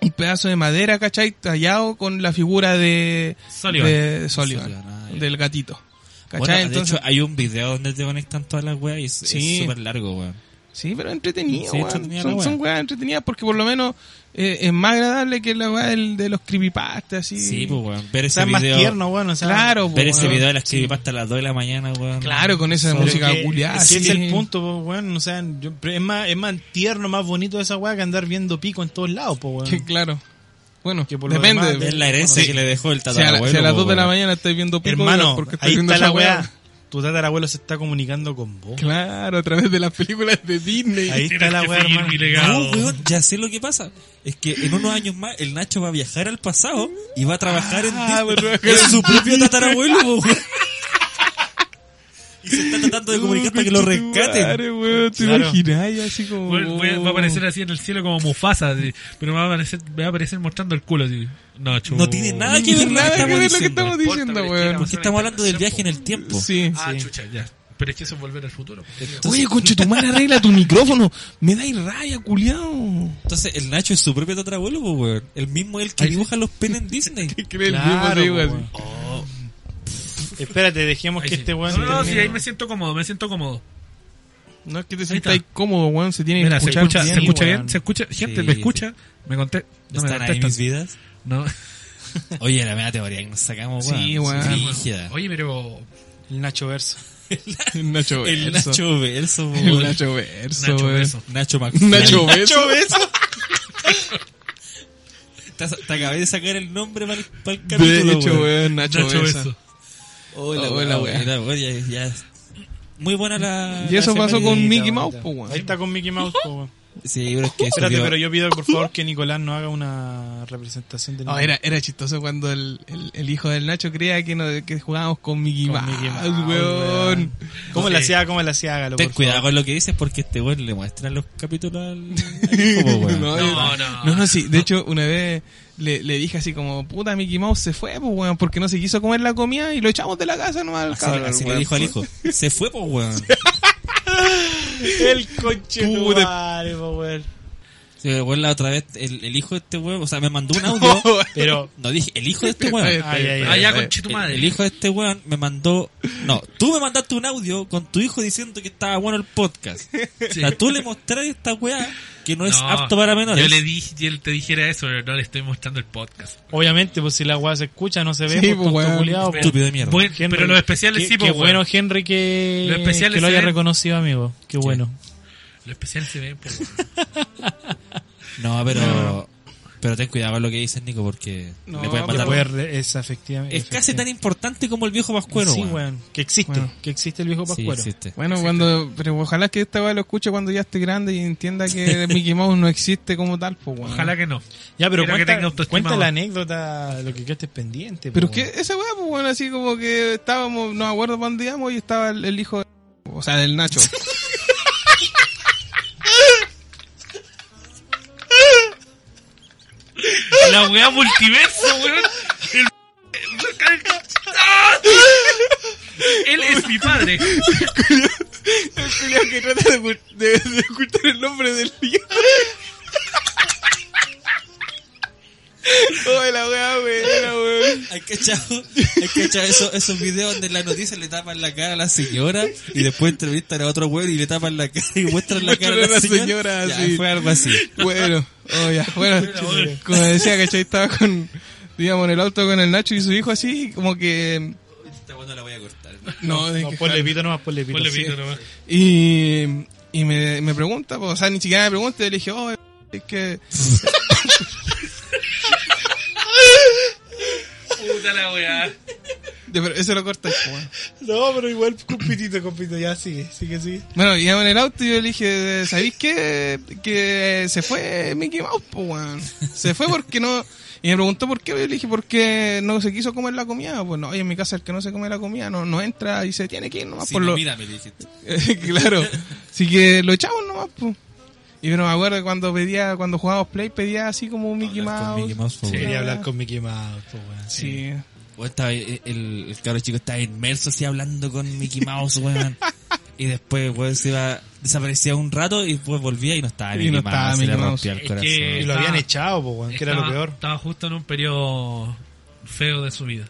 Speaker 3: un pedazo de madera, ¿cachai? Tallado con la figura de
Speaker 4: Sullivan.
Speaker 3: de Sullivan,
Speaker 2: Sullivan, ah, ya.
Speaker 3: del gatito. ¿Cachai?
Speaker 2: Bueno,
Speaker 3: Entonces,
Speaker 2: de hecho, hay un video donde te conectan todas las weas y es-
Speaker 3: Sí.
Speaker 2: es súper largo, weón.
Speaker 3: sí, pero entretenido,
Speaker 2: Sí,
Speaker 3: weón.
Speaker 2: entretenida la
Speaker 3: son,
Speaker 2: wea.
Speaker 3: son weas entretenidas porque por lo menos eh, es más agradable que la wea del- de los creepypastas, así.
Speaker 2: Sí, pues, weón. Ver
Speaker 5: O
Speaker 2: ese
Speaker 5: sea, es más
Speaker 2: video.
Speaker 5: tierno, bueno. O sea,
Speaker 3: Claro, po,
Speaker 2: Ver ese
Speaker 3: weón.
Speaker 2: video de las creepypastas a las 2 de la mañana, weón.
Speaker 3: Claro, con esa
Speaker 5: Pero
Speaker 3: música
Speaker 5: que-
Speaker 3: culiada.
Speaker 5: es que
Speaker 3: sí.
Speaker 5: ese es el punto, po, weón. O sea, yo- pero es, más, es más tierno, más bonito esa weá que andar viendo pico en todos lados, po,
Speaker 3: Que,
Speaker 5: weón.
Speaker 3: claro. Bueno,
Speaker 5: Que por lo
Speaker 3: depende.
Speaker 5: demás,
Speaker 2: Es la herencia
Speaker 3: Sí.
Speaker 2: que le dejó el
Speaker 3: si a, la-
Speaker 2: tatarabuelo.
Speaker 3: si a las 2 de la
Speaker 2: weón.
Speaker 3: mañana estás viendo pico,
Speaker 5: Hermano,
Speaker 3: porque estás
Speaker 5: ahí
Speaker 3: viendo
Speaker 5: está la
Speaker 3: esa wea.
Speaker 5: weá. Tu tatarabuelo se está comunicando con vos.
Speaker 3: Claro, a través de las películas de Disney.
Speaker 5: Ahí está
Speaker 4: Tienes
Speaker 5: la
Speaker 4: que
Speaker 5: weá,
Speaker 4: seguir
Speaker 5: hermano.
Speaker 4: mi legado.
Speaker 2: No, weón, ya sé lo que pasa. Es que en unos años más el Nacho va a viajar al pasado y va a trabajar
Speaker 3: Ah,
Speaker 2: en Disney. Es su propio tatarabuelo, po, weón. Y se está tratando de comunicar para que lo rescaten.
Speaker 3: Madre, weón, ¿Te
Speaker 5: Claro.
Speaker 3: imagináis así como...
Speaker 4: Weón, voy a- va a aparecer así en el cielo como Mufasa, así, pero me va a aparecer, me va a aparecer mostrando el culo. Así. No, chu-
Speaker 2: No tiene nada que ver con lo que
Speaker 3: Nada que
Speaker 2: estamos
Speaker 3: ver lo que
Speaker 2: diciendo.
Speaker 3: estamos
Speaker 4: importa,
Speaker 3: diciendo,
Speaker 4: pero es que
Speaker 3: weón.
Speaker 4: éramos-
Speaker 2: Porque estamos hablando del viaje en el tiempo.
Speaker 3: Sí.
Speaker 4: Ah, chucha, ya. Pero es que eso es volver al futuro.
Speaker 3: Oye, conche, tu madre arregla tu micrófono. Me dais raya, culiao.
Speaker 2: Entonces el Nacho es su propio tatarabuelo, po, weón. El mismo es el que dibuja los penes en Disney.
Speaker 3: Cree
Speaker 5: Claro,
Speaker 3: el mismo,
Speaker 5: po,
Speaker 3: sí, weón.
Speaker 5: weón. Espérate, dejemos
Speaker 4: Ahí
Speaker 5: que
Speaker 4: sí.
Speaker 5: este
Speaker 4: no,
Speaker 5: weón.
Speaker 4: no, no, sí,
Speaker 5: termine.
Speaker 4: ahí me siento cómodo, me siento cómodo.
Speaker 3: No es que te
Speaker 4: está.
Speaker 3: sientas cómodo, weón. Se tiene que
Speaker 4: Mira, se
Speaker 3: escuchar
Speaker 4: escucha,
Speaker 3: bien.
Speaker 4: se escucha
Speaker 5: weón.
Speaker 4: bien, se escucha, gente,
Speaker 2: Sí,
Speaker 4: me
Speaker 2: sí.
Speaker 4: escucha, me conté, no me
Speaker 2: ¿Están ahí mis
Speaker 4: contestan.
Speaker 2: vidas?
Speaker 4: No.
Speaker 2: Oye, la mera teoría que nos sacamos, weón.
Speaker 3: Sí, weón.
Speaker 2: Brígida.
Speaker 4: Oye, pero
Speaker 5: El Nacho Verso.
Speaker 3: El Nacho
Speaker 2: El
Speaker 3: Verso.
Speaker 2: Nacho Verso, po,
Speaker 3: El
Speaker 2: weón.
Speaker 3: Nacho Verso,
Speaker 4: Nacho
Speaker 3: weón.
Speaker 4: Verso.
Speaker 2: Nacho McFly.
Speaker 3: Nacho Verso.
Speaker 2: Te, te acabé de sacar el nombre para el, para el
Speaker 3: De
Speaker 2: capítulo, weón. Oh,
Speaker 3: hecho, weón, Oh, Nacho
Speaker 4: Nacho
Speaker 3: Verso.
Speaker 4: eso.
Speaker 2: Hola,
Speaker 3: Hola,
Speaker 2: hola,
Speaker 3: weón.
Speaker 2: weón. Oye, ya, ya. Muy buena la...
Speaker 3: Y eso
Speaker 2: la
Speaker 3: pasó
Speaker 2: efeméride.
Speaker 3: con Mickey
Speaker 5: Ahorita,
Speaker 3: Mouse,
Speaker 5: ahorita.
Speaker 3: po, weón.
Speaker 5: Ahí está con Mickey Mouse, po, weón.
Speaker 2: Sí, pero es que
Speaker 5: Espérate,
Speaker 2: subió-
Speaker 5: pero yo pido por favor que Nicolás no haga una representación de
Speaker 3: No, era, era chistoso cuando el, el, el hijo del Nacho creía que, no, que jugábamos con Mickey
Speaker 5: Con
Speaker 3: Mouse,
Speaker 5: Mickey Mouse,
Speaker 3: weón.
Speaker 5: weón. ¿Cómo la
Speaker 4: Sí.
Speaker 5: hacía? ¿Cómo la hacía? Hágalo,
Speaker 2: Ten
Speaker 5: por
Speaker 2: cuidado
Speaker 5: favor.
Speaker 2: con lo que dices porque este weón le muestran los capítulos al... al hijo, po, weón.
Speaker 3: No,
Speaker 4: No,
Speaker 3: eh,
Speaker 4: no.
Speaker 3: no, no, sí. De hecho, una vez le, le dije así como, puta, Mickey Mouse se fue, pues, weón, porque no se quiso comer la comida y lo echamos de la casa nomás al
Speaker 2: Así,
Speaker 3: cabrón,
Speaker 2: así le
Speaker 3: weón.
Speaker 2: dijo al hijo. Se fue, po, weón.
Speaker 5: El coche
Speaker 3: Puta.
Speaker 5: madre, po, weón.
Speaker 2: Sí, pero, weón, la otra vez, el, el hijo de este weón, o sea, me mandó un audio.
Speaker 5: Pero
Speaker 2: No dije, el hijo de este
Speaker 3: Ay,
Speaker 2: weón.
Speaker 5: Ay, ay,
Speaker 3: ay,
Speaker 4: Allá
Speaker 3: ay.
Speaker 4: con Ah, tu
Speaker 2: El,
Speaker 4: madre.
Speaker 2: el hijo de este weón me mandó. No, tú me mandaste un audio con tu hijo diciendo que estaba bueno el podcast. O sea, tú le mostraste esta weá que no es
Speaker 4: No,
Speaker 2: apto para menores.
Speaker 4: Yo le dije, yo te dijera eso, pero no le estoy mostrando el podcast.
Speaker 5: Obviamente, pues si la weá se escucha, no se ve.
Speaker 3: Sí,
Speaker 5: pues,
Speaker 3: pues,
Speaker 5: tonto
Speaker 3: weón.
Speaker 5: culiao, pues.
Speaker 2: Estúpido de mierda.
Speaker 4: Buen-
Speaker 5: Henry,
Speaker 4: pero los especiales
Speaker 5: qué-
Speaker 4: sí,
Speaker 5: Qué
Speaker 4: pues,
Speaker 5: bueno,
Speaker 4: weón.
Speaker 5: Henry, que,
Speaker 4: Los especiales
Speaker 5: que lo
Speaker 4: se
Speaker 5: haya
Speaker 4: ven.
Speaker 5: reconocido, amigo. Qué bueno.
Speaker 4: Los especiales se ven, pues, weón.
Speaker 2: No, pero. Pero ten cuidado con lo que dices, Nico, porque
Speaker 3: No,
Speaker 2: le pueden
Speaker 5: Que
Speaker 2: mandar.
Speaker 3: pero-
Speaker 5: puede re- es efectivamente.
Speaker 2: Es casi tan importante como el viejo pascuero.
Speaker 5: Sí,
Speaker 2: weón.
Speaker 5: weón. Que existe.
Speaker 3: Weón.
Speaker 5: Que existe el viejo
Speaker 2: Sí,
Speaker 5: pascuero.
Speaker 2: existe.
Speaker 3: Bueno, cuando, pero ojalá que esta weá lo escuche cuando ya esté grande y entienda que Mickey Mouse no existe como tal, pues weón.
Speaker 4: Ojalá que no.
Speaker 5: Ya, pero
Speaker 4: Quiero que
Speaker 5: cuenta,
Speaker 4: tenga autoestima,
Speaker 5: cuenta la
Speaker 4: weón.
Speaker 5: anécdota, lo que quedaste pendiente.
Speaker 3: Pero es
Speaker 5: po,
Speaker 3: que
Speaker 5: weón.
Speaker 3: esa weá, pues bueno, así como que estábamos, no me acuerdo cuándo íbamos y estaba el, el hijo, de- o sea, del Nacho.
Speaker 4: La weá multiverso, weón. El... ¡Ah! Él es mi padre.
Speaker 3: que trata de, ocultar el nombre del hijo. Oh, la weá, weón.
Speaker 2: Hay que echar, hay que echar esos, esos videos donde en la noticia le tapan la cara a la señora y después entrevistan a otro weón y le tapan la cara y muestran la cara a la
Speaker 3: Muestran a
Speaker 2: señora.
Speaker 3: la señora,
Speaker 2: Ya,
Speaker 3: sí.
Speaker 2: Fue algo así.
Speaker 3: Bueno, oh, ya, bueno, como decía, ¿cachai? Estaba con, digamos, en el auto con el Nacho y su hijo así, como que...
Speaker 2: Esta weá no la voy a cortar.
Speaker 3: No, de
Speaker 5: No,
Speaker 3: que-
Speaker 5: ponle pito nomás, ponle pito.
Speaker 4: Ponle
Speaker 5: Sí.
Speaker 4: pito nomás.
Speaker 3: Y, y me, me pregunta, pues, o sea, ni siquiera me pregunta, y le dije, oh, es que...
Speaker 4: Puta la weá.
Speaker 3: Ya, pero eso lo corta. pues, bueno.
Speaker 5: No, pero igual con pitito, con pito. Ya sigue, sigue, sigue.
Speaker 3: Bueno, íbamos en el auto y yo le dije, ¿sabéis qué? Que se fue Mickey Mouse, pues, weón. Se fue porque no... Y me preguntó por qué, yo le dije, porque no se quiso comer la comida. Pues no, oye, en mi casa el que no se come la comida no, no entra y se tiene que ir nomás
Speaker 2: Sí,
Speaker 3: Ah, por
Speaker 2: no,
Speaker 3: lo...
Speaker 2: mírame, dijiste.
Speaker 3: claro. Así que lo echamos nomás, pues. Y pero me acuerdo que cuando pedía, cuando jugábamos Play, pedía así como un Mickey
Speaker 2: Hablar
Speaker 3: Mouse.
Speaker 2: con Mickey Mouse, po,
Speaker 5: Quería
Speaker 2: weón.
Speaker 5: hablar con Mickey Mouse, po, weón.
Speaker 3: Sí.
Speaker 2: Weón, estaba- el, eh, el cabro chico estaba inmerso así hablando con Mickey Mouse, weón. Y después, weón, se iba, desaparecía un rato y después volvía y no estaba
Speaker 3: Y
Speaker 2: Mickey
Speaker 3: no
Speaker 2: Mouse.
Speaker 3: estaba
Speaker 2: se
Speaker 3: Mickey
Speaker 2: le
Speaker 3: Mouse.
Speaker 2: rompía el
Speaker 4: Es que-
Speaker 2: corazón.
Speaker 5: Y lo habían
Speaker 4: Estaba-
Speaker 5: echado, po, weón, que era lo
Speaker 4: Estaba-
Speaker 5: peor.
Speaker 4: Estaba justo en un periodo feo de su vida.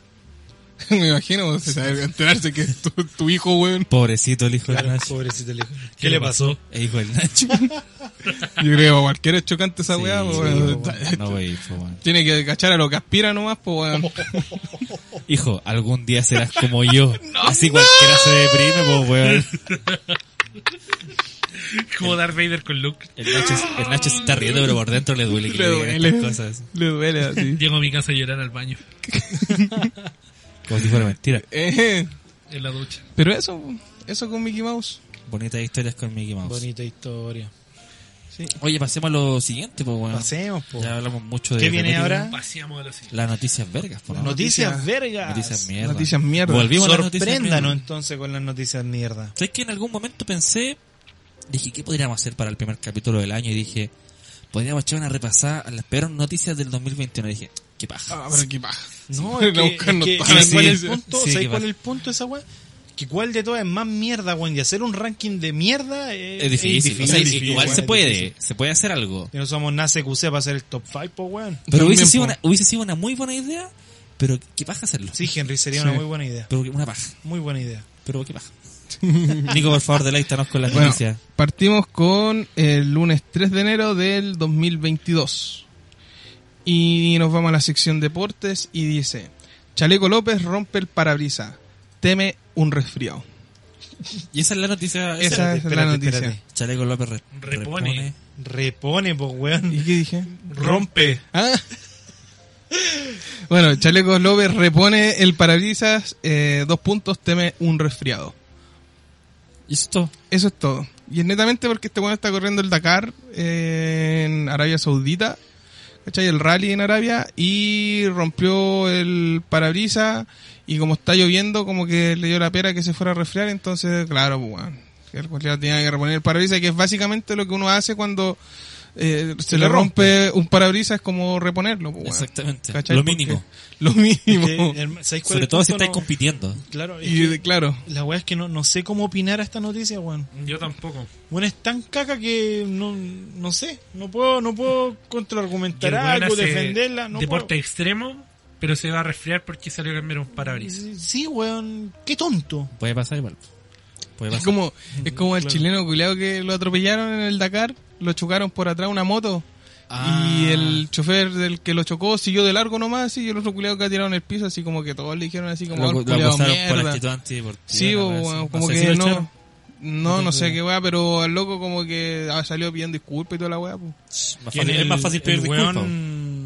Speaker 3: Me imagino, o sea, enterarse que es tu, tu hijo, weón.
Speaker 2: Pobrecito el hijo
Speaker 5: Claro,
Speaker 2: del Nacho.
Speaker 5: pobrecito el hijo. ¿Qué le pasó?
Speaker 2: El hijo del Nacho.
Speaker 3: Yo creo que cualquiera es chocante esa weá,
Speaker 2: Sí,
Speaker 3: pues,
Speaker 2: sí,
Speaker 3: weón.
Speaker 2: po, weón. No, wey, po, weón.
Speaker 3: Tiene que cachar a lo que aspira nomás, pues, weón.
Speaker 2: Hijo, algún día serás como yo. Así cualquiera se deprime, pues, weón.
Speaker 4: Como Darth Vader con Luke.
Speaker 2: El Nacho, el Nacho se está riendo, pero por dentro le duele que
Speaker 3: Le
Speaker 2: le digan
Speaker 3: duele.
Speaker 2: estas cosas.
Speaker 3: Le duele así.
Speaker 4: Llego a mi casa a llorar al baño,
Speaker 2: Como si fuera mentira.
Speaker 3: Eh,
Speaker 4: en la ducha.
Speaker 3: pero eso, eso con Mickey Mouse.
Speaker 2: Bonitas historias con Mickey Mouse.
Speaker 5: Bonita historia.
Speaker 2: Oye, pasemos a lo siguiente, pues, weón.
Speaker 5: Pasemos, po.
Speaker 2: Ya hablamos mucho de...
Speaker 5: ¿Qué viene
Speaker 2: de-
Speaker 5: ahora?
Speaker 4: Paseamos a la silla.
Speaker 2: Las noticias vergas, po, ¿no?
Speaker 5: Noticias,
Speaker 3: Noticias-
Speaker 5: vergas.
Speaker 2: Noticias mierda.
Speaker 3: Noticias mierda.
Speaker 2: Volvimos a las noticias
Speaker 5: Sorpréndanos
Speaker 2: mierda.
Speaker 5: entonces con las noticias mierda.
Speaker 2: ¿Sabes que en algún momento pensé, dije, ¿qué podríamos hacer para el primer capítulo del año? Y dije, podríamos echar una repasada a las peores noticias del 2021. Y dije, qué paja.
Speaker 3: Ah, pero qué paja.
Speaker 5: No,
Speaker 3: Sí,
Speaker 5: es que,
Speaker 3: buscando
Speaker 5: es que-
Speaker 3: todas las
Speaker 5: ¿sabes cuál es el
Speaker 3: noticias.
Speaker 5: punto?
Speaker 2: Sí,
Speaker 5: ¿Sabes
Speaker 2: que
Speaker 5: cuál
Speaker 2: va.
Speaker 5: es el punto de esa weá? Que cuál de todas es más mierda, weón. Y hacer un ranking de mierda eh,
Speaker 2: Es difícil. o sea,
Speaker 5: es difícil,
Speaker 2: igual
Speaker 5: weón,
Speaker 2: se
Speaker 5: es
Speaker 2: puede,
Speaker 5: difícil.
Speaker 2: se puede hacer algo.
Speaker 5: Que no somos nace QC para hacer el top 5, po, weón.
Speaker 2: Pero hubiese
Speaker 3: También,
Speaker 2: sido,
Speaker 3: po.
Speaker 2: una, hubiese sido una muy buena idea, pero qué paja hacerlo.
Speaker 5: Sí, Henry, sería
Speaker 3: Sí.
Speaker 5: una muy buena idea.
Speaker 2: Pero que- una paja,
Speaker 5: Muy buena idea.
Speaker 2: pero qué paja. Nico, por favor, deleítanos con las
Speaker 3: Bueno,
Speaker 2: noticias.
Speaker 3: partimos con el lunes 3 de enero del 2022. Y nos vamos a la sección deportes y dice, Chaleco López rompe el parabrisas, teme un resfriado.
Speaker 2: Y esa es la noticia. esa-
Speaker 3: Esa es la noticia.
Speaker 2: Chaleco López re- repone.
Speaker 4: Repone.
Speaker 5: Repone, po, weón.
Speaker 3: ¿Y qué dije?
Speaker 4: Rompe.
Speaker 3: Ah. Bueno, Chaleco López repone el parabrisas, eh, dos puntos, teme un resfriado.
Speaker 2: ¿Y esto?
Speaker 3: Eso es todo. Y es netamente porque este bueno está corriendo el Dakar eh, en Arabia Saudita, ¿cachai? El rally en Arabia y rompió el parabrisas y como está lloviendo como que le dio la pera que se fuera a resfriar, entonces claro, pues, bueno, el cualquiera tenía que reponer el parabrisas, que es básicamente lo que uno hace cuando eh, se le
Speaker 5: le
Speaker 3: rompe un parabrisas, es como reponerlo. pues, bueno,
Speaker 2: Exactamente.
Speaker 3: ¿cachai?
Speaker 2: Lo
Speaker 3: Porque-
Speaker 2: mínimo.
Speaker 3: Lo mínimo.
Speaker 5: Que, herma- ¿sabes cuál es
Speaker 2: Sobre
Speaker 5: el
Speaker 2: todo si
Speaker 5: punto?
Speaker 2: estáis
Speaker 5: No-
Speaker 2: compitiendo.
Speaker 5: Claro, es
Speaker 3: Y
Speaker 5: que
Speaker 3: claro.
Speaker 5: la weá es que no, no sé cómo opinar a esta noticia, weón.
Speaker 4: Yo tampoco.
Speaker 5: Bueno, es tan caca que no, no sé, no puedo, no puedo
Speaker 4: Y el
Speaker 5: contraargumentar
Speaker 4: weón
Speaker 5: algo,
Speaker 4: hace
Speaker 5: defenderla, no
Speaker 4: Deporte
Speaker 5: puedo.
Speaker 4: extremo, pero se va a resfriar porque salió a cambiar un parabrisas.
Speaker 5: Sí, weón, qué tonto.
Speaker 2: Puede pasar igual. Puede
Speaker 3: Es
Speaker 2: pasar.
Speaker 3: como, es como el
Speaker 5: Claro.
Speaker 3: chileno culiao que lo atropellaron en el Dakar, lo chocaron por atrás una moto.
Speaker 2: Ah.
Speaker 3: Y el chofer del que lo chocó siguió de largo nomás y el otro culiao que tiraron en el piso, así como que todos le dijeron así como,
Speaker 2: Lo,
Speaker 3: "Ah,
Speaker 2: lo
Speaker 3: culiao,
Speaker 2: acusaron por
Speaker 3: mierda".
Speaker 2: actitud antideportiva.
Speaker 3: Sí,
Speaker 2: la
Speaker 3: bo,
Speaker 2: wea,
Speaker 3: bueno,
Speaker 2: sí.
Speaker 3: como
Speaker 2: O sea, sí lo
Speaker 3: que
Speaker 2: echaron.
Speaker 3: no, no, no sé qué weá, pero al loco como que ah, salió pidiendo disculpas y toda la weá. po.
Speaker 2: Más
Speaker 5: Y en
Speaker 2: fácil- es
Speaker 5: el-
Speaker 2: más fácil pedir
Speaker 5: el
Speaker 2: disculpas.
Speaker 5: weón mm,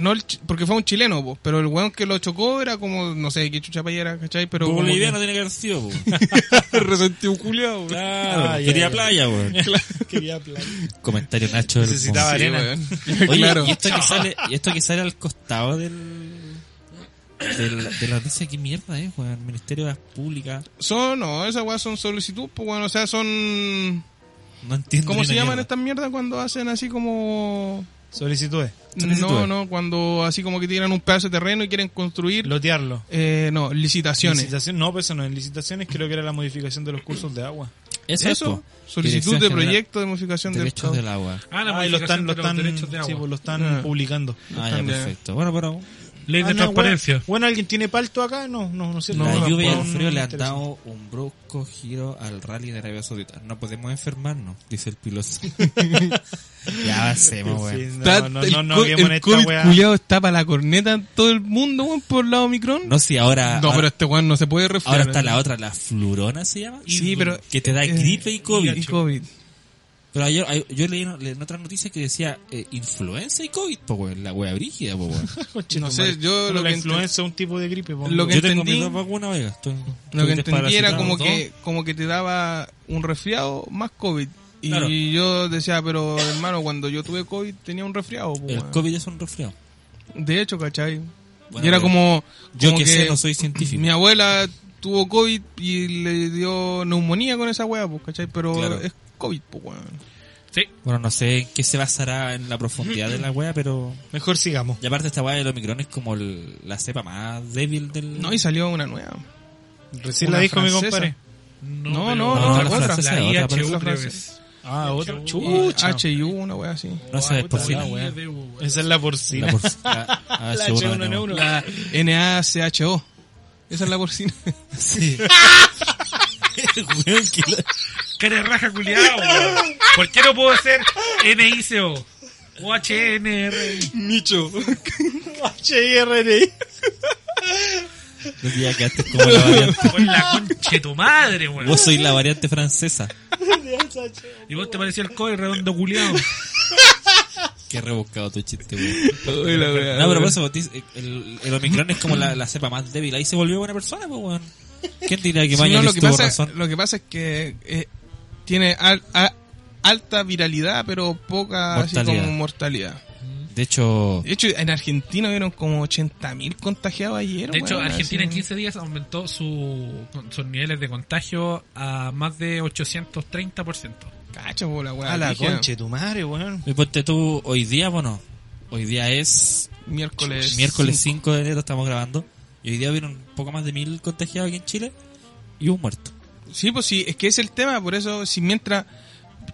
Speaker 3: no el chi- porque fue un chileno, po, pero el weón que lo chocó era como, no sé qué chucha paya era, ¿cachai? Pero como
Speaker 2: Boliviano tiene que haber sido, po.
Speaker 3: que- resentido culiao, weón.
Speaker 2: Claro,
Speaker 5: Ah, ya,
Speaker 2: quería
Speaker 5: ya.
Speaker 2: playa, weón.
Speaker 5: Quería playa.
Speaker 2: Comentario Nacho del
Speaker 5: Necesitaba
Speaker 2: Ponce.
Speaker 5: arena.
Speaker 3: weón.
Speaker 2: Oye,
Speaker 3: claro.
Speaker 2: y, esto que sale, y esto que sale al costado del, del- de la noticia, ¿qué mierda es, weón? Ministerio de Obras Públicas.
Speaker 3: Son, no, esas weas son solicitud, pues bueno, o sea, son...
Speaker 2: No entiendo.
Speaker 3: ¿Cómo
Speaker 2: ni
Speaker 3: se
Speaker 2: una
Speaker 3: llaman
Speaker 2: mierda.
Speaker 3: estas mierdas cuando hacen así como...
Speaker 5: Solicitudes.
Speaker 2: E.
Speaker 3: No, no, cuando así como que tienen un pedazo de terreno y quieren construir...
Speaker 5: Lotearlo.
Speaker 3: Eh, no, licitaciones.
Speaker 5: Licitación, no, pues eso no. En licitaciones creo que era la modificación de los cursos de agua.
Speaker 2: Eso, es,
Speaker 3: Eso,
Speaker 2: po.
Speaker 3: solicitud
Speaker 2: Dirección
Speaker 3: de
Speaker 2: General
Speaker 3: proyecto de modificación
Speaker 2: de
Speaker 3: del
Speaker 2: Derechos
Speaker 3: Estado.
Speaker 2: del Agua.
Speaker 4: Ah,
Speaker 5: Ah,
Speaker 4: la
Speaker 5: y lo están,
Speaker 4: modificación
Speaker 5: lo
Speaker 4: de los
Speaker 5: están,
Speaker 4: derechos de
Speaker 5: sí,
Speaker 4: agua.
Speaker 5: pues, lo están
Speaker 3: Ah.
Speaker 5: publicando.
Speaker 2: Ah, ya,
Speaker 3: Están de-
Speaker 2: perfecto. Bueno, pero
Speaker 4: Ley de
Speaker 5: Ah, no,
Speaker 4: transparencia.
Speaker 5: bueno, bueno, ¿alguien tiene palto acá? No, no, no sé.
Speaker 3: No,
Speaker 2: la
Speaker 5: no,
Speaker 2: lluvia y
Speaker 5: no,
Speaker 2: el frío le han
Speaker 5: interesa.
Speaker 2: dado un brusco giro al rally de Arabia Saudita. No podemos enfermarnos, dice el piloto. ya hacemos,
Speaker 5: Sí,
Speaker 2: weón.
Speaker 3: Está-
Speaker 5: no, no,
Speaker 3: el
Speaker 5: no, no,
Speaker 3: co-
Speaker 5: qué buena
Speaker 3: el
Speaker 5: esta
Speaker 3: COVID
Speaker 5: weá.
Speaker 3: culiao está para la corneta en todo el mundo, weón, por lado Omicron.
Speaker 2: No, si ahora.
Speaker 3: No, pero
Speaker 2: ahora,
Speaker 3: este weón no se puede resfriar.
Speaker 2: ahora está la otra, la flurona se llama.
Speaker 3: Sí, pero-
Speaker 2: Que te da
Speaker 3: eh,
Speaker 2: gripe y COVID.
Speaker 3: Y COVID.
Speaker 2: Pero ayer, ay- yo leí en, leí en otras noticias que decía eh, influenza y COVID, po, weón, la wea brígida, po, weón.
Speaker 5: Conche,
Speaker 3: No
Speaker 5: tu
Speaker 3: sé,
Speaker 5: madre.
Speaker 3: yo
Speaker 5: Pero
Speaker 3: lo
Speaker 5: la
Speaker 3: que
Speaker 5: influenza es un tipo de gripe. pues, po.
Speaker 3: Lo que
Speaker 2: Yo tengo
Speaker 3: entendí-
Speaker 2: mis dos vacunas, oiga. estoy-
Speaker 3: Lo que
Speaker 2: estoy
Speaker 3: entendí era como
Speaker 2: desparasitado,
Speaker 3: que, como que te daba un resfriado más COVID. Y
Speaker 2: Claro.
Speaker 3: yo decía, pero hermano, cuando yo tuve COVID tenía un resfriado. po,
Speaker 2: todo. El
Speaker 3: weón.
Speaker 2: COVID es un resfriado.
Speaker 3: De hecho, ¿cachai?
Speaker 2: Bueno,
Speaker 3: y era
Speaker 2: yo-
Speaker 3: como...
Speaker 2: Yo
Speaker 3: como
Speaker 2: que sé, no soy científico.
Speaker 3: Mi abuela tuvo COVID y le dio neumonía con esa weá, pues, ¿cachai? Pero
Speaker 2: Claro.
Speaker 3: es COVID, pues, weón.
Speaker 4: Sí.
Speaker 2: Bueno, no sé en qué se basará en la profundidad de la wea, pero...
Speaker 5: Mejor sigamos.
Speaker 2: Y aparte esta wea del Omicron es como el- la cepa más débil del...
Speaker 3: No, y salió una nueva.
Speaker 5: Recién
Speaker 3: Una
Speaker 5: la dijo mi
Speaker 3: francesa.
Speaker 5: compadre.
Speaker 4: No,
Speaker 3: No, no,
Speaker 4: pero-
Speaker 2: no,
Speaker 4: la
Speaker 2: la
Speaker 4: otra,
Speaker 2: francesa,
Speaker 4: la
Speaker 2: otra
Speaker 4: IHU
Speaker 2: parece
Speaker 4: creo que
Speaker 3: francesa.
Speaker 4: es.
Speaker 5: Ah, otra.
Speaker 3: Uh,
Speaker 5: Chucha.
Speaker 3: HIU, una weá así.
Speaker 2: No se
Speaker 5: Puta la
Speaker 2: desporcina.
Speaker 5: wea.
Speaker 4: IHU,
Speaker 5: Esa es la
Speaker 2: La
Speaker 5: porcina.
Speaker 2: por- la- ah,
Speaker 5: La
Speaker 2: seguro
Speaker 5: H1N1.
Speaker 2: tenemos.
Speaker 3: La NACHO. Esa es la porcina.
Speaker 2: Sí. Weón, que la-
Speaker 4: ¡Cara de raja culiao! weón. ¿Por qué no puedo ser NICO? O HNR.
Speaker 3: Nicho.
Speaker 5: HIRNI.
Speaker 2: Los días que antes como la variante...
Speaker 4: Con la concha de tu madre, weón.
Speaker 2: Vos sois la variante francesa.
Speaker 4: Y vos te parecía el cobre redondo culiao.
Speaker 2: Qué rebuscado tu chiste, weón.
Speaker 3: la weá.
Speaker 2: No, pero por eso, dice, eh, el, el Omicron es como la, la cepa más débil. Ahí se volvió buena persona, pues, weón. ¿Quién dirá que
Speaker 3: Sí,
Speaker 2: Mañalich
Speaker 3: no, lo, que
Speaker 2: tuvo
Speaker 3: pasa,
Speaker 2: razón?
Speaker 3: lo que pasa es que eh, tiene al- a- alta viralidad, pero poca mortalidad.
Speaker 2: Mortalidad.
Speaker 3: como mortalidad.
Speaker 2: De hecho,
Speaker 3: De hecho, en Argentina vieron como 80.000 contagiados ayer.
Speaker 4: De hecho,
Speaker 3: weón,
Speaker 4: Argentina en
Speaker 3: así.
Speaker 4: 15 días aumentó su, con- sus niveles de contagio a más de 830%.
Speaker 3: Cacha, po, la weá.
Speaker 5: A Ah, la
Speaker 3: brígida.
Speaker 5: conche, tu madre, weón.
Speaker 2: me ponte tú hoy día, bueno, hoy día es
Speaker 3: Miércoles.
Speaker 2: miércoles 5 de enero, estamos grabando. Y hoy día vieron un poco más de mil contagiados aquí en Chile y un muerto.
Speaker 3: Sí, pues sí, es que es el tema, por eso, si mientras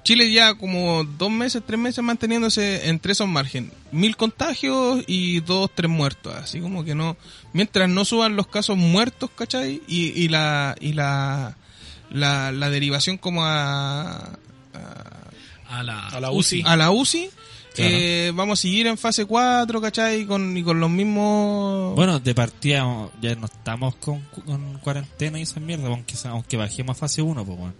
Speaker 3: Chile ya como dos meses, tres meses manteniéndose entre esos margen, mil contagios y dos, tres muertos, así como que no, mientras no suban los casos muertos, ¿cachai? Y, y la, y la, la, la derivación como a, a,
Speaker 4: A la,
Speaker 5: A la UCI.
Speaker 3: a la UCI,
Speaker 2: Claro.
Speaker 3: eh, vamos a seguir en fase 4, ¿cachai? Y con, y con los mismos...
Speaker 2: Bueno, de partida ya no estamos con, con cuarentena y esa mierda, aunque, aunque bajemos a fase 1, pues, weón.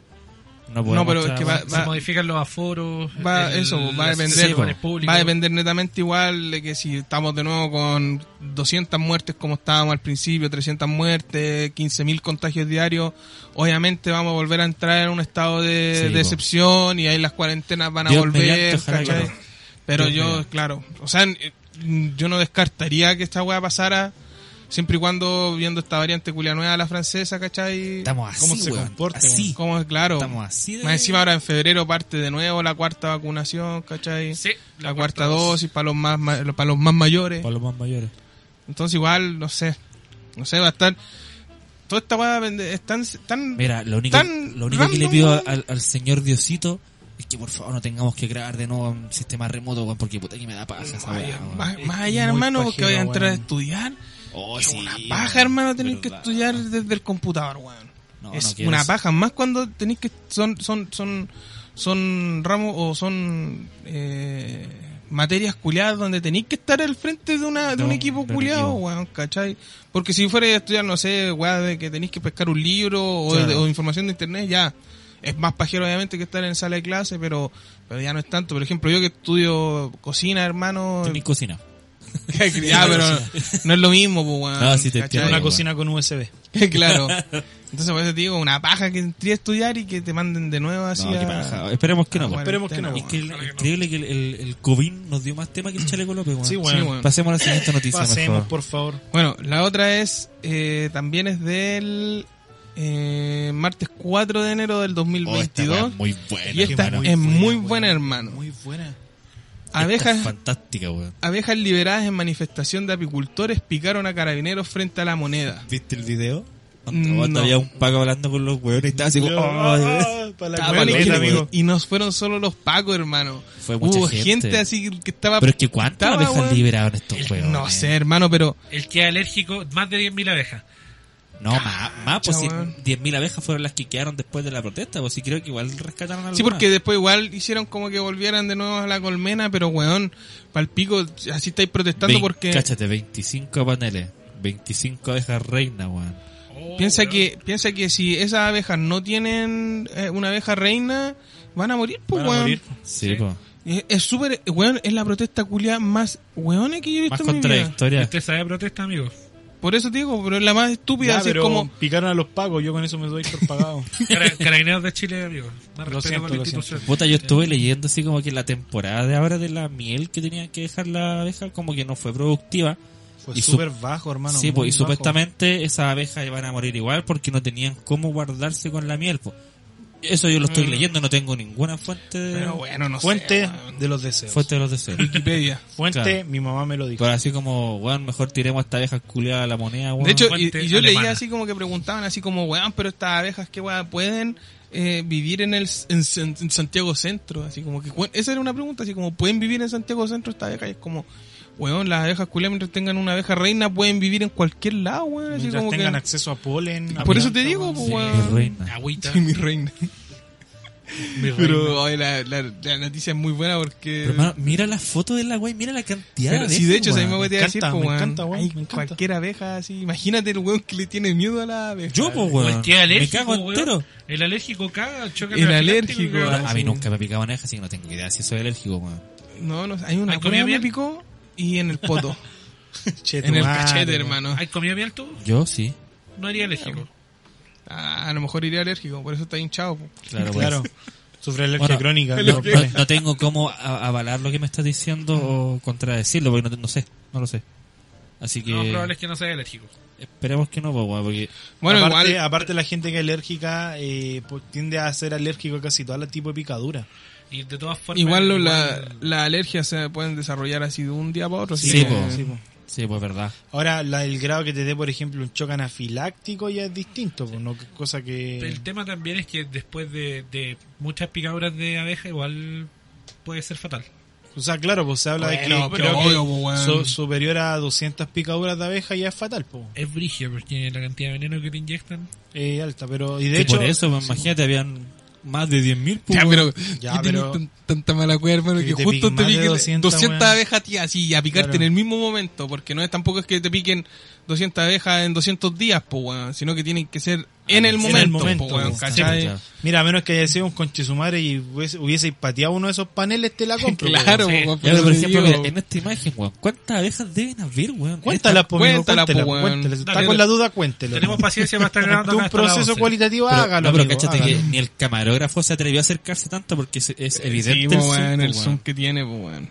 Speaker 2: No, podemos
Speaker 3: pero es
Speaker 2: estar-
Speaker 3: que va-
Speaker 4: Se modifican los aforos.
Speaker 3: Va- eso, va a
Speaker 4: las
Speaker 3: depender,
Speaker 4: situaciones
Speaker 2: po.
Speaker 4: públicas.
Speaker 3: Va a depender netamente igual de que si estamos de nuevo con 200 muertes como estábamos al principio, 300 muertes, 15.000 contagios diarios, obviamente vamos a volver a entrar en un estado de,
Speaker 2: Sí,
Speaker 3: de
Speaker 2: po.
Speaker 3: excepción y ahí las cuarentenas van a
Speaker 2: Dios mediante,
Speaker 3: volver,
Speaker 2: ojalá que
Speaker 3: ¿cachai?
Speaker 2: no.
Speaker 3: Pero
Speaker 2: Dios
Speaker 3: yo,
Speaker 2: mediante.
Speaker 3: claro, o sea, n- yo no descartaría que esta weá pasara siempre y cuando viendo esta variante culia nueva, la francesa, ¿cachai?
Speaker 2: Estamos así,
Speaker 5: ¿Cómo se
Speaker 2: weón,
Speaker 5: comporta,
Speaker 2: así.
Speaker 3: ¿Cómo es? Claro.
Speaker 2: Estamos así de-
Speaker 3: Más encima ahora en febrero parte de nuevo la cuarta vacunación, ¿cachai?
Speaker 4: Sí,
Speaker 3: la, cuarta dosis para los más ma- para los más mayores.
Speaker 2: Para los más mayores.
Speaker 3: Entonces igual, no sé. No sé, va a estar toda esta weá vende- es tan tan
Speaker 2: Mira, lo único,
Speaker 3: Tan
Speaker 2: lo único que le
Speaker 3: random,
Speaker 2: pido
Speaker 3: weón.
Speaker 2: al, al señor Diosito es que por favor no tengamos que grabar de nuevo un sistema remoto, weón, porque puta que me da paja esa weá,
Speaker 3: Ay,
Speaker 2: weón.
Speaker 3: más,
Speaker 5: es
Speaker 3: más allá,
Speaker 5: muy
Speaker 3: hermano, porque
Speaker 5: pajero,
Speaker 3: voy a entrar a
Speaker 5: weón.
Speaker 3: estudiar.
Speaker 2: Oh,
Speaker 3: Es
Speaker 2: sí,
Speaker 3: una
Speaker 2: weón,
Speaker 3: paja, hermano, tener que
Speaker 2: verdad.
Speaker 3: estudiar desde el computador, weón.
Speaker 2: No, no
Speaker 3: es
Speaker 2: quiero
Speaker 3: una
Speaker 2: eso.
Speaker 3: paja, más cuando tenéis que son son son son ramos o son eh, materias culiadas donde tenéis que estar al frente de una de,
Speaker 2: De
Speaker 3: un
Speaker 2: un-
Speaker 3: equipo
Speaker 2: de un
Speaker 3: culiado,
Speaker 2: equipo.
Speaker 3: weón, ¿cachai? Porque si fuera a estudiar, no sé, weón, de que tenéis que pescar un libro o,
Speaker 2: Claro.
Speaker 3: de- o información de internet, ya. Es más pajero obviamente que estar en sala de clase, pero pero ya no es tanto. Por ejemplo, yo que estudio cocina, hermano,
Speaker 2: Tenés cocina.
Speaker 3: ya, pero no es lo mismo, pues, weón.
Speaker 2: No, sí te entiendo.
Speaker 3: ¿cachai?
Speaker 5: Una
Speaker 2: bueno.
Speaker 5: cocina con USB.
Speaker 3: claro. Entonces, por eso te digo, una paja que entré a estudiar y que te manden de nuevo así.
Speaker 2: No, qué
Speaker 3: a-
Speaker 2: paja. Esperemos que no. pues.
Speaker 3: Bueno,
Speaker 5: Esperemos que no,
Speaker 3: bueno.
Speaker 2: Es que el- increíble que el, el, el COVID nos dio más tema que el chaleco López, weón.
Speaker 5: Sí, weón.
Speaker 3: Sí, weón.
Speaker 2: Pasemos a la siguiente noticia,
Speaker 5: Pasemos,
Speaker 2: mejor.
Speaker 5: por favor.
Speaker 3: Bueno, la otra es, eh, también es del eh, martes 4 de enero del
Speaker 2: Oh, esta weá
Speaker 3: 2022.
Speaker 2: es muy buena.
Speaker 3: y esta
Speaker 5: buena.
Speaker 3: es muy
Speaker 5: Muy
Speaker 3: buena,
Speaker 5: buena,
Speaker 3: hermano.
Speaker 5: Muy buena.
Speaker 2: Esta es
Speaker 3: Abejas,
Speaker 2: fantástica, weón.
Speaker 3: abejas liberadas en manifestación de apicultores picaron a carabineros frente a la moneda.
Speaker 2: ¿Viste el video?
Speaker 3: Mm, no.
Speaker 2: Había un Paco hablando con los weones y estaba así como... "Oh,
Speaker 5: Ah, para la
Speaker 2: Ah,
Speaker 3: Bueno, y,
Speaker 5: cual,
Speaker 2: paleta,
Speaker 3: y-
Speaker 5: amigo.
Speaker 3: y nos fueron solo los pacos, hermano.
Speaker 2: Fue mucha
Speaker 3: Hubo
Speaker 2: gente.
Speaker 3: gente. así que estaba...
Speaker 2: Pero es que ¿cuántas
Speaker 3: estaba,
Speaker 2: abejas
Speaker 3: weón.
Speaker 2: liberaron estos weones?
Speaker 3: No sé, hermano, pero...
Speaker 4: El que es alérgico, más de 10.000 abejas.
Speaker 2: No, más, más pues si
Speaker 3: weón.
Speaker 2: 10.000 abejas fueron las que quedaron después de la protesta, pues sí creo que igual rescataron algo.
Speaker 3: Sí, porque después igual hicieron como que volvieran de nuevo a la colmena, pero weón, palpico, así estáis protestando porque...
Speaker 2: Cáchate, 25 paneles, 25 abejas reina, weón.
Speaker 5: Oh,
Speaker 3: Piensa que, piensa que si esas abejas no tienen eh, una abeja reina, van a morir, pues,
Speaker 5: Van a
Speaker 3: weón.
Speaker 5: morir.
Speaker 2: Sí,
Speaker 4: Sí.
Speaker 2: po.
Speaker 3: Es- Es súper, weón, es la protesta culia más weona que yo he
Speaker 2: Más
Speaker 3: visto en mi vida.
Speaker 2: contradictoria.
Speaker 4: Usted sabe protesta, amigo.
Speaker 3: Por eso te digo, pero es la más estúpida,
Speaker 5: Ya,
Speaker 3: así es
Speaker 5: pero
Speaker 3: como...
Speaker 5: picaron a los pagos, yo con eso me doy por pagado.
Speaker 4: Cara- Carabineros de Chile, amigo. Más
Speaker 5: Lo
Speaker 4: respeto
Speaker 5: siento,
Speaker 4: por la
Speaker 5: lo siento.
Speaker 4: institución.
Speaker 2: Puta, yo estuve leyendo así como que la temporada de ahora de la miel que tenían que dejar la abeja como que no fue productiva.
Speaker 5: Fue
Speaker 2: Y su-
Speaker 5: súper bajo, hermano.
Speaker 2: sí,
Speaker 5: muy
Speaker 2: pues, y
Speaker 5: bajo.
Speaker 2: supuestamente esas abejas iban a morir igual porque no tenían cómo guardarse con la miel. po. Eso yo lo estoy leyendo, no tengo ninguna fuente de,
Speaker 3: Pero bueno, no
Speaker 5: Fuente
Speaker 3: sé, weón.
Speaker 5: de los deseos. Fuente,
Speaker 2: fuente de los deseos.
Speaker 3: Wikipedia.
Speaker 2: Claro.
Speaker 5: mi mamá me lo dijo.
Speaker 2: Pero así como, weón, mejor tiremos a esta abeja culiada a la moneda, weón.
Speaker 3: De hecho, y,
Speaker 4: fuente
Speaker 3: y yo leía
Speaker 4: alemana.
Speaker 3: así como que preguntaban así como, weón, pero estas abejas, ¿qué weón pueden eh, vivir en el en, San- en Santiago Centro? Así como que, weón, esa era una pregunta, así como, ¿pueden vivir en Santiago Centro estas abejas? Y es como, weón, las abejas culiadas mientras tengan una abeja reina pueden vivir en cualquier lado, weón. Así
Speaker 5: Mientras
Speaker 3: como
Speaker 5: tengan
Speaker 3: que,
Speaker 5: acceso a polen. a
Speaker 3: Por eso
Speaker 5: planta,
Speaker 3: te digo,
Speaker 5: weón.
Speaker 3: pues,
Speaker 2: Sí,
Speaker 3: weón.
Speaker 2: reina.
Speaker 4: Agüita.
Speaker 3: Sí, mi reina.
Speaker 4: mi reina.
Speaker 3: Pero oye, la, la, la noticia es muy buena porque...
Speaker 2: Pero, hermano, mira la foto de la wey, mira la cantidad
Speaker 3: Pero
Speaker 2: de
Speaker 3: sí, de hecho, esa
Speaker 2: weón.
Speaker 3: misma weá te iba a decir,
Speaker 5: Me
Speaker 3: pues, weón,
Speaker 5: encanta, weón,
Speaker 3: hay
Speaker 5: me encanta.
Speaker 3: cualquier abeja así. Imagínate el weón que le tiene miedo a la abeja.
Speaker 2: Yo, pues,
Speaker 4: O
Speaker 2: weón.
Speaker 4: el que es
Speaker 2: Me
Speaker 4: alérgico,
Speaker 2: cago
Speaker 4: weón.
Speaker 2: entero.
Speaker 4: El alérgico caga, choca
Speaker 3: El
Speaker 4: con Atlántico y
Speaker 3: alérgico,
Speaker 4: caga.
Speaker 3: ah,
Speaker 2: A mí
Speaker 3: sí.
Speaker 2: nunca me ha picado una abeja, así que no tengo idea si soy alérgico, weón.
Speaker 3: No, no, hay una
Speaker 4: ¿Has comido
Speaker 3: cosa que me
Speaker 4: miel?
Speaker 3: picó y en el poto.
Speaker 5: Che, tu
Speaker 3: en el
Speaker 5: madre,
Speaker 3: cachete,
Speaker 5: weón.
Speaker 3: hermano.
Speaker 4: ¿Has comido miel tú?
Speaker 2: Yo sí.
Speaker 4: No haría alérgico.
Speaker 3: Ah, a lo mejor iría alérgico, por eso está hinchado. po.
Speaker 2: Claro, pues.
Speaker 5: Claro. Sufre alergia
Speaker 2: Bueno,
Speaker 5: crónica.
Speaker 2: No,
Speaker 5: weón.
Speaker 2: no- no tengo cómo a- avalar lo que me estás diciendo o contradecirlo, porque no, te- no sé, no lo sé. Así que
Speaker 4: Lo más probable es que no sea alérgico.
Speaker 2: esperemos que no, pues, weón, porque
Speaker 3: Bueno,
Speaker 5: aparte,
Speaker 3: igual.
Speaker 5: aparte la gente que es alérgica eh, po- tiende a ser alérgico a casi todo el tipo de picadura.
Speaker 4: Y de todas formas.
Speaker 3: Igual lo- la,
Speaker 4: igual-
Speaker 3: la alergia se pueden desarrollar así de un día para otro. así
Speaker 2: Sí,
Speaker 3: que-
Speaker 2: po. sí, pues, verdad.
Speaker 5: Ahora, la, el grado que te dé, por ejemplo, un choque anafiláctico ya es distinto, pues, no, cosa que...
Speaker 4: El tema también es que después de, de muchas picaduras de abeja, igual puede ser fatal.
Speaker 5: O sea, claro, pues se habla
Speaker 3: Bueno,
Speaker 5: de que,
Speaker 3: pero
Speaker 5: creo que
Speaker 3: obvio, pues, weón.
Speaker 5: so- superior a 200 picaduras de abeja ya es fatal, pues.
Speaker 4: Es brigio porque la cantidad de veneno que te inyectan.
Speaker 5: Eh, alta, pero... Y de
Speaker 2: Y
Speaker 5: hecho...
Speaker 2: por eso, pues, imagínate, habían más de 10.000, pues,
Speaker 3: Ya,
Speaker 2: weón.
Speaker 3: pero.
Speaker 5: Ya,
Speaker 3: ¿qué tenés
Speaker 5: pero-
Speaker 3: tan- tanta mala cueva, hermano,
Speaker 5: Que
Speaker 3: que,
Speaker 5: te
Speaker 3: justo
Speaker 5: piquen
Speaker 3: te
Speaker 5: más de
Speaker 3: piquen 200,
Speaker 5: 200, weón.
Speaker 3: abejas, tía, así, y a picarte
Speaker 5: Claro.
Speaker 3: en el mismo momento. Porque no es tampoco es que te piquen 200 abejas en 200 días, po, weón, sino que tienen Ah, que ser en el
Speaker 5: en
Speaker 3: momento,
Speaker 5: el
Speaker 3: po,
Speaker 5: momento,
Speaker 3: weón,
Speaker 5: po.
Speaker 3: ¿cachai?
Speaker 2: Sí, pues, ya.
Speaker 5: Mira, a menos que haya sido un conche su madre y hubiese, hubiese pateado uno de esos paneles, te la compro. pues,
Speaker 3: Claro,
Speaker 5: weón.
Speaker 4: Sí.
Speaker 3: po,
Speaker 2: Ya, pero, por
Speaker 3: te
Speaker 2: ejemplo,
Speaker 3: digo-
Speaker 2: mira, en esta imagen, weón, ¿cuántas abejas deben haber, weón?
Speaker 5: Cuéntala, pues, amigo,
Speaker 3: Cuéntala,
Speaker 5: cuéntala,
Speaker 3: pues, weón.
Speaker 5: cuéntala. Si Está
Speaker 4: Dale.
Speaker 5: con la duda, cuéntelo.
Speaker 4: Tenemos paciencia para estar grabando.
Speaker 5: Ante un
Speaker 4: acá hasta las
Speaker 5: proceso
Speaker 4: 11.
Speaker 5: cualitativo,
Speaker 2: Pero-
Speaker 5: hágalo.
Speaker 2: no, pero
Speaker 5: amigo,
Speaker 2: cáchate que
Speaker 5: hágalo.
Speaker 2: ni el camarógrafo se atrevió a acercarse tanto porque es, es evidente
Speaker 3: Sí,
Speaker 2: el
Speaker 3: po,
Speaker 2: zoom,
Speaker 3: weón, el
Speaker 2: po,
Speaker 3: zoom que tiene, po, weón.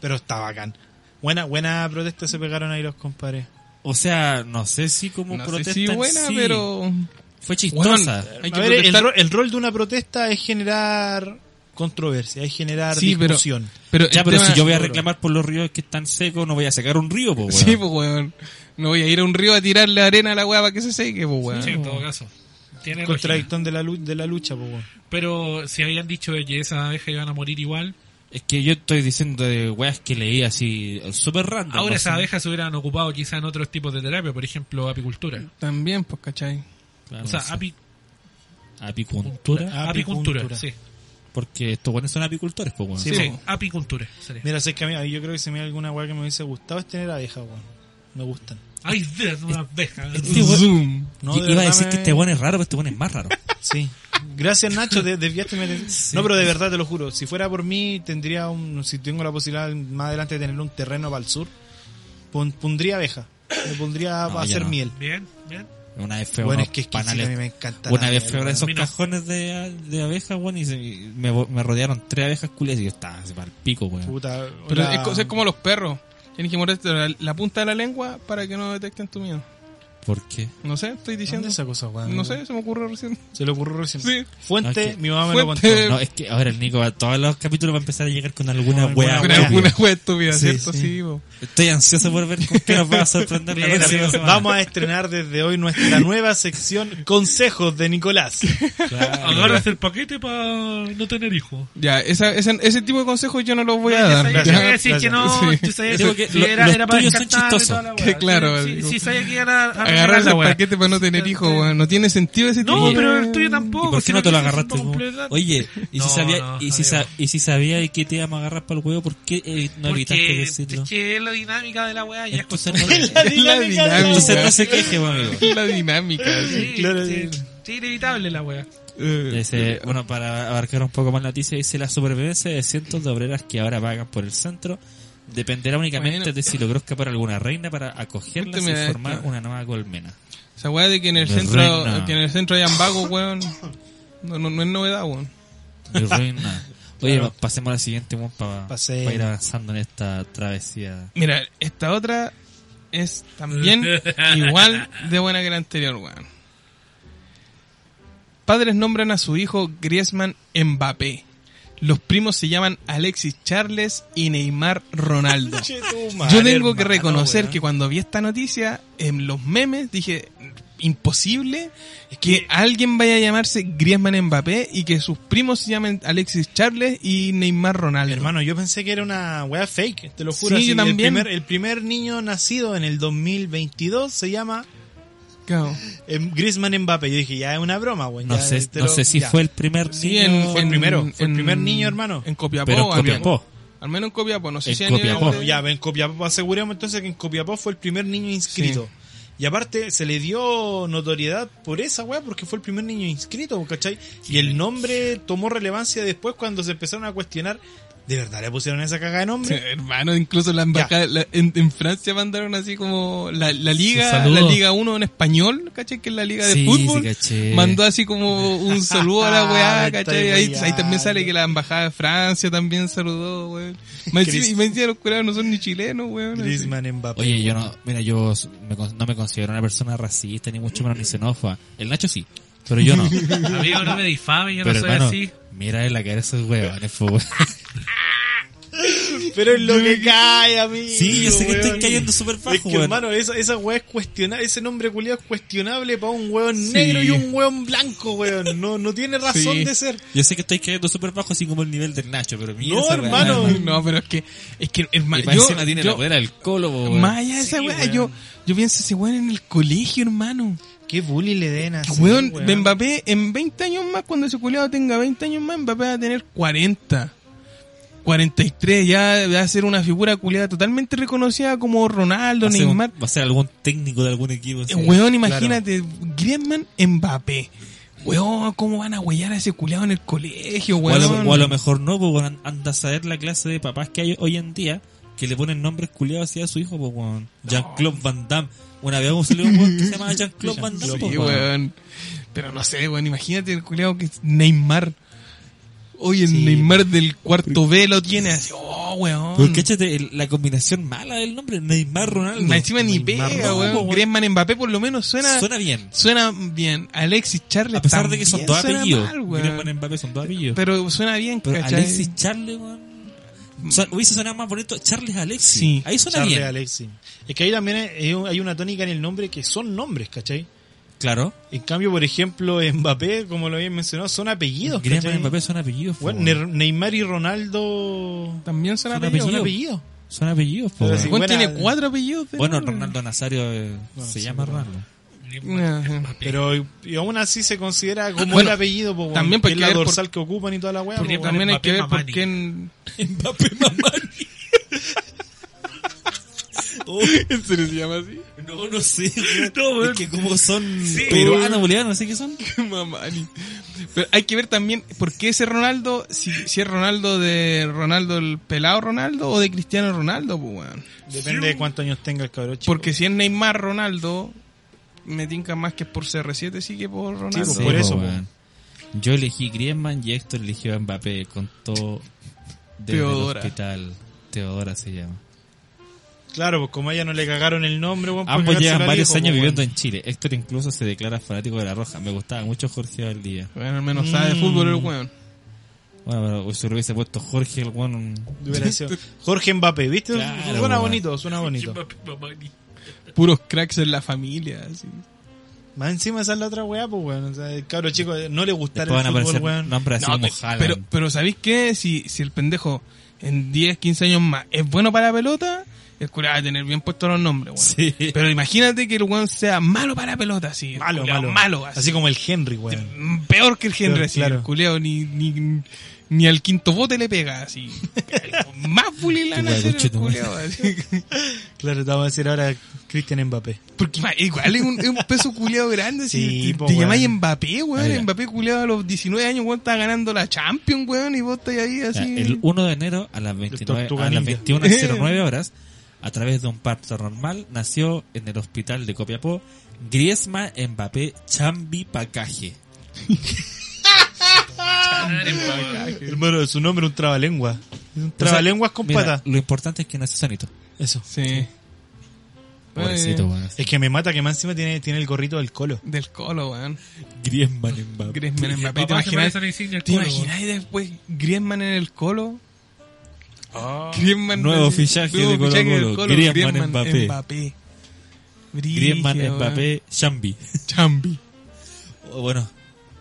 Speaker 5: Pero está bacán. Buena, buena protesta se pegaron ahí los compadres.
Speaker 2: O sea, no sé si como
Speaker 3: No sé
Speaker 2: protesta
Speaker 3: si
Speaker 2: en
Speaker 3: buena,
Speaker 2: sí.
Speaker 3: pero.
Speaker 2: Fue chistosa.
Speaker 3: Weón,
Speaker 5: A
Speaker 3: hay que
Speaker 5: ver, el,
Speaker 3: protestar.
Speaker 5: ro- el rol de una protesta es generar controversia, es generar
Speaker 3: Sí, pero-
Speaker 5: discusión.
Speaker 3: Pero el
Speaker 2: ya, pero
Speaker 3: tema-
Speaker 2: si yo voy a reclamar por los ríos que están secos, no voy a sacar un río, po, weón.
Speaker 3: Sí, pues, weón. No voy a ir a un río a tirarle arena a la weá para que se seque, pues, weón.
Speaker 4: Sí, en todo caso. Tiene lógica.
Speaker 5: Contradictón de la, lu- de la lucha, po, weón.
Speaker 4: Pero si habían dicho de que esas abejas iban a morir igual,
Speaker 2: Es que yo estoy diciendo de weas que leí así, súper random.
Speaker 4: ahora
Speaker 2: así.
Speaker 4: esas abejas se hubieran ocupado quizá en otros tipos de terapia, por ejemplo, apicultura.
Speaker 3: También, pues, ¿cachai?
Speaker 2: Claro,
Speaker 4: O sea,
Speaker 2: no sé.
Speaker 4: api- Ah,
Speaker 2: apicultura.
Speaker 5: Apicultura.
Speaker 4: apicultura, sí.
Speaker 2: Porque estos weones son apicultores, po, weón.
Speaker 5: Sí,
Speaker 4: Sí,
Speaker 5: po.
Speaker 4: apicultura. sería.
Speaker 5: Mira, sé que a mí, yo creo que si me da alguna weá que me hubiese gustado es tener abejas, weón. Me gustan.
Speaker 4: Ay, de una abeja.
Speaker 2: Este weón-
Speaker 3: Zoom.
Speaker 5: No,
Speaker 2: I-
Speaker 5: de
Speaker 2: iba a
Speaker 5: verdad
Speaker 2: decir
Speaker 5: me-
Speaker 2: que este weón es raro, pero este weón es más raro.
Speaker 5: Sí. Gracias, Nacho, de, desviaste mi atención. No, pero de verdad te lo juro. Si fuera por mí, tendría un. Si tengo la posibilidad más adelante de tener un terreno para el sur, Pon- pondría abeja. Le pondría
Speaker 2: No,
Speaker 5: para
Speaker 2: ya
Speaker 5: hacer
Speaker 2: no.
Speaker 5: miel.
Speaker 4: Bien, bien.
Speaker 2: Una vez fue
Speaker 5: Bueno,
Speaker 2: unos
Speaker 5: es que exquisito,
Speaker 2: panales-
Speaker 5: a mí me encanta
Speaker 2: Una
Speaker 5: la
Speaker 2: vez
Speaker 5: miel,
Speaker 2: fue a
Speaker 5: bueno.
Speaker 2: esos
Speaker 4: A mí no.
Speaker 2: cajones de, de abejas, weón, y, se- y me, me rodearon tres abejas culias y yo estaba así para el pico, weón.
Speaker 5: Puta,
Speaker 3: Pero
Speaker 5: la-
Speaker 3: es, co- es como los perros. Tienes que morderte la, la punta de la lengua para que no detecten tu miedo.
Speaker 2: ¿Por qué?
Speaker 3: No sé, estoy diciendo.
Speaker 5: ¿Dónde esa cosa, weón?
Speaker 3: No sé, se me ocurrió recién.
Speaker 5: Se le ocurrió recién.
Speaker 3: Sí.
Speaker 5: Fuente,
Speaker 2: Ok.
Speaker 5: mi mamá
Speaker 3: Fuente.
Speaker 5: me lo contó.
Speaker 2: No, es que ahora el Nico a todos los capítulos va a empezar a llegar con alguna
Speaker 5: Ay,
Speaker 2: weá,
Speaker 5: Ah,
Speaker 3: Una-
Speaker 5: bueno.
Speaker 3: una wea estúpida,
Speaker 2: Sí,
Speaker 3: ¿cierto?
Speaker 2: sí.
Speaker 3: Sí, bo.
Speaker 2: Estoy ansioso por ver con qué nos va a sorprender la
Speaker 5: Mira,
Speaker 2: próxima
Speaker 5: amigos,
Speaker 2: semana.
Speaker 5: vamos a estrenar desde hoy nuestra nueva sección Consejos de Nicolás.
Speaker 4: Agarras el paquete para no tener hijos.
Speaker 3: Ya, esa- ese, ese tipo de consejos yo no los voy a dar.
Speaker 4: Yo
Speaker 5: sabía
Speaker 3: ya.
Speaker 4: sabía decir que no,
Speaker 3: Sí.
Speaker 4: yo sabía
Speaker 2: Digo
Speaker 4: que,
Speaker 2: que
Speaker 4: sí,
Speaker 2: lo-
Speaker 4: era,
Speaker 2: los
Speaker 4: era para
Speaker 2: tuyos son
Speaker 4: descartar y toda la
Speaker 3: chistosos.
Speaker 4: wea.
Speaker 3: Que claro,
Speaker 4: sí,
Speaker 3: digo.
Speaker 4: sí, sabía que era a
Speaker 3: Agarrar
Speaker 4: la
Speaker 3: el
Speaker 4: wea.
Speaker 3: paquete para no tener
Speaker 4: Sí,
Speaker 3: hijos,
Speaker 4: sí.
Speaker 3: weón. No tiene sentido ese tipo
Speaker 4: No,
Speaker 3: de-
Speaker 4: pero el tuyo
Speaker 2: ¿Y
Speaker 4: tampoco.
Speaker 2: por qué
Speaker 4: si
Speaker 2: no te lo
Speaker 4: quise
Speaker 2: agarraste?
Speaker 4: para
Speaker 2: po?
Speaker 4: completar.
Speaker 2: Oye, ¿y si,
Speaker 4: No,
Speaker 2: sabía,
Speaker 4: no,
Speaker 2: y, si
Speaker 4: amigo.
Speaker 2: sa- y si sabía de qué te íbamos a agarrar para el huevo, ¿por qué eh, no evitaste
Speaker 4: Porque es
Speaker 2: decirlo?
Speaker 4: que es la dinámica de la wea ya es
Speaker 2: Entonces
Speaker 4: costumbre.
Speaker 2: no,
Speaker 3: Es la
Speaker 2: entonces no
Speaker 3: dinámica.
Speaker 2: se queje, po, amigo.
Speaker 3: La dinámica. sí.
Speaker 4: Sí,
Speaker 5: Claro,
Speaker 4: sí,
Speaker 5: sí.
Speaker 4: sí, inevitable la wea.
Speaker 3: Eh,
Speaker 2: Dice, bueno, para abarcar un poco más la noticia, dice la supervivencia de cientos de obreras que ahora vagan por el centro dependerá únicamente
Speaker 3: Bueno.
Speaker 2: de si logró escapar alguna reina para acogerlas
Speaker 3: Este me da
Speaker 2: y formar
Speaker 3: esta.
Speaker 2: una nueva colmena.
Speaker 3: Esa weá de que en el
Speaker 2: Me
Speaker 3: centro,
Speaker 2: reina.
Speaker 3: que en el centro hayan vagos, weón. No, no, no es novedad, weón.
Speaker 2: Mi reina. Oye, pasemos a la siguiente para
Speaker 5: Pasemos.
Speaker 2: ir avanzando en esta travesía.
Speaker 3: Mira, esta otra es también igual de buena que la anterior, weón. Padres nombran a su hijo Griezmann Mbappé. Los primos se llaman Alexis Charles y Neymar Ronaldo. Yo tengo que reconocer que cuando vi esta noticia en los memes dije imposible que alguien vaya a llamarse Griezmann Mbappé y que sus primos se llamen Alexis Charles y Neymar Ronaldo.
Speaker 5: Hermano, yo pensé que era una weá fake, te lo juro.
Speaker 3: Sí,
Speaker 5: así,
Speaker 3: yo
Speaker 5: el,
Speaker 3: también.
Speaker 5: primer, el primer niño nacido en el 2022 se llama
Speaker 3: Claro.
Speaker 5: em, Griezmann Mbappé. Yo dije, ya es una broma, weón.
Speaker 2: No
Speaker 5: ya,
Speaker 2: sé,
Speaker 5: te
Speaker 2: no
Speaker 5: lo-
Speaker 2: sé si
Speaker 5: ya.
Speaker 2: fue el primer
Speaker 3: este Sí,
Speaker 2: niño,
Speaker 3: en,
Speaker 5: Fue el
Speaker 3: en-
Speaker 5: primero, fue el
Speaker 3: en-
Speaker 5: primer niño, hermano.
Speaker 3: En Copiapó,
Speaker 2: pero en
Speaker 3: al menos.
Speaker 2: Copiapó.
Speaker 3: Al menos en Copiapó, no sé
Speaker 2: En
Speaker 3: si
Speaker 2: Copiapó.
Speaker 5: Bueno, ya, en Copiapó, aseguremos entonces que en Copiapó fue el primer niño inscrito. Y aparte se le dio notoriedad por esa weá, porque fue el primer niño inscrito, ¿cachai? Y el nombre tomó relevancia después cuando se empezaron a cuestionar, ¿de verdad le pusieron esa caga de
Speaker 3: Sí,
Speaker 5: nombre?
Speaker 3: Hermano, incluso la embajada la- en, en Francia mandaron así como la, la liga,
Speaker 2: saludo.
Speaker 3: la liga 1 en español, ¿cachai? Que es la liga de
Speaker 2: Sí,
Speaker 3: fútbol.
Speaker 2: sí,
Speaker 5: Eh,
Speaker 2: caché.
Speaker 3: Mandó así como un saludo a la
Speaker 5: Me
Speaker 3: weá,
Speaker 5: estáis
Speaker 3: ¿cachai? Ahí,
Speaker 5: weyando.
Speaker 3: ahí también sale que la embajada de Francia también saludó, weón. Me encima-
Speaker 5: Cris-
Speaker 3: y me decían los curados no son ni chilenos, weón. así.
Speaker 5: Griezmann Mbappé.
Speaker 2: Oye, yo no, mira, yo s- me con- no me considero una persona racista, ni mucho menos ni xenófoba. El Nacho sí, pero yo no.
Speaker 4: Amigo, no me difame, yo
Speaker 2: pero
Speaker 4: no soy
Speaker 2: hermano,
Speaker 4: así.
Speaker 2: mira en la cara de esos huevones, po, weón.
Speaker 5: Pero es lo que cae, amigo.
Speaker 2: Sí, yo sé que estoy
Speaker 5: weón.
Speaker 2: cayendo súper bajo,
Speaker 5: Es que,
Speaker 2: weón.
Speaker 5: hermano, esa, esa weá es cuestionable, ese nombre culiado es cuestionable para un weón negro y un weón blanco, weón. No, no tiene razón
Speaker 3: Sí.
Speaker 5: de ser.
Speaker 2: Yo sé que estoy cayendo súper bajo, así como el nivel del Nacho, pero mira.
Speaker 5: No,
Speaker 2: esa weá,
Speaker 5: hermano.
Speaker 3: No, pero es que, es que,
Speaker 2: Y
Speaker 3: hermano,
Speaker 2: para
Speaker 3: yo,
Speaker 2: encima tiene
Speaker 3: yo-
Speaker 2: la poder del colo, po, weón.
Speaker 3: más allá de esa
Speaker 5: Sí,
Speaker 3: weá,
Speaker 5: weón.
Speaker 3: yo, yo pienso ese weón en el colegio, hermano.
Speaker 5: Qué bully le den a ese
Speaker 3: Weón, Mbappé en 20 años más, cuando ese culiado tenga 20 años más, Mbappé va a tener 40. 43, ya va a ser una figura culiada totalmente reconocida como Ronaldo,
Speaker 2: Va a ser un-
Speaker 3: Neymar.
Speaker 2: Va a ser algún técnico de algún equipo. así.
Speaker 3: Eh, Weón, imagínate, Griezmann, Mbappé. Weón, ¿cómo van a huellar a ese culiado en el colegio,
Speaker 2: O a,
Speaker 3: weón?
Speaker 2: lo, o a lo mejor no, pues weón, anda a saber la clase de papás que hay hoy en día que le ponen nombres culiados así a su hijo, pues weón. Jean-Claude Van Damme. Una vez salió un weón que se llama Jean-Claude Van Damme,
Speaker 3: Sí,
Speaker 2: po, weón.
Speaker 3: weón. Pero no sé, weón, imagínate el culiado que es Neymar. Hoy el
Speaker 5: Sí.
Speaker 3: Neymar del cuarto B lo tiene así, oh, weón.
Speaker 2: Pero cáchate, el- la combinación mala del nombre, Neymar Ronaldo.
Speaker 3: Más Encima ni
Speaker 5: Neymar,
Speaker 3: pega,
Speaker 5: no,
Speaker 2: po,
Speaker 3: weón.
Speaker 2: weón.
Speaker 3: Griezmann Mbappé por lo menos suena, suena,
Speaker 2: Suena bien.
Speaker 3: bien. Alexis Charles
Speaker 2: A pesar de que son
Speaker 3: también
Speaker 2: dos
Speaker 3: suena
Speaker 2: apellidos.
Speaker 3: mal, weón.
Speaker 2: Griezmann y Mbappé son dos apellidos. Pero,
Speaker 3: Pero suena bien, ¿cachai?
Speaker 2: Alexis Charles, weón. Su- Hubiese sonado más bonito Charles Alexis.
Speaker 3: Sí,
Speaker 2: Ahí suena
Speaker 5: Charles
Speaker 2: bien.
Speaker 5: Alexis. eh, Es que ahí también hay hay una tónica en el nombre que son nombres, ¿cachai?
Speaker 2: Claro.
Speaker 5: En cambio, por ejemplo, Mbappé, como lo habían mencionado, son apellidos,
Speaker 2: Griezmann
Speaker 5: ¿cachai?
Speaker 2: y Mbappé son apellidos. po,
Speaker 5: Bueno,
Speaker 2: weón.
Speaker 5: Ne- Neymar y Ronaldo
Speaker 3: También suena
Speaker 2: Suena
Speaker 3: apellido.
Speaker 5: son
Speaker 2: apellido.
Speaker 5: apellidos.
Speaker 2: Son apellidos, po,
Speaker 5: Pero
Speaker 2: weón.
Speaker 5: sí,
Speaker 3: Weón
Speaker 5: Buena-
Speaker 3: tiene cuatro apellidos. de-
Speaker 2: Bueno, Ronaldo Nazario eh, se llama Ronaldo.
Speaker 3: Ajá.
Speaker 5: Pero y- y aún así se considera como
Speaker 3: Bueno,
Speaker 5: el apellido, po, weón,
Speaker 3: también
Speaker 5: que
Speaker 3: pues
Speaker 5: es
Speaker 3: hay
Speaker 5: la
Speaker 3: que ver
Speaker 5: dorsal que ocupan y toda la weá. pues, po,
Speaker 4: Porque
Speaker 5: weón.
Speaker 3: También hay que ver por
Speaker 4: Mbappé
Speaker 3: qué en...
Speaker 2: Mbappé Mamani.
Speaker 3: Oh. ¿En serio se llama así?
Speaker 2: No, no sé.
Speaker 4: No,
Speaker 2: No,
Speaker 4: weón.
Speaker 2: es que como son
Speaker 4: Sí,
Speaker 2: peruanos, bolivianos, no sé qué son.
Speaker 3: Mamani. Pero hay que ver también por qué ese Ronaldo, si, si es Ronaldo de Ronaldo el pelado Ronaldo o de Cristiano Ronaldo, pues, weón.
Speaker 5: Depende de cuántos años tenga el cabrón chico.
Speaker 3: Porque si es Neymar Ronaldo, me tinca más que es por CR7 sí que por Ronaldo.
Speaker 5: Sí,
Speaker 2: Sí,
Speaker 5: por eso,
Speaker 2: po, weón. Yo elegí Griezmann y Héctor eligió a Mbappé con todo desde
Speaker 3: Teodora.
Speaker 2: el hospital. Teodora se llama.
Speaker 5: Claro, pues como a ella no le cagaron el nombre, weón, para
Speaker 2: Ambos
Speaker 5: cagársela
Speaker 2: llevan
Speaker 5: al
Speaker 2: varios
Speaker 5: hijo,
Speaker 2: años
Speaker 5: pues,
Speaker 2: viviendo
Speaker 5: weón.
Speaker 2: en Chile. Héctor incluso se declara fanático de la roja. Me gustaba mucho Jorge Valdivia.
Speaker 3: pues. Bueno, al menos sabe de fútbol el weón.
Speaker 2: Bueno, pero si lo hubiese puesto Jorge, el weón.
Speaker 5: Hubiera sido- Jorge Mbappé, ¿viste?
Speaker 2: Claro,
Speaker 5: suena
Speaker 2: weón.
Speaker 5: bonito, suena bonito.
Speaker 3: Puros cracks en la familia. así.
Speaker 5: Más encima esa es la otra weá, pues weón. O sea, el cabro chico eh, no le gustará
Speaker 2: Después van a
Speaker 5: el fútbol,
Speaker 2: aparecer
Speaker 5: weón.
Speaker 2: nombres así
Speaker 3: No,
Speaker 2: como
Speaker 3: pe-
Speaker 2: Haaland.
Speaker 3: pero, pero ¿sabéis qué? Si, si el pendejo en 10, 15 años más es bueno para la pelota, el culo va a tener bien puestos los nombres,
Speaker 2: Sí.
Speaker 3: weón. Pero imagínate que el weón sea malo para la pelota, así. el
Speaker 5: Malo,
Speaker 3: culiao
Speaker 5: malo.
Speaker 3: malo,
Speaker 5: así.
Speaker 3: así.
Speaker 5: como el Henry, weón.
Speaker 3: Mm, Peor que el Henry,
Speaker 5: Peor,
Speaker 3: así.
Speaker 5: claro.
Speaker 3: El culiao ni, ni, ni al quinto bote le pega, así. Más bullying le van a
Speaker 2: Tu
Speaker 3: hacer el
Speaker 2: weón, tu
Speaker 3: culiao, así.
Speaker 5: Claro, te vamos a decir ahora Cristian Mbappé.
Speaker 3: Porque ma, igual es un, es un peso culiado grande.
Speaker 5: Sí,
Speaker 3: si te-
Speaker 5: po,
Speaker 3: te
Speaker 5: weón.
Speaker 3: llamáis Mbappé, weón.
Speaker 2: Mira.
Speaker 3: Mbappé culiado a los 19 años, weón, está ganando la Champions, weón. Y vos estás ahí
Speaker 2: O sea,
Speaker 3: así.
Speaker 2: el 1 de enero a las, 29
Speaker 5: Tortuga
Speaker 2: a las
Speaker 5: Ninja.
Speaker 2: 21.09 horas, a través de un parto normal, nació en el hospital de Copiapó Griezmann Mbappé Chambi Pacaje.
Speaker 5: Hermano, su nombre es un trabalengua. Es un trabalenguas con
Speaker 2: Mira,
Speaker 5: pata.
Speaker 2: Lo importante es que nació sanito.
Speaker 5: Eso.
Speaker 3: Sí.
Speaker 2: Pobrecito,
Speaker 3: Ay,
Speaker 2: weón.
Speaker 5: Es que me mata que más encima tiene, tiene el gorrito del colo.
Speaker 3: Del colo, weón.
Speaker 2: Griezmann Mbappé.
Speaker 3: Griezmann en Mbappé. ¿Te
Speaker 4: Papá, se
Speaker 3: imaginas,
Speaker 4: parece a la insignia del
Speaker 3: ¿te
Speaker 4: colo,
Speaker 3: imaginas después Griezmann en el colo?
Speaker 4: Ah.
Speaker 3: Griezmann,
Speaker 2: Nuevo
Speaker 3: así,
Speaker 2: fichaje
Speaker 3: nuevo
Speaker 2: de Colo
Speaker 3: fichaje del
Speaker 2: Colo. Griezmann,
Speaker 3: Griezmann
Speaker 2: Mbappé.
Speaker 3: Mbappé.
Speaker 2: Griezmann
Speaker 3: Brigio, weón.
Speaker 2: Mbappé Chambi.
Speaker 3: Chambi.
Speaker 2: O, bueno,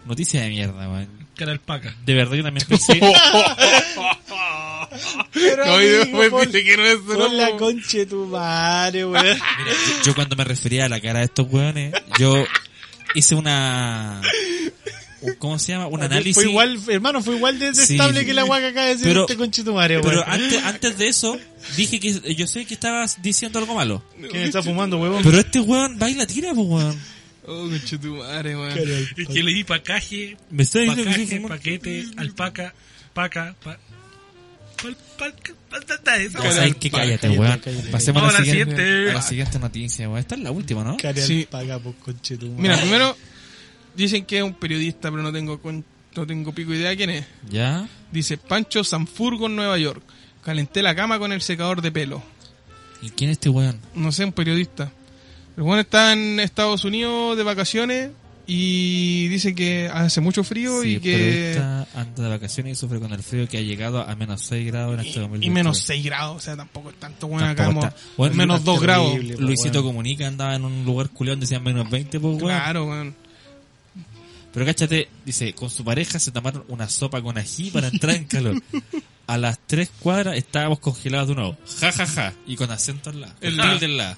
Speaker 2: noticia de mierda, weón.
Speaker 4: Cara alpaca.
Speaker 2: De verdad que también pensé.
Speaker 3: No, y después dice que no es su
Speaker 5: Con la
Speaker 3: nombre.
Speaker 5: conche tu madre, weón.
Speaker 2: Mira, yo, yo cuando me refería a la cara de estos weones, yo hice una. ¿Cómo se llama? Un análisis.
Speaker 5: Fue igual, hermano, fue igual de
Speaker 2: Sí.
Speaker 5: detestable que la guaca que acaba de decir
Speaker 2: Pero-
Speaker 5: este conche tu madre,
Speaker 2: Pero
Speaker 5: weón.
Speaker 2: antes, antes de eso, dije que yo sé que estabas diciendo algo malo.
Speaker 5: ¿Quién está fumando, weón?
Speaker 2: Pero este weón baila tira, pues weón.
Speaker 3: Oh, conche tu madre, weón.
Speaker 5: Cara, el-
Speaker 4: Es que le di pacaje,
Speaker 2: Me está diciendo que soy
Speaker 4: pacaje,
Speaker 2: fumón.
Speaker 4: paquete, alpaca, paca, pa... pal- palca, pal- tanta de
Speaker 2: No,
Speaker 4: esa, weón.
Speaker 2: Pues ¿sabes qué? Cállate, weón. Pasemos
Speaker 4: Vamos
Speaker 2: a la siguiente,
Speaker 4: siguiente.
Speaker 2: a la siguiente noticia, weón. Esta es la última, ¿no?
Speaker 5: Cara,
Speaker 3: Sí.
Speaker 5: el paga, pues, conche tu madre.
Speaker 3: Mira, primero dicen que es un periodista, pero no tengo con- no tengo pico idea quién es.
Speaker 2: Ya.
Speaker 3: Dice Pancho Sanfurgo en Nueva York. Calenté la cama con el secador de pelo.
Speaker 2: ¿Y quién es este weón?
Speaker 3: No sé, un periodista. El bueno está en Estados Unidos de vacaciones y dice que hace mucho frío
Speaker 2: Sí,
Speaker 3: y que
Speaker 2: periodista anda de vacaciones y sufre con el frío que ha llegado a menos 6 grados en este 2020.
Speaker 3: y menos 6 grados, o sea, tampoco es tanto bueno acá
Speaker 2: Tampoco
Speaker 3: como
Speaker 2: está- Bueno,
Speaker 3: menos
Speaker 2: es
Speaker 3: 2 grados.
Speaker 5: terrible, po,
Speaker 2: Luisito
Speaker 5: weón.
Speaker 2: Comunica andaba en un lugar culiado donde decían menos 20, pues weón.
Speaker 3: Claro, weón.
Speaker 2: Pero cáchate, dice, con su pareja se tomaron una sopa con ají para entrar en calor. A las tres cuadras estábamos congelados de nuevo. Ja, ja, ja. Y con acento en la.
Speaker 3: El
Speaker 2: El
Speaker 3: la.
Speaker 2: del la.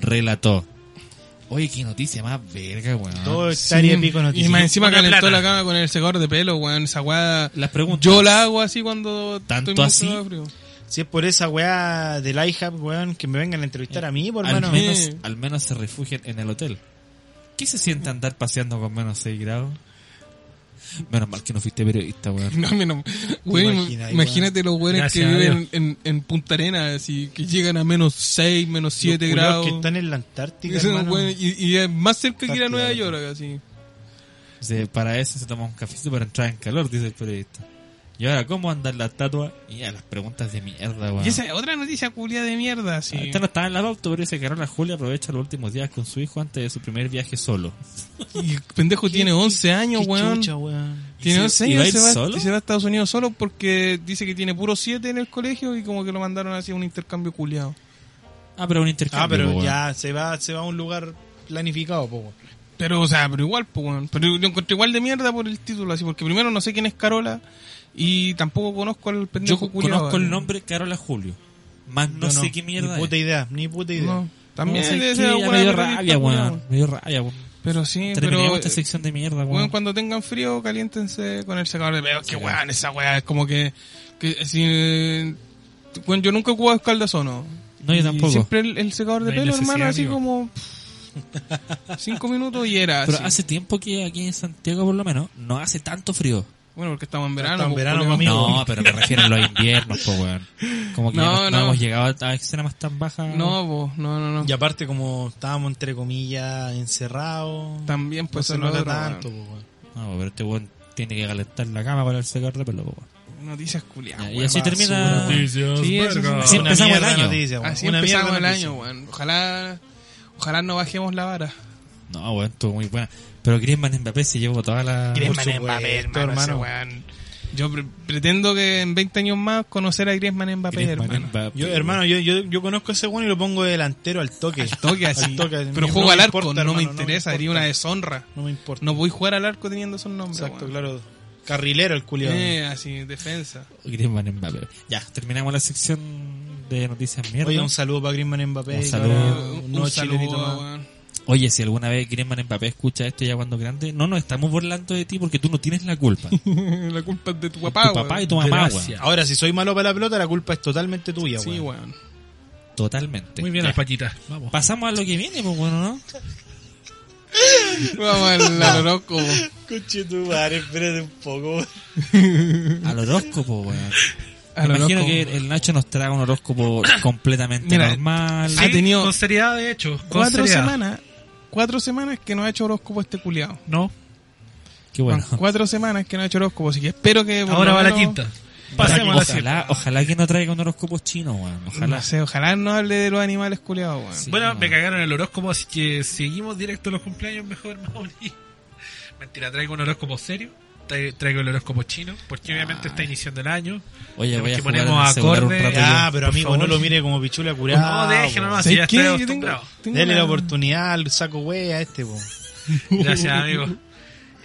Speaker 2: Relató. Oye, qué noticia más verga, weón.
Speaker 5: Todo estaría
Speaker 3: Sí,
Speaker 5: pico noticia.
Speaker 3: y más encima
Speaker 4: Una
Speaker 3: calentó
Speaker 4: plana.
Speaker 3: la cama con el secador de pelo, weón. Esa weá.
Speaker 2: Las preguntas.
Speaker 3: Yo la hago así cuando
Speaker 2: ¿Tanto
Speaker 3: estoy muy
Speaker 2: así?
Speaker 3: cagado de frío.
Speaker 5: Si es por esa weá del IHAB, weón, que me vengan a entrevistar a mí, por
Speaker 2: Eh, al,
Speaker 5: hermano.
Speaker 2: menos,
Speaker 3: Sí.
Speaker 2: al menos se refugian en el hotel. ¿Qué se siente andar paseando con menos 6 grados? Menos mal que no fuiste periodista, weón.
Speaker 3: No, menos. Güey,
Speaker 5: imaginas,
Speaker 3: imagínate los güeyes que
Speaker 4: Gracias a
Speaker 3: viven en, en Punta Arenas así, que llegan a menos 6, menos 7
Speaker 5: Los culiaos
Speaker 3: grados.
Speaker 5: que están en la Antártica,
Speaker 3: Esos
Speaker 5: hermano.
Speaker 3: güeyes- y, y es más cerca que ir a
Speaker 5: Está
Speaker 3: Nueva
Speaker 5: claro.
Speaker 3: York, así.
Speaker 2: Dice, para eso se toma un cafecito para entrar en calor, dice el periodista. Y ahora, ¿cómo andan la estatua? Y a las preguntas de mierda, weón.
Speaker 3: Y esa es otra noticia culia de mierda, así.
Speaker 2: Ah, Esta no estaba en la pauta, pero dice que Carola Julia aprovecha los últimos días con su hijo antes de su primer viaje solo.
Speaker 3: Y el pendejo tiene 11
Speaker 5: Qué
Speaker 3: años, weón.
Speaker 5: chucha, weón.
Speaker 3: Tiene
Speaker 2: ¿Y
Speaker 3: 11
Speaker 2: se- y va a
Speaker 3: años y
Speaker 2: ir
Speaker 3: se va,
Speaker 2: solo?
Speaker 3: y se va a Estados Unidos solo porque dice que tiene puro 7 en el colegio y como que lo mandaron hacia un intercambio culiado.
Speaker 2: Ah, pero un intercambio.
Speaker 5: Ah, pero
Speaker 2: po, weón.
Speaker 5: ya se va, se va a un lugar planificado, po, weón.
Speaker 3: Pero, o sea, pero igual, pues, weón. Pero lo encontré igual de mierda por el título, así, porque primero no sé quién es Carola y tampoco conozco al
Speaker 2: Yo
Speaker 3: pendejo
Speaker 2: co-
Speaker 3: culiao,
Speaker 2: conozco el
Speaker 3: weón.
Speaker 2: nombre Carola Julio. Más no,
Speaker 5: eh. Yo
Speaker 2: sé qué mierda
Speaker 5: Ni puta
Speaker 2: es.
Speaker 5: idea, ni puta idea.
Speaker 3: No, también
Speaker 2: No sé
Speaker 3: debe
Speaker 2: qué,
Speaker 3: ser
Speaker 2: ya
Speaker 3: alguna
Speaker 2: me dio
Speaker 3: periodista
Speaker 2: rabia,
Speaker 3: culiao,
Speaker 2: weón. este Me dio rabia, weón.
Speaker 3: Pero sí, pero. eh,
Speaker 2: Terminemos esta sección de mierda, weón.
Speaker 3: Weón, cuando tengan frío, caliéntense con el secador de pelo. Que weón, esa weá es como que. que si, eh, weón, yo nunca he jugado escaldazono.
Speaker 2: No, yo
Speaker 3: Y
Speaker 2: tampoco.
Speaker 3: Siempre el, el secador de
Speaker 4: No hay
Speaker 3: pelo,
Speaker 4: necesidad,
Speaker 3: hermano, así
Speaker 4: amigo.
Speaker 3: como. Cinco minutos y era.
Speaker 2: Pero
Speaker 3: así.
Speaker 2: hace tiempo que aquí en Santiago, por lo menos, no hace tanto frío.
Speaker 3: Bueno, porque estamos en verano.
Speaker 5: Estamos
Speaker 3: pues,
Speaker 5: en verano,
Speaker 3: culiao.
Speaker 5: mami. Amigo.
Speaker 2: No, pero me refiero a los inviernos, po, weón. Como que ya
Speaker 3: No,
Speaker 2: no, no
Speaker 3: no.
Speaker 2: hemos llegado a escenas más tan bajas.
Speaker 3: No, pues, no, no, no.
Speaker 5: Y aparte, como estábamos entre comillas encerrados,
Speaker 3: También, pues,
Speaker 5: no
Speaker 3: eso
Speaker 5: se
Speaker 3: es lo
Speaker 5: nota
Speaker 3: otro,
Speaker 5: tanto.
Speaker 3: weón.
Speaker 5: po, weón.
Speaker 2: No, pero este weón tiene que calentar la cama para el secar de pelo, po, weón.
Speaker 3: Noticias culiadas.
Speaker 2: Ya, y
Speaker 5: Ah,
Speaker 2: así termina.
Speaker 4: Noticias,
Speaker 3: Sí, eso
Speaker 4: verga.
Speaker 3: es- Así
Speaker 5: Una
Speaker 2: empezamos
Speaker 5: mierda
Speaker 2: el año.
Speaker 5: noticia, weón.
Speaker 3: Así
Speaker 5: Una mierda
Speaker 3: empezamos el
Speaker 5: noticia.
Speaker 3: año, weón. Ojalá, ojalá no bajemos la vara.
Speaker 2: No, weón, estuvo muy buena. Pero Griezmann Mbappé se llevó toda la.
Speaker 5: Griezmann.
Speaker 3: Por
Speaker 5: Mbappé,
Speaker 3: supuesto,
Speaker 5: hermano, ese
Speaker 3: weón. Yo pre- pretendo que en 20 años más conocer a Griezmann Mbappé,
Speaker 2: Griezmann
Speaker 3: hermano.
Speaker 2: Mbappé,
Speaker 5: Yo,
Speaker 2: weón.
Speaker 5: hermano, yo, yo, yo conozco a ese weón y lo pongo de delantero al toque.
Speaker 3: Al toque así.
Speaker 5: Al toque.
Speaker 3: Pero
Speaker 5: No
Speaker 3: juego
Speaker 5: me
Speaker 3: al arco,
Speaker 5: importa,
Speaker 3: no me
Speaker 5: hermano, no me
Speaker 3: interesa, sería
Speaker 5: importa.
Speaker 3: una deshonra.
Speaker 5: No me importa.
Speaker 3: No voy a jugar al arco teniendo esos nombres.
Speaker 5: Exacto,
Speaker 3: weón.
Speaker 5: claro. Carrilero el culiado.
Speaker 3: Eh, así, defensa.
Speaker 2: Griezmann Mbappé. Ya, terminamos la sección de noticias mierda.
Speaker 5: Oye, un saludo para Griezmann Mbappé.
Speaker 2: Un
Speaker 5: que
Speaker 2: saludo.
Speaker 5: ahora
Speaker 3: Eh,
Speaker 5: Un nuevo chilenito más.
Speaker 3: weón.
Speaker 2: Oye, si alguna vez Griezmann Mbappé escucha esto ya cuando grande, no nos estamos burlando de ti porque tú no tienes la culpa. Tu
Speaker 3: La culpa es de tu papá,
Speaker 2: papá
Speaker 3: weón.
Speaker 2: y tu mamá,
Speaker 4: Ah, Gracias.
Speaker 2: weón.
Speaker 5: Ahora, si soy malo para la pelota, la culpa es totalmente tuya,
Speaker 3: Sí,
Speaker 5: weón.
Speaker 3: weón.
Speaker 2: Totalmente.
Speaker 4: Muy bien,
Speaker 2: Ya.
Speaker 4: las paquitas. Vamos.
Speaker 2: Pasamos a lo que viene, pues bueno, ¿no?
Speaker 3: Vamos al al horóscopo.
Speaker 5: Coche tu madre, espérate un poco.
Speaker 2: Al horóscopo, weón. Me
Speaker 3: Al
Speaker 2: imagino
Speaker 3: horóscopo.
Speaker 2: que el Nacho nos traga un horóscopo completamente
Speaker 3: Mira,
Speaker 2: normal.
Speaker 3: ha tenido-
Speaker 4: Con seriedad, de hecho. Con
Speaker 3: Cuatro
Speaker 4: seriedad.
Speaker 3: semanas, cuatro semanas que no ha hecho horóscopo este culiado.
Speaker 4: No.
Speaker 2: Qué bueno.
Speaker 3: Cuatro semanas que no ha hecho horóscopo, así que espero que... por
Speaker 4: Ahora
Speaker 3: lo
Speaker 4: va la
Speaker 3: menos-
Speaker 4: quinta. Pasemos a la siguiente.
Speaker 2: ojalá, ojalá que no traiga un horóscopo chino, weón. Ojalá.
Speaker 3: No sé, ojalá no hable de los animales culiados, weón.
Speaker 2: Sí,
Speaker 4: Bueno,
Speaker 2: no.
Speaker 4: me cagaron el horóscopo, así que seguimos directo a los cumpleaños mejor, Mauri. Mentira, traigo un horóscopo serio, tra- traigo el horóscopo chino,
Speaker 3: Ah.
Speaker 4: porque obviamente está iniciando el año.
Speaker 2: Oye, voy
Speaker 4: Tenemos
Speaker 2: a
Speaker 4: que
Speaker 2: jugar en
Speaker 4: ponemos
Speaker 2: el celular un
Speaker 4: acorde. Ah,
Speaker 2: rato
Speaker 5: Ya,
Speaker 2: yo.
Speaker 5: Ah, pero
Speaker 4: Por
Speaker 5: amigo,
Speaker 4: favor.
Speaker 5: no lo mire como pichula curada.
Speaker 4: No, déjenlo,
Speaker 5: weón.
Speaker 4: no,
Speaker 3: Ah, ¿Sabes
Speaker 4: así ya
Speaker 3: qué?
Speaker 4: estoy
Speaker 3: Yo tengo-
Speaker 4: acostumbrado.
Speaker 3: tengo
Speaker 5: Dele
Speaker 3: una-
Speaker 5: la oportunidad al saco wea este, weón.
Speaker 4: Gracias, amigo.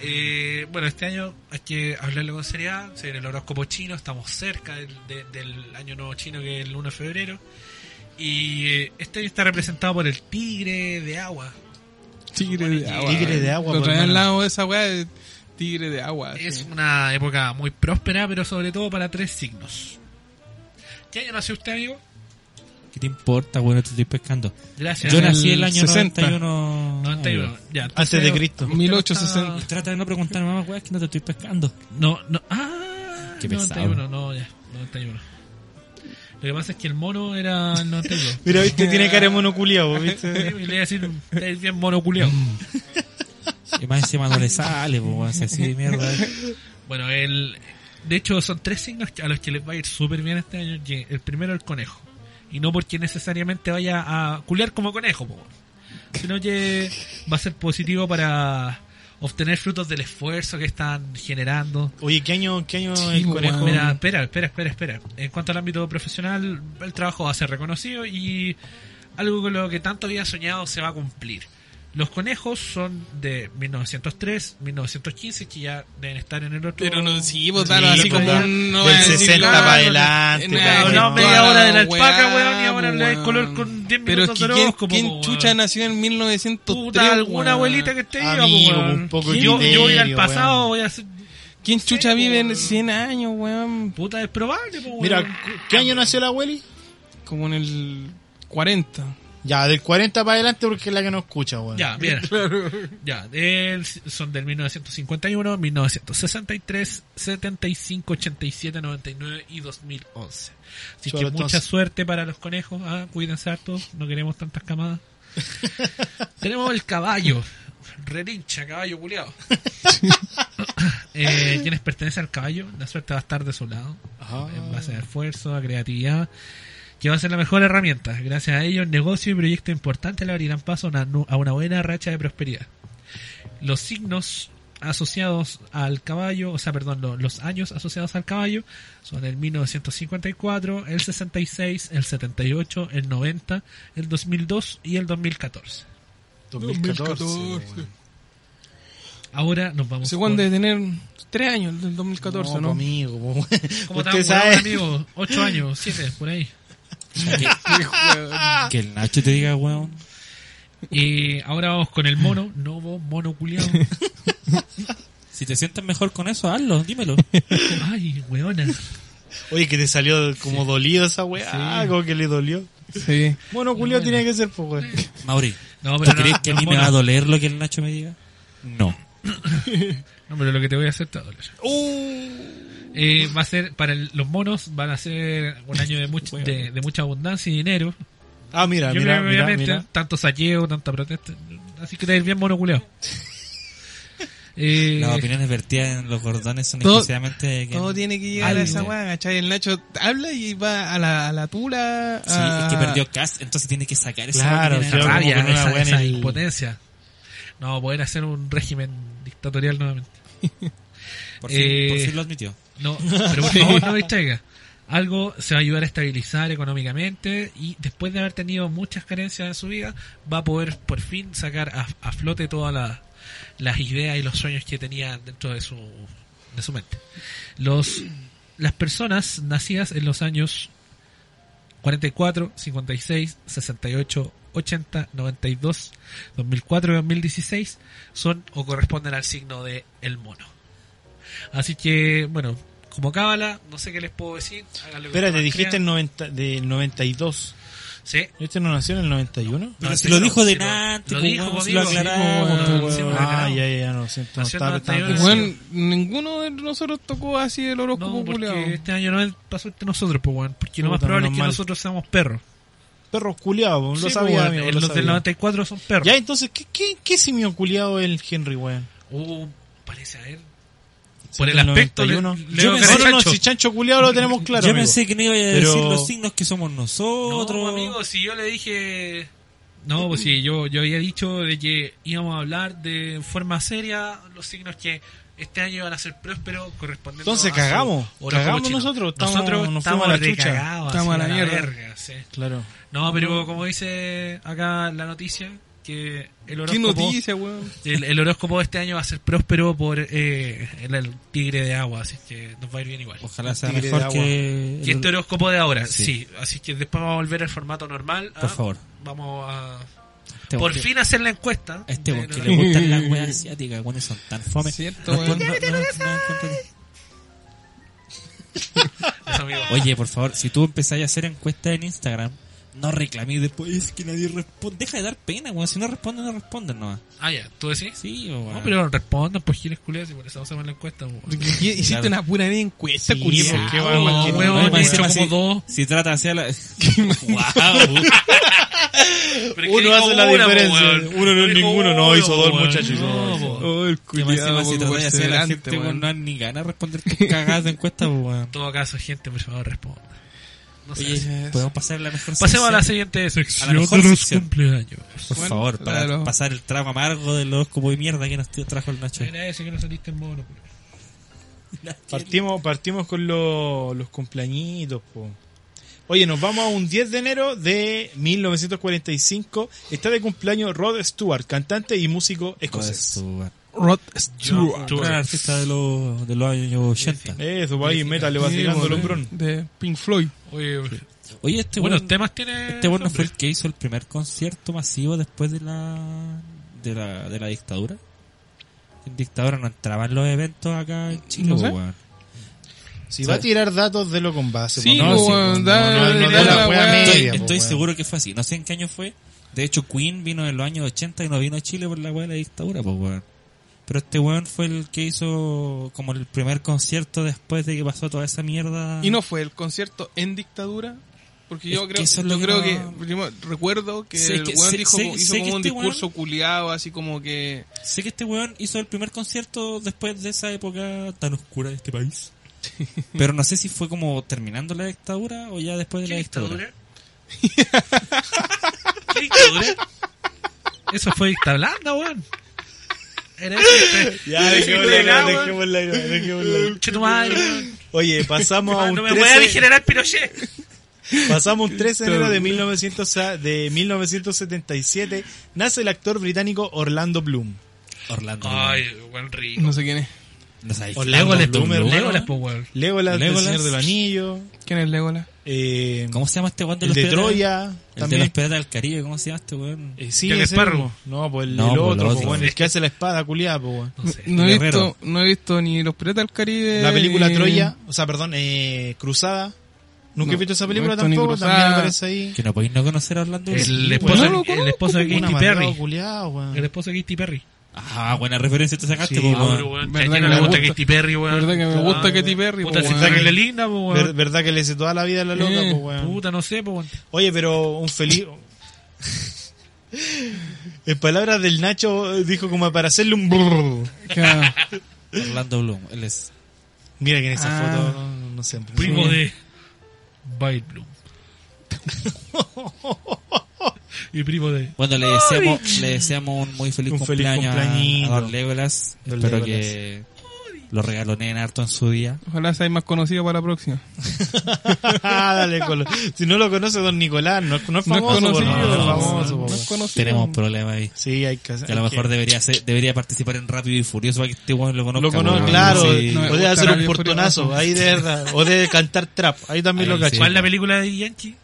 Speaker 4: Eh, bueno, este año hay que hablarlo con seriedad. Se viene el horóscopo chino, estamos cerca del, de- del año nuevo chino que es el 1 de febrero. Y eh, este año está representado por el tigre de agua.
Speaker 3: Tigre de agua.
Speaker 5: Tigre de agua,
Speaker 3: Lo
Speaker 5: por
Speaker 3: traen al
Speaker 5: hermano.
Speaker 3: lado de esa weá de tigre de agua. así.
Speaker 4: Es una época muy próspera, pero sobre todo para tres signos. ¿Qué año nació usted, amigo?
Speaker 2: ¿Qué te importa, weón? Te estoy pescando.
Speaker 4: Gracias.
Speaker 2: Yo
Speaker 3: en el
Speaker 2: nací el año
Speaker 3: 60.
Speaker 2: 91.
Speaker 4: 91. Ya, entonces-
Speaker 5: Antes de Cristo.
Speaker 4: Usted no
Speaker 3: 1860.
Speaker 4: está-
Speaker 2: Trata de no preguntarme más, weón, que no te estoy pescando.
Speaker 4: No, no. Ah,
Speaker 2: Qué
Speaker 4: 91, no, ya. 91. Lo que pasa es que el mono era el 91.
Speaker 5: Mira, viste, Este tiene cara de monoculiado, viste.
Speaker 4: Sí, Le iba a decir, estáis bien monoculeado.
Speaker 2: Y más encima no le sale, po, weón. Si así de mierda.
Speaker 4: Bueno, el, de hecho son tres signos a los que les va a ir súper bien este año. que El primero el conejo. Y no porque necesariamente vaya a culear como conejo, po, sino que va a ser positivo para obtener frutos del esfuerzo que están generando.
Speaker 5: Oye, ¿qué año, qué año
Speaker 3: Sí,
Speaker 5: el conejo?
Speaker 3: weón.
Speaker 4: Mira, espera, espera, espera, espera. En cuanto al ámbito profesional, el trabajo va a ser reconocido y algo con lo que tanto había soñado se va a cumplir. Los conejos son de 1903, 1915, que ya deben estar en el otro...
Speaker 3: Pero no, sí, votaron
Speaker 5: Sí,
Speaker 3: así
Speaker 5: pues,
Speaker 3: como
Speaker 5: ya.
Speaker 3: un... No
Speaker 5: Del
Speaker 3: voy a decir
Speaker 5: 60
Speaker 3: nada,
Speaker 5: para
Speaker 3: no-
Speaker 5: adelante,
Speaker 3: no,
Speaker 5: pa'
Speaker 3: no,
Speaker 4: no,
Speaker 5: no,
Speaker 4: media
Speaker 5: no,
Speaker 4: hora de la
Speaker 3: weá, pues,
Speaker 4: alpaca, weón, y ahora habla del
Speaker 3: weón.
Speaker 4: color con 10
Speaker 3: Pero
Speaker 4: minutos
Speaker 3: es que
Speaker 4: de
Speaker 3: ¿quién,
Speaker 4: horóscopo,
Speaker 3: quién
Speaker 4: po, weón.
Speaker 3: chucha nació en 1903,
Speaker 4: Puta, alguna
Speaker 3: weón?
Speaker 4: abuelita que esté viva, po,
Speaker 5: Amigo,
Speaker 4: weón.
Speaker 5: un poco
Speaker 4: yo,
Speaker 5: criterio,
Speaker 4: yo voy
Speaker 5: weón.
Speaker 4: al pasado, voy a hacer...
Speaker 3: ¿Quién chucha
Speaker 4: Sí,
Speaker 3: vive en
Speaker 4: weón.
Speaker 3: 100 años, weón?
Speaker 4: Puta, es probable, po, weón.
Speaker 5: Mira, ¿qué año nació la Welly?
Speaker 3: Como en el 40.
Speaker 5: Ya, del 40 para adelante porque es la que no escucha, weón.
Speaker 4: Ya, mira. Ya, del- son del 1951, 1963, 75, 87, 99 y 2011. Así
Speaker 5: Solo
Speaker 4: que mucha
Speaker 5: entonces.
Speaker 4: suerte para los conejos. ah, Cuídense harto, no queremos tantas camadas. Tenemos el caballo. Relincha, caballo culiado. eh, quienes pertenecen al caballo, la suerte va a estar de su lado.
Speaker 5: Ajá.
Speaker 4: En base a esfuerzo, a creatividad, que va a ser la mejor herramienta. Gracias a ello, negocio y proyecto importante le abrirán paso a una, nu- a una buena racha de prosperidad. Los signos asociados al caballo, o sea, perdón, lo- los años asociados al caballo son el 1954, el 66, el 78, el 90, el 2002 y el 2014.
Speaker 5: 2014.
Speaker 3: 2014.
Speaker 5: weón.
Speaker 4: Ahora nos vamos
Speaker 3: Ese
Speaker 4: con-
Speaker 3: weón debe tener 3 años, del 2014,
Speaker 5: No,
Speaker 4: pues,
Speaker 5: pues,
Speaker 3: ¿no?
Speaker 5: amigo, po, weón.
Speaker 4: ¿Cómo
Speaker 5: Usted
Speaker 4: estamos, weón,
Speaker 5: sabe.
Speaker 4: amigo? 8 años, 7, por ahí.
Speaker 2: Que el Nacho te diga, weón.
Speaker 4: Y ahora vamos con el mono, nuevo mono culiado.
Speaker 2: Si te sientes mejor con eso, hazlo, dímelo.
Speaker 4: Ay, weona.
Speaker 5: Oye, que te salió ah, como dolido esa weá. Como que le dolió.
Speaker 3: Sí.
Speaker 5: Mono culiao tenía que ser, pues, weón.
Speaker 2: Mauri,
Speaker 4: No,
Speaker 2: ¿tú
Speaker 4: pero no,
Speaker 2: crees que a
Speaker 4: no
Speaker 2: mí
Speaker 4: es
Speaker 2: me
Speaker 4: mono.
Speaker 2: va a doler lo que el Nacho me diga? No.
Speaker 4: No, pero lo que te voy a hacer te va a doler.
Speaker 5: Uh.
Speaker 4: Eh, va a ser, para el- los monos, van a ser un año de, much- de, de mucha abundancia y dinero.
Speaker 5: Ah, mira,
Speaker 4: Yo
Speaker 5: mira,
Speaker 4: creo que
Speaker 5: mira,
Speaker 4: obviamente,
Speaker 5: mira.
Speaker 4: tanto saqueo, tanta protesta. Así que te va a ir bien monoculeado. Eh,
Speaker 2: Las opiniones vertidas en los gordones son
Speaker 3: Todo-
Speaker 2: exclusivamente... que-
Speaker 3: Todo tiene que llegar a
Speaker 4: Algo.
Speaker 3: esa weá, ¿cachai? El Nacho habla y va a la, a la tula.
Speaker 2: Sí,
Speaker 3: a-
Speaker 2: es que perdió Cass, entonces tiene que sacar esa
Speaker 5: Claro,
Speaker 2: opinión.
Speaker 4: esa
Speaker 5: yo como
Speaker 4: rabia,
Speaker 5: con una
Speaker 4: esa,
Speaker 5: buena
Speaker 4: esa
Speaker 5: el-
Speaker 4: impotencia. No, poder hacer un régimen dictatorial nuevamente.
Speaker 2: Por, fin, por
Speaker 4: Eh,
Speaker 2: fin lo admitió.
Speaker 4: No, pero por favor no distraiga. Algo se va a ayudar a estabilizar económicamente y después de haber tenido muchas carencias en su vida, va a poder por fin sacar a, a flote todas la- las ideas y los sueños que tenía dentro de su, de su mente. Los, las personas nacidas en los años 44, 56, 68, 80, 92, 2004 y 2016 son o corresponden al signo de el mono. Así que, bueno, como cábala, no sé qué les puedo decir. Háganle lo que
Speaker 5: Espérate,
Speaker 4: más
Speaker 5: dijiste el
Speaker 4: crean.
Speaker 5: 90, del 92.
Speaker 4: Sí.
Speaker 5: ¿Este no nació en el 91?
Speaker 2: Pero
Speaker 4: No,
Speaker 2: si
Speaker 4: sí,
Speaker 2: lo
Speaker 4: no,
Speaker 2: dijo
Speaker 4: sí,
Speaker 2: de
Speaker 4: lo-
Speaker 2: antes,
Speaker 4: lo
Speaker 2: pues,
Speaker 4: dijo,
Speaker 2: weón,
Speaker 4: pues,
Speaker 2: si lo
Speaker 4: amigo, sí,
Speaker 2: aclaramos,
Speaker 4: pues,
Speaker 2: weón.
Speaker 4: sí, pues,
Speaker 5: Ah,
Speaker 4: aclaramos.
Speaker 5: ya, ya, ya, no siento. No
Speaker 4: Nació
Speaker 5: estaba
Speaker 4: en
Speaker 5: prestando
Speaker 4: 91.
Speaker 5: atención.
Speaker 3: Weón, ninguno de nosotros tocó así el horóscopo
Speaker 4: No, porque
Speaker 3: culiao.
Speaker 4: este año no es- pasó entre nosotros, pues, weón. Porque lo más
Speaker 5: Puta,
Speaker 4: probable es
Speaker 5: menos
Speaker 4: que
Speaker 5: mal.
Speaker 4: nosotros seamos perros.
Speaker 5: Perros culiados,
Speaker 4: Sí,
Speaker 5: lo
Speaker 4: pues,
Speaker 5: sabía,
Speaker 4: weón,
Speaker 5: amigo,
Speaker 4: eh,
Speaker 5: lo
Speaker 4: Los del
Speaker 5: sabía.
Speaker 4: 94 son perros.
Speaker 5: Ya, entonces, ¿qué, qué, qué simio culiado es el Henry, weón?
Speaker 4: Uh, parece a él. Por
Speaker 5: Sí,
Speaker 4: el
Speaker 5: del
Speaker 4: aspecto, le-
Speaker 5: 91.
Speaker 4: le
Speaker 5: Yo
Speaker 4: veo
Speaker 5: pensé,
Speaker 4: cara
Speaker 5: no,
Speaker 4: de
Speaker 5: no,
Speaker 4: chancho.
Speaker 5: si chancho culiado lo tenemos claro.
Speaker 2: Yo
Speaker 5: amigo.
Speaker 2: pensé que no iba a
Speaker 5: Pero-
Speaker 2: decir los signos que somos nosotros.
Speaker 4: No, amigo, si yo le dije... No, pues sí, yo, yo había dicho de que íbamos a hablar de forma seria los signos que este año van a ser prósperos correspondientes
Speaker 5: Entonces cagamos, cagamos nosotros, estamos-
Speaker 4: nosotros
Speaker 5: nos
Speaker 4: estamos
Speaker 5: fuimos a la chucha,
Speaker 4: recagados,
Speaker 3: estamos
Speaker 4: así,
Speaker 3: a la mierda.
Speaker 4: verga, sí.
Speaker 5: Claro.
Speaker 4: No, pero como dice acá la noticia, que el
Speaker 3: ¿Qué
Speaker 4: horóscopo,
Speaker 3: noticia, weón?
Speaker 4: el, el horóscopo de este año va a ser próspero por eh, el, el tigre de agua, así que nos va a ir bien igual.
Speaker 2: Ojalá sea
Speaker 5: Tigre de
Speaker 2: mejor
Speaker 5: agua.
Speaker 2: que...
Speaker 4: Y este horóscopo de ahora,
Speaker 2: Sí.
Speaker 4: sí. Así que después vamos a volver al formato normal. ¿ah?
Speaker 2: Por favor.
Speaker 4: Vamos a...
Speaker 2: Este
Speaker 4: por
Speaker 2: weón que-
Speaker 4: fin hacer la encuesta.
Speaker 2: Este weón
Speaker 4: Pero-
Speaker 2: que le gustan las weas asiáticas, weones son tan fome.
Speaker 3: Cierto,
Speaker 2: No,
Speaker 3: weón.
Speaker 2: no, no, no, no encuentro-
Speaker 4: Eso, amigo.
Speaker 2: Oye, por favor, si tú empezáis a hacer encuestas en Instagram, no reclaméis después es que nadie responde. Deja de dar pena, weón. Si no responden, no responden nomás.
Speaker 4: Ah, ya, ¿tú decís?
Speaker 2: Sí, weón.
Speaker 4: No, pero respondan, pues giles culiados y por eso hacemos la encuesta. weón.
Speaker 3: Porque Hiciste
Speaker 2: Claro.
Speaker 3: una pura media encuesta,
Speaker 5: Sí,
Speaker 3: culiao.
Speaker 5: porque,
Speaker 4: Ah,
Speaker 5: weón,
Speaker 4: weón,
Speaker 5: que-
Speaker 4: weón,
Speaker 2: Además,
Speaker 4: he hecho
Speaker 2: encima, si-
Speaker 4: como dos.
Speaker 2: Si trata hacia la. ¡Wow!
Speaker 4: Pero es que
Speaker 5: Uno
Speaker 4: dijo
Speaker 5: hace la
Speaker 4: una, po,
Speaker 5: diferencia.
Speaker 4: weón.
Speaker 5: Uno no es
Speaker 4: Dijo
Speaker 5: ninguno, no,
Speaker 4: uno,
Speaker 5: hizo
Speaker 4: po,
Speaker 5: dos
Speaker 4: weón.
Speaker 5: muchachos. hizo
Speaker 4: No,
Speaker 5: dos.
Speaker 4: po.
Speaker 3: Oh, el
Speaker 2: Además, encima,
Speaker 3: culiao,
Speaker 2: si tratáis
Speaker 3: poco
Speaker 2: de hacer a la
Speaker 3: perseverante,
Speaker 2: gente, weón,
Speaker 3: weón.
Speaker 2: no dan ni ganas de responder tus cagadas de encuestas, weón.
Speaker 4: En todo caso, gente, por favor, responda. No sé.
Speaker 2: Oye, podemos pasar a la mejor
Speaker 4: Pasemos a la
Speaker 2: sección?
Speaker 4: siguiente sección
Speaker 2: A la mejor
Speaker 4: de los
Speaker 2: sección.
Speaker 4: cumpleaños.
Speaker 2: Por
Speaker 3: Bueno,
Speaker 2: favor, para
Speaker 3: claro.
Speaker 2: pasar el trago amargo del horóscopo de mierda que nos trajo el Nacho.
Speaker 4: Era ese que no saliste en mono. culiao.
Speaker 5: Partimos, partimos con lo- los cumpleañitos, po. Oye, nos vamos a un 10 de enero de 1945. Está de cumpleaños Rod Stewart, cantante y músico escocés.
Speaker 2: Joder,
Speaker 3: Rod
Speaker 4: Yo-
Speaker 3: Stewart. Ah,
Speaker 2: tú, Gran artista de los, de los años 80.
Speaker 5: Eso, va ahí, meta, le va
Speaker 3: Sí,
Speaker 5: tirando
Speaker 3: weón,
Speaker 5: lumbrón.
Speaker 3: De Pink Floyd.
Speaker 4: Oye,
Speaker 2: Oye, este
Speaker 4: buenos
Speaker 2: weón-
Speaker 4: temas tiene.
Speaker 2: Este bueno
Speaker 4: hombre.
Speaker 2: fue el que hizo el primer concierto masivo después de la de la, de la dictadura. En dictadura no entraban los eventos acá en Chile,
Speaker 3: No sé.
Speaker 2: weón.
Speaker 5: Si va a tirar datos de lo con base,
Speaker 3: Sí,
Speaker 5: po, no,
Speaker 3: weón,
Speaker 5: sí, pues, po,
Speaker 3: da-
Speaker 5: no, no, no,
Speaker 3: da
Speaker 5: da la
Speaker 3: la
Speaker 5: wea
Speaker 3: wea.
Speaker 5: media,
Speaker 2: Estoy,
Speaker 5: po,
Speaker 2: estoy
Speaker 5: weón.
Speaker 2: seguro que fue así. No sé en qué año fue. De hecho, Queen vino en los años 80 y no vino a Chile por la weá de la dictadura, pues weón. Pero este weón fue el que hizo como el primer concierto después de que pasó toda esa mierda.
Speaker 3: Y no fue el concierto en dictadura. Porque yo
Speaker 2: Es que
Speaker 3: creo,
Speaker 2: eso es lo
Speaker 3: yo
Speaker 2: que
Speaker 3: creo
Speaker 2: no-
Speaker 3: que, yo me- recuerdo que
Speaker 2: Sé
Speaker 3: el
Speaker 2: que-
Speaker 3: weón
Speaker 2: sé-
Speaker 3: dijo,
Speaker 2: sé-
Speaker 3: como- hizo
Speaker 2: sé que
Speaker 3: como un
Speaker 2: este weón-
Speaker 3: discurso culiado, así como que,
Speaker 2: Sé que este weón hizo el primer concierto después de esa época tan oscura de este país. Pero no sé si fue como terminando la dictadura o ya después de
Speaker 4: ¿Qué
Speaker 2: la dictadura.
Speaker 4: dictadura? ¿Qué dictadura? Eso fue dicta blanda, weón. Era ese.
Speaker 5: Ya, dejémosla,
Speaker 4: dejémosla,
Speaker 5: dejémosla, dejémosla.
Speaker 4: Che tu madre, weón.
Speaker 5: Oye, pasamos a un
Speaker 4: Ah, No me voy a
Speaker 5: 13
Speaker 4: general Pinochet.
Speaker 5: Pasamos un 13 de enero de, 1900 a- de 1977. Nace el actor británico Orlando Bloom.
Speaker 2: Orlando.
Speaker 4: Ay, weón rico.
Speaker 3: no sé quién es.
Speaker 2: No sabéis.
Speaker 4: Legolas, po,
Speaker 5: Bloom,
Speaker 4: weón.
Speaker 5: hermano.
Speaker 4: Legolas, po, weón.
Speaker 5: Legolas, del
Speaker 2: Legolas.
Speaker 5: Señor del Anillo.
Speaker 3: ¿Quién es Legolas?
Speaker 5: eh,
Speaker 2: ¿Cómo se llama este weón de
Speaker 5: el
Speaker 2: los
Speaker 5: de
Speaker 2: piratas?
Speaker 5: Troya.
Speaker 2: El de los
Speaker 5: También.
Speaker 2: piratas del Caribe, ¿cómo se llama este weón?
Speaker 5: Eh, sí,
Speaker 4: Jack
Speaker 5: ese
Speaker 4: Sparrow.
Speaker 5: mismo. No, pues el,
Speaker 2: No,
Speaker 5: el
Speaker 2: po, el
Speaker 5: otro, po,
Speaker 2: otro.
Speaker 5: bueno, el que hace la espada culiada, po, bueno.
Speaker 4: No sé.
Speaker 3: No he,
Speaker 2: Guerrero.
Speaker 3: visto, no he visto ni Los Piratas del Caribe.
Speaker 5: La película
Speaker 3: ni-
Speaker 5: Troya, o sea, perdón, eh, Cruzada. Nunca he
Speaker 3: No,
Speaker 5: visto esa
Speaker 3: no
Speaker 5: película
Speaker 3: he visto ni
Speaker 5: también,
Speaker 3: cruzada.
Speaker 5: también aparece ahí.
Speaker 2: Que no podéis no conocer a Orlando Bloom.
Speaker 4: El
Speaker 5: pues,
Speaker 4: esposo,
Speaker 5: no lo
Speaker 4: el esposo de
Speaker 5: Una pues.
Speaker 4: Katy
Speaker 5: amargado,
Speaker 4: Perry.
Speaker 5: culiao, weón.
Speaker 4: El esposo de Katy Perry.
Speaker 2: Ah, buena referencia te sacaste, po,
Speaker 4: ah,
Speaker 2: weón.
Speaker 4: pero, weón,
Speaker 3: Verdad que
Speaker 4: a Chayana
Speaker 3: me
Speaker 4: le gusta
Speaker 3: gusta.
Speaker 4: Katy Perry, weón.
Speaker 3: verdad que me
Speaker 4: Ah,
Speaker 3: gusta
Speaker 5: weón.
Speaker 3: Katy Perry,
Speaker 4: Puta,
Speaker 3: po,
Speaker 4: si
Speaker 3: weón.
Speaker 4: está que le linda, po, weón.
Speaker 5: Ver- verdad que le hice toda la vida a la loca,
Speaker 3: Eh,
Speaker 5: po, weón.
Speaker 4: Puta, no sé, po, weón.
Speaker 5: Oye, pero un feliz. en palabras del Nacho, eh, dijo como para hacerle un. brrr.
Speaker 3: Claro.
Speaker 2: Orlando Bloom, él es.
Speaker 5: Mira que en esa
Speaker 3: Ah.
Speaker 5: foto, no, no sé.
Speaker 4: Primo de Bite Bloom. y primo de.
Speaker 2: Bueno, le deseamos, le deseamos un muy feliz
Speaker 5: Un feliz
Speaker 2: cumpleaños a-
Speaker 5: cumpleañito.
Speaker 2: a Don Legolas.
Speaker 5: Don
Speaker 2: Espero
Speaker 5: Legolas.
Speaker 2: que lo regaloneen harto en su día.
Speaker 3: Ojalá seáis más conocido para la próxima.
Speaker 5: Dale, Colo. Si no lo conoce Don Nicolás, no, no es
Speaker 3: No es
Speaker 5: famoso. po,
Speaker 3: conocido.
Speaker 5: No, no es famoso. po,
Speaker 3: No
Speaker 5: weón.
Speaker 3: es conocido.
Speaker 2: Tenemos un problema ahí.
Speaker 5: Sí, hay que hacer.
Speaker 2: Que a lo
Speaker 5: hay
Speaker 2: mejor debería ser, debería participar en Rápido y Furioso para que este weón lo conozca.
Speaker 5: Lo conozco,
Speaker 2: weón.
Speaker 5: claro.
Speaker 2: Sí.
Speaker 3: No, me
Speaker 5: Podría
Speaker 3: gusta
Speaker 5: hacer un
Speaker 3: Radio
Speaker 5: portonazo,
Speaker 3: Furioso.
Speaker 5: ahí de verdad. O de cantar trap, ahí también
Speaker 2: Ahí
Speaker 5: lo caché.
Speaker 2: sí.
Speaker 4: ¿Cuál es la película de Yanchi?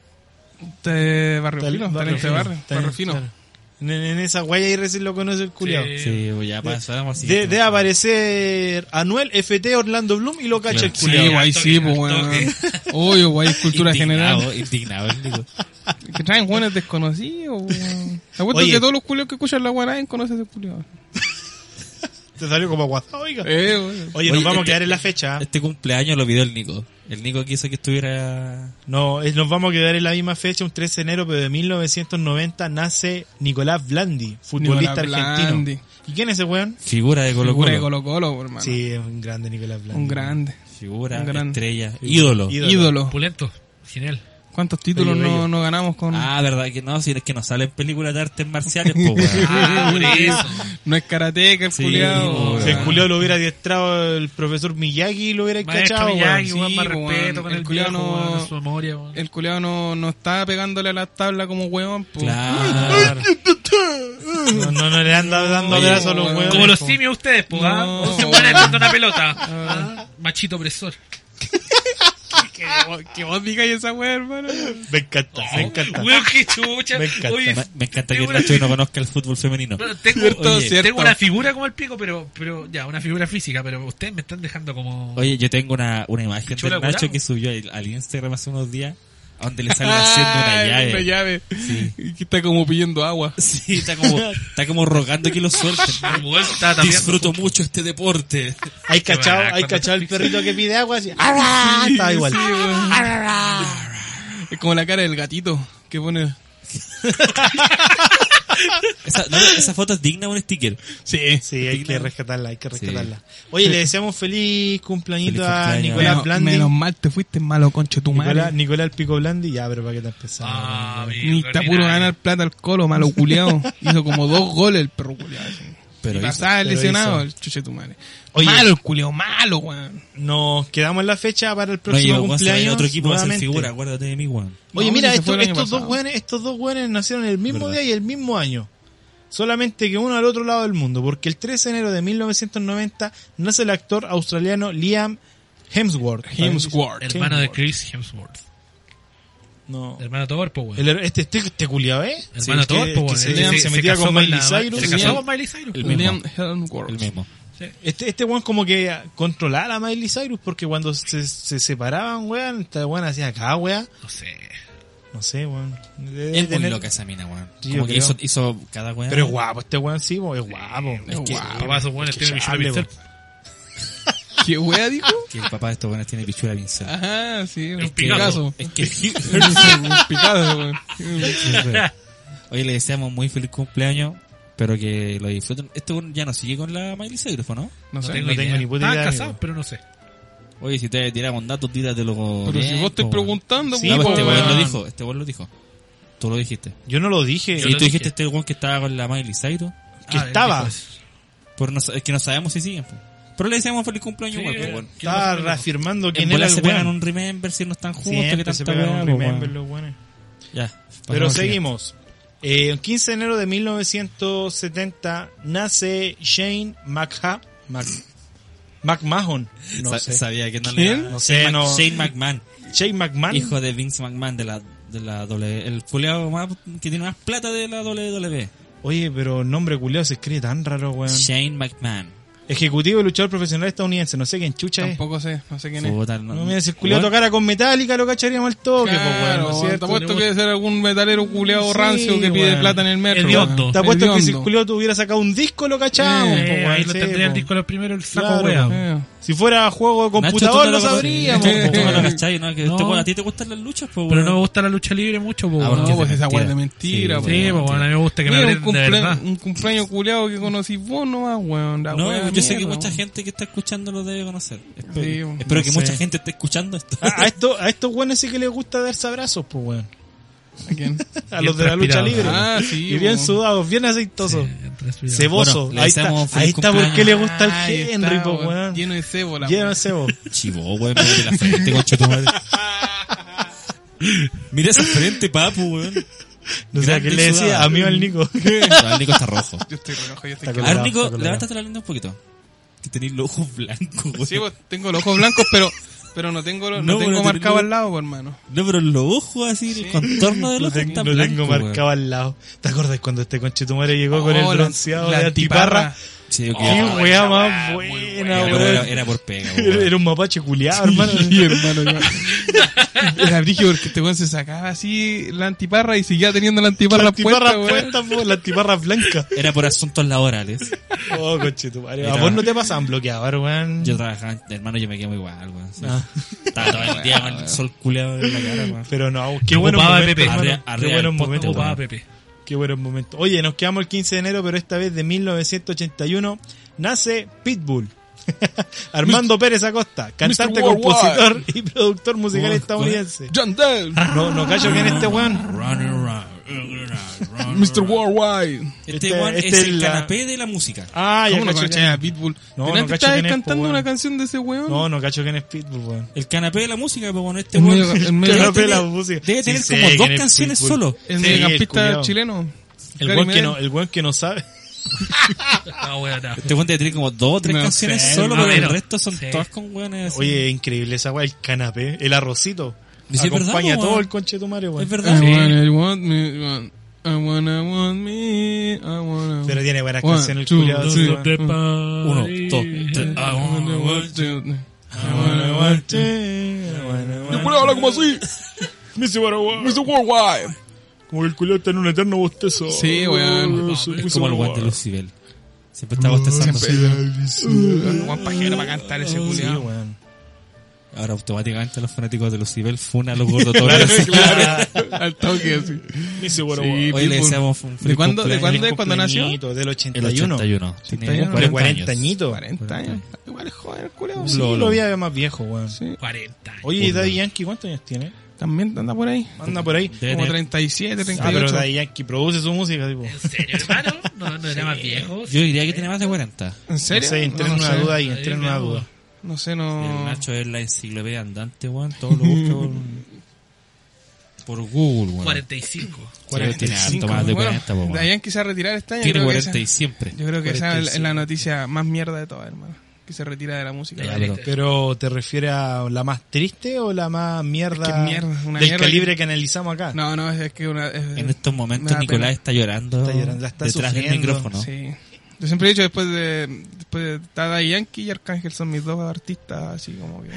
Speaker 3: Este barrio
Speaker 5: Tal-
Speaker 3: fino, está en
Speaker 5: barrio
Speaker 3: este
Speaker 5: fino,
Speaker 3: barrio,
Speaker 5: está en-
Speaker 3: barrio fino.
Speaker 5: claro. En, en esa guaya ahí recién lo conoce el culiao.
Speaker 2: Sí, pues ya pasamos. al
Speaker 5: De,
Speaker 2: siguiente.
Speaker 5: de aparecer Anuel, FT, Orlando Bloom y lo cacha
Speaker 2: Claro.
Speaker 5: el
Speaker 3: Sí,
Speaker 5: culiao.
Speaker 3: guay, sí, pues, weón. Oye, guay, es cultura
Speaker 2: Indignado,
Speaker 3: general.
Speaker 2: Indignado, el Nico.
Speaker 3: Que traen buenos desconocidos, weón. Te apuesto
Speaker 5: Oye.
Speaker 3: que todos los culios que escuchan la guarán conocen a ese culio.
Speaker 5: Te salió como WhatsApp, oiga.
Speaker 3: Eh, weón.
Speaker 5: Oye,
Speaker 2: Oye,
Speaker 5: nos vamos
Speaker 2: este-
Speaker 5: a quedar en la fecha. ¿eh?
Speaker 2: Este cumpleaños lo pidió el Nico. El Nico quiso que estuviera.
Speaker 5: No, es- nos vamos a quedar en la misma fecha, un 13 de enero, pero de 1990 nace Nicolás Blandi, futbolista
Speaker 3: Nicolás
Speaker 5: argentino.
Speaker 3: Blandi.
Speaker 5: ¿Y quién es ese weón?
Speaker 2: Figura de Colo
Speaker 3: Figura de
Speaker 2: Colo.
Speaker 3: Colo Colo, hermano.
Speaker 5: Sí, es un grande Nicolás Blandi.
Speaker 3: Un grande.
Speaker 2: Figura,
Speaker 3: Un gran-
Speaker 2: estrella, ídolo.
Speaker 5: Ídolo.
Speaker 3: Ídolo.
Speaker 4: Opulento. Genial.
Speaker 3: ¿Cuántos títulos
Speaker 5: Bello, bello.
Speaker 3: no, no ganamos con.?
Speaker 2: Ah, verdad que no, si es que no salen películas de artes marciales, po, weón.
Speaker 4: Ah, por eso.
Speaker 3: No es karateca el
Speaker 2: Sí,
Speaker 3: culiao,
Speaker 2: weón.
Speaker 5: Si el
Speaker 3: weón.
Speaker 5: culiao lo hubiera adiestrado el profesor Miyagi, lo hubiera
Speaker 4: Maestro
Speaker 5: cachado, weón.
Speaker 4: Miyagi,
Speaker 3: sí,
Speaker 4: weón, más
Speaker 3: weón.
Speaker 4: respeto con
Speaker 3: El
Speaker 4: el
Speaker 3: culiao
Speaker 4: viejo,
Speaker 3: no-
Speaker 4: weón, su memoria, weón.
Speaker 3: El culiao no, no está pegándole a la tabla como weón, pues.
Speaker 2: Claro.
Speaker 5: No, no, no le anda dando
Speaker 2: Oye,
Speaker 5: brazos a los
Speaker 3: weón.
Speaker 5: huevos.
Speaker 4: Como los simios ustedes, po, ¿ah?
Speaker 3: No.
Speaker 4: Once buenas dando una pelota. Ah, Machito opresor.
Speaker 3: Que vos digáis esa weá, hermano.
Speaker 5: Me encanta, me encanta.
Speaker 4: Weón, qué chucha.
Speaker 5: Me encanta.
Speaker 4: Oye,
Speaker 2: Oh, Me, me encanta que
Speaker 4: tengo
Speaker 2: el
Speaker 4: una-
Speaker 2: Nacho no conozca el fútbol femenino.
Speaker 4: Tengo,
Speaker 3: Cierto,
Speaker 4: oye,
Speaker 3: cierto.
Speaker 4: tengo una figura como el pico, pero, pero ya, una figura física, pero ustedes me están dejando como...
Speaker 2: Oye, yo tengo una, una imagen
Speaker 4: Pichula
Speaker 2: del Nacho
Speaker 4: curado.
Speaker 2: que subió al, al Instagram hace unos días, donde le sale haciendo una llave.
Speaker 3: Ah, Una llave.
Speaker 2: Sí.
Speaker 3: Y que está como pidiendo agua.
Speaker 2: Sí, está como, está como rogando que lo suelten.
Speaker 4: Ah, weón, estaba tapeando.
Speaker 2: Disfruto mucho este deporte.
Speaker 5: Hay cachado,
Speaker 4: bacán,
Speaker 5: hay
Speaker 4: cuando
Speaker 5: cachado
Speaker 4: te
Speaker 5: el perrito que pide agua así. ¡Ara! Está igual.
Speaker 3: Sí, weón. Es como la cara del gatito que pone.
Speaker 2: Esa, no, esa foto es digna de un sticker.
Speaker 3: Sí.
Speaker 5: Sí, hay que rescatarla, hay que rescatarla. Oye, le deseamos feliz cumpleañito
Speaker 2: Feliz
Speaker 5: a
Speaker 2: cumpleaños.
Speaker 5: Nicolás
Speaker 3: Menos,
Speaker 5: Blandi.
Speaker 3: menos mal te fuiste malo, concho tu
Speaker 5: Nicolás,
Speaker 3: madre.
Speaker 5: Nicolás el Pico Blandi, ya, pero para qué te empezamos.
Speaker 4: Ah,
Speaker 3: Ni
Speaker 4: mierda,
Speaker 3: está puro
Speaker 4: ordinario.
Speaker 3: ganar plata al colo, malo culiao. Hizo como dos goles el perro culiao. así.
Speaker 2: Pero
Speaker 3: y
Speaker 2: hizo,
Speaker 3: pasaba
Speaker 5: pero
Speaker 3: lesionado
Speaker 5: hizo.
Speaker 3: el chuche tu madre.
Speaker 5: Oye.
Speaker 3: Malo el culiao, malo, weón.
Speaker 5: Nos quedamos en la fecha para el
Speaker 2: no
Speaker 5: próximo
Speaker 2: llegó a
Speaker 5: cumpleaños.
Speaker 2: otro equipo va a ser
Speaker 5: nuevamente.
Speaker 2: figura, acuérdate de mí, Juan.
Speaker 5: Oye,
Speaker 3: No,
Speaker 5: mira,
Speaker 3: ese fue
Speaker 5: estos,
Speaker 3: el año
Speaker 5: estos dos
Speaker 3: pasado.
Speaker 5: güenes, estos dos güenes nacieron el mismo
Speaker 2: Verdad.
Speaker 5: día y el mismo año. Solamente que uno al otro lado del mundo, porque el 13 de enero de 1990 nace el actor australiano Liam Hemsworth.
Speaker 3: Hemsworth.
Speaker 4: Hermano de Chris Hemsworth.
Speaker 5: No.
Speaker 4: Hermano Thor, po, weón.
Speaker 5: El- este, este, este culiao, ¿eh? Sí,
Speaker 4: Hermano
Speaker 5: el que-
Speaker 4: Thor, po,
Speaker 5: que
Speaker 4: weón.
Speaker 5: se,
Speaker 4: Él
Speaker 5: se metía
Speaker 4: casó
Speaker 5: con Miley
Speaker 4: la-
Speaker 5: Cyrus.
Speaker 4: Se casó con Miley Cyrus.
Speaker 2: El
Speaker 4: po.
Speaker 2: mismo.
Speaker 3: Liam Hemsworth.
Speaker 2: El mismo.
Speaker 5: Este, este weón como que controlaba a Miley Cyrus porque cuando se, se separaban, weón, esta weón hacía acá, weón.
Speaker 4: No sé.
Speaker 5: No sé, weón. Debe
Speaker 2: Es muy
Speaker 5: tener-
Speaker 2: loca esa mina, Juan.
Speaker 5: Sí,
Speaker 2: Como
Speaker 5: yo
Speaker 2: que
Speaker 5: creo.
Speaker 2: hizo, hizo cada weón.
Speaker 5: Pero es guapo, este weón sí, po, es guapo.
Speaker 3: es
Speaker 5: que-
Speaker 3: guapo.
Speaker 4: Papá, esos weones
Speaker 5: que
Speaker 4: tienen
Speaker 5: chable,
Speaker 4: bichula
Speaker 5: po.
Speaker 4: pincel.
Speaker 3: ¿Qué wea dijo?
Speaker 2: Que el papá de estos weones tiene pichula pincel.
Speaker 3: Ajá, sí.
Speaker 4: un Picasso.
Speaker 2: Es que,
Speaker 3: un Picasso, weón.
Speaker 2: oye, le deseamos muy feliz cumpleaños. Pero que lo disfruten. Este weón ya no sigue con la Miley Cyrus, ¿o ¿no?
Speaker 3: No sé.
Speaker 5: no tengo
Speaker 4: idea.
Speaker 5: ni puta
Speaker 4: Estaban
Speaker 5: idea,
Speaker 4: casados,
Speaker 5: amigo.
Speaker 4: pero no sé.
Speaker 2: Oye, si te tiramos datos, tírate luego.
Speaker 3: Pero si vos estás preguntando, pues,
Speaker 5: Sí,
Speaker 2: No, pero
Speaker 3: po,
Speaker 2: este weón
Speaker 5: weón.
Speaker 2: lo dijo. Este weón lo dijo. Tú lo dijiste.
Speaker 5: Yo no lo dije.
Speaker 2: Y
Speaker 4: Yo
Speaker 2: tú
Speaker 4: lo dije.
Speaker 2: dijiste este weón que estaba con la Miley Cyrus.
Speaker 5: Que
Speaker 4: Ah, él
Speaker 5: estaba.
Speaker 4: dijo eso.
Speaker 2: Pero no, sa- es que no sabemos si siguen. po. Pero le deseamos feliz cumpleaños igual, po, weón.
Speaker 4: ¿Qué
Speaker 5: Estaba
Speaker 4: pasó, amigo?
Speaker 5: reafirmando
Speaker 2: En
Speaker 5: quién era
Speaker 2: bola
Speaker 5: el
Speaker 2: se pegan
Speaker 5: weón.
Speaker 2: un remember si no están juntos,
Speaker 5: Siempre
Speaker 2: que
Speaker 5: se
Speaker 2: tanta
Speaker 5: pegan
Speaker 2: weá,
Speaker 5: un
Speaker 2: po,
Speaker 5: remember
Speaker 2: weón.
Speaker 5: los weones.
Speaker 2: Ya.
Speaker 5: Pero
Speaker 2: pasamos al siguiente.
Speaker 5: seguimos. Eh, el 15 de enero de 1970 nace Shane McMahon. McMahon. No
Speaker 2: Sa-
Speaker 5: sé.
Speaker 2: Sabía que no
Speaker 3: ¿Quién?
Speaker 2: le
Speaker 5: No sé,
Speaker 2: Shane, Mac-
Speaker 5: no.
Speaker 2: Shane McMahon,
Speaker 5: Shane McMahon.
Speaker 2: hijo de Vince McMahon de la de la doble, el fuleado más que tiene más plata de la WWE.
Speaker 5: Oye, pero el nombre culiao se escribe tan raro, weón.
Speaker 2: Shane McMahon.
Speaker 5: Ejecutivo y luchador profesional estadounidense. No sé quién chucha es.
Speaker 3: Tampoco sé, no sé quién es.
Speaker 2: Puta,
Speaker 5: No me digas, el culiao tocara con Metallica, lo cacharíamos al toque, po, weón, ¿no
Speaker 3: Claro,
Speaker 5: es
Speaker 3: te
Speaker 5: cierto?
Speaker 3: apuesto
Speaker 5: Le-
Speaker 3: que debe ser algún metalero culeado
Speaker 5: Sí,
Speaker 3: rancio que pide
Speaker 5: weón.
Speaker 3: plata en el metro.
Speaker 4: Hediondo.
Speaker 3: weón.
Speaker 5: Te apuesto que si el
Speaker 3: Hediondo.
Speaker 5: culiao tuviera sacado un disco, lo cachamos,
Speaker 4: Eh,
Speaker 5: po, weón,
Speaker 4: ahí lo
Speaker 5: sí,
Speaker 4: tendría el
Speaker 5: po.
Speaker 4: disco lo primero, el saco
Speaker 5: Claro, pues,
Speaker 4: weón.
Speaker 3: Eh.
Speaker 5: Si fuera juego
Speaker 2: Nacho,
Speaker 5: de computador,
Speaker 2: tú no
Speaker 5: lo
Speaker 2: lo
Speaker 5: sabríamos.
Speaker 2: conoces.
Speaker 5: po,
Speaker 2: Tú no lo
Speaker 5: weón.
Speaker 2: cachai, ¿no? Que
Speaker 4: No.
Speaker 2: este weón, a ti te gustan las luchas, pues,
Speaker 4: Pero
Speaker 2: weón.
Speaker 4: no me gusta la lucha libre mucho, po,
Speaker 2: Ah,
Speaker 4: weón.
Speaker 2: porque
Speaker 3: No, pues
Speaker 2: es
Speaker 3: esa weá es de
Speaker 2: mentira.
Speaker 3: mentira,
Speaker 2: Sí,
Speaker 3: po,
Speaker 5: pues,
Speaker 4: Sí, po,
Speaker 3: weón.
Speaker 4: weón, a mí me gusta que me
Speaker 3: Mira, un,
Speaker 4: hablen de
Speaker 3: cumplea-
Speaker 4: verdad.
Speaker 3: un cumpleaños culeado que conocís vos nomás, weón. la
Speaker 2: No,
Speaker 3: weá
Speaker 2: yo
Speaker 3: de
Speaker 2: sé que
Speaker 3: mierda,
Speaker 2: mucha
Speaker 3: weón.
Speaker 2: gente que está escuchando lo debe conocer. Espero,
Speaker 3: Sí, bueno,
Speaker 2: espero
Speaker 5: no
Speaker 2: que
Speaker 5: sé. Ah,
Speaker 2: mucha gente esté escuchando esto.
Speaker 5: A, a esto- a estos weones sí que les gusta darse abrazos, pues weón.
Speaker 3: ¿A quién?
Speaker 5: A
Speaker 4: Bien
Speaker 5: los de la lucha
Speaker 4: transpirados.
Speaker 5: libre. pues.
Speaker 3: Ah, sí,
Speaker 5: y bien
Speaker 3: weón.
Speaker 5: sudados, bien aceitosos.
Speaker 4: Eh, transpirado.
Speaker 5: Ceboso.
Speaker 2: Bueno, le
Speaker 5: ahí está,
Speaker 2: deseamos feliz
Speaker 5: ahí está
Speaker 2: cumpleaños.
Speaker 5: porque le gusta el
Speaker 3: Ahí está,
Speaker 5: Henry, po, weón.
Speaker 3: Lleno de cebo, la
Speaker 5: Lleno
Speaker 3: weá.
Speaker 5: de cebo.
Speaker 2: Chivo, weón, me duele la frente, concha tu madre. Mira esa frente, papu, weón.
Speaker 5: No sé,
Speaker 2: Grande
Speaker 5: ¿qué le
Speaker 2: y
Speaker 5: decía?
Speaker 2: sudado.
Speaker 5: A mí o al Nico.
Speaker 2: No, el Nico está rojo.
Speaker 3: Yo estoy rojo, yo estoy
Speaker 5: Está
Speaker 3: que-
Speaker 2: A ver,
Speaker 5: colorado,
Speaker 2: Nico,
Speaker 5: está colorado.
Speaker 2: levántate la linda un poquito. Que tenéis los ojos blancos, weón.
Speaker 3: Sí, pues, tengo los ojos blancos, pero, pero no tengo, lo- no,
Speaker 2: No,
Speaker 3: tengo
Speaker 2: bueno,
Speaker 3: marcado
Speaker 2: tenés-
Speaker 3: al lado, po, hermano.
Speaker 2: No, pero los ojos así, el contorno del
Speaker 5: Lo,
Speaker 2: ojo
Speaker 5: ten-
Speaker 2: está
Speaker 5: lo
Speaker 2: blanco,
Speaker 5: tengo
Speaker 2: weón.
Speaker 5: marcado al lado. ¿Te acuerdas cuando este conchetumare llegó con el
Speaker 3: Oh, la-
Speaker 5: bronceado
Speaker 3: la
Speaker 5: de antiparra?
Speaker 2: Sí, ok.
Speaker 5: ¡Qué
Speaker 2: Ah,
Speaker 5: weá más buena,
Speaker 2: pero era,
Speaker 5: weón!
Speaker 2: era por pega,
Speaker 5: Era
Speaker 2: weón.
Speaker 5: era un mapache culiado, hermano.
Speaker 3: Sí, hermano. yo- Era brígido porque este weón se sacaba así la antiparra y seguía teniendo la antiparra,
Speaker 5: La antiparra
Speaker 3: puesta, weón.
Speaker 5: puesta, po, la antiparra blanca.
Speaker 2: Era por asuntos laborales.
Speaker 5: Oh, conchetumare.
Speaker 2: Era-
Speaker 5: A vos no te pasan bloqueador, weón.
Speaker 2: Yo trabajaba, hermano, yo me quedé muy igual, weón. Sí. Estaba todo el día con el sol culeado en la cara, weón.
Speaker 5: Pero no, qué buenos
Speaker 4: Ocupaba
Speaker 5: momentos,
Speaker 4: Pepe.
Speaker 5: hermano.
Speaker 2: Arrea-
Speaker 5: Qué
Speaker 2: arrea
Speaker 5: buenos
Speaker 2: el poste,
Speaker 5: momentos,
Speaker 2: weón.
Speaker 4: Ocupaba Pepe.
Speaker 5: qué buenos momentos. Oye, nos quedamos el 15 de enero, pero esta vez de 1981 nace Pitbull. Armando Pérez Acosta, cantante,
Speaker 3: Worldwide.
Speaker 5: compositor y productor musical
Speaker 2: Worldwide.
Speaker 5: estadounidense.
Speaker 3: John Dale,
Speaker 5: No, no callo que en este weón.
Speaker 2: Run around, run around.
Speaker 3: Mr. Worldwide.
Speaker 2: Este,
Speaker 5: Este-
Speaker 2: weón
Speaker 5: este
Speaker 2: es el
Speaker 5: es la-
Speaker 2: canapé de la música.
Speaker 5: Ah, ya
Speaker 3: ¿Cómo no
Speaker 5: cacho
Speaker 3: cachai
Speaker 5: quién
Speaker 3: a
Speaker 5: es.
Speaker 3: Pitbull?
Speaker 5: No,
Speaker 3: ¿Tenés
Speaker 5: no
Speaker 3: que
Speaker 5: cacho
Speaker 3: estar
Speaker 5: quién es, po,
Speaker 3: cantando
Speaker 5: weón.
Speaker 3: una canción de ese weón?
Speaker 5: No, no cacho que es Pitbull, weón.
Speaker 2: El canapé de la música, pues bueno, este
Speaker 3: El
Speaker 2: weón.
Speaker 3: medio- el
Speaker 2: debe
Speaker 3: medio-
Speaker 5: El canapé de
Speaker 2: tener-
Speaker 5: la música.
Speaker 2: Debe
Speaker 5: Sí
Speaker 2: tener
Speaker 5: sé
Speaker 2: como
Speaker 5: quién
Speaker 2: dos
Speaker 5: es
Speaker 2: canciones
Speaker 5: Pitbull.
Speaker 2: solo.
Speaker 3: El
Speaker 5: Sí, el
Speaker 3: mediocampista
Speaker 5: culiao.
Speaker 3: chileno.
Speaker 5: El
Speaker 3: Gary
Speaker 5: weón que
Speaker 3: Medel.
Speaker 5: no, el weón que no sabe.
Speaker 4: Ah, weón, no.
Speaker 2: Este weón debe tener como dos o tres
Speaker 3: No
Speaker 2: canciones
Speaker 4: sé,
Speaker 2: solo, pero el
Speaker 4: hermano.
Speaker 2: resto son
Speaker 4: Sí.
Speaker 2: todas con weones. así.
Speaker 5: Oye, increíble esa weá, el canapé, el arrocito.
Speaker 2: Sí, es verdad,
Speaker 5: Acompaña
Speaker 2: po,
Speaker 5: todo
Speaker 2: weón.
Speaker 5: el conche de tu madre,
Speaker 2: es
Speaker 5: weón.
Speaker 2: verdad.
Speaker 3: I wanna want me, want- I wanna want me, I wanna
Speaker 5: Pero tiene buenas
Speaker 3: One,
Speaker 5: canciones el
Speaker 3: two,
Speaker 5: culiado.
Speaker 3: three.
Speaker 5: weón.
Speaker 2: Uno, dos, tres. Ah,
Speaker 3: I wanna want you.
Speaker 5: I wanna want you, I wanna want
Speaker 3: Bueno, habla como así.
Speaker 5: Me hice para guau.
Speaker 3: Mr. Worldwide.
Speaker 5: Como que el culiado está en un eterno bostezo.
Speaker 3: Sí, weón.
Speaker 5: Ah, se
Speaker 2: Es
Speaker 5: puso
Speaker 2: como el weón
Speaker 5: para
Speaker 2: de
Speaker 5: guau.
Speaker 2: Lucibel. Siempre está bostezando.
Speaker 3: Juan Pajero va a cantar ese
Speaker 5: Sí,
Speaker 3: culiao.
Speaker 5: weón.
Speaker 2: Ahora automáticamente los fanáticos de Lucibel funan a los gordos todos los días.
Speaker 5: Claro.
Speaker 3: Al toque así.
Speaker 5: Me hice para
Speaker 3: Sí,
Speaker 5: guau.
Speaker 2: Hoy le
Speaker 3: Pitbull.
Speaker 2: deseamos un
Speaker 3: ¿De
Speaker 2: feliz
Speaker 3: cuándo, ¿De
Speaker 2: cumpleaños.
Speaker 3: cuándo es cuando nació?
Speaker 5: Cumpleañito, Del
Speaker 2: El
Speaker 5: 81.
Speaker 2: 81. Tiene
Speaker 3: 81.
Speaker 2: 40
Speaker 5: 40
Speaker 2: años.
Speaker 5: añitos.
Speaker 3: 40 años. Igual es joven el culiao.
Speaker 5: Sí,
Speaker 2: Lo-
Speaker 5: lo
Speaker 2: lo-
Speaker 5: vi más viejo, weón.
Speaker 3: Sí.
Speaker 4: 40. años.
Speaker 5: Oye, ¿y Daddy Yankee cuántos años tiene?
Speaker 3: También anda por ahí.
Speaker 5: Anda por ahí.
Speaker 2: Debe
Speaker 3: Como
Speaker 2: tener-
Speaker 3: 37,
Speaker 5: Ah, pero
Speaker 3: 38.
Speaker 5: Daddy Yankee produce su música, tipo.
Speaker 4: ¿En serio, hermano? No, no era más viejo.
Speaker 2: Yo diría que tiene más de 40.
Speaker 3: ¿En
Speaker 5: No
Speaker 3: serio?
Speaker 5: sé, entré en
Speaker 3: No
Speaker 5: una
Speaker 3: sé.
Speaker 5: duda ahí, entré en una duda.
Speaker 3: No sé,
Speaker 2: El
Speaker 3: no.
Speaker 2: Nacho es la enciclopedia andante, weón. Todo lo busca por- por, Google, weón.
Speaker 4: 45.
Speaker 2: Pero tiene harto más de 40, po,
Speaker 3: bueno,
Speaker 2: weón.
Speaker 3: Dayan quizás retirar este año.
Speaker 2: Tiene
Speaker 3: creo que
Speaker 2: 40 y
Speaker 3: esa-
Speaker 2: siempre.
Speaker 3: Yo creo que esa es la- es
Speaker 5: 45.
Speaker 3: la noticia más mierda de todas, hermano. Que se retira de la música.
Speaker 4: Ya,
Speaker 2: pero-
Speaker 5: Pero, ¿te refieres a la más triste o la más mierda?
Speaker 3: Es que mierda, una
Speaker 5: del
Speaker 3: mierda
Speaker 5: calibre que, analizamos acá.
Speaker 3: No, no, es que una. es-
Speaker 5: este
Speaker 2: En estos
Speaker 3: me
Speaker 2: momentos
Speaker 3: da
Speaker 2: Nicolás está llorando,
Speaker 5: Está llorando, la está
Speaker 2: detrás del
Speaker 5: sufriendo,
Speaker 2: micrófono.
Speaker 3: pena. Sí. Yo siempre he dicho, después de. Después de Tada y Yankee y Arcángel son mis dos artistas, así como que.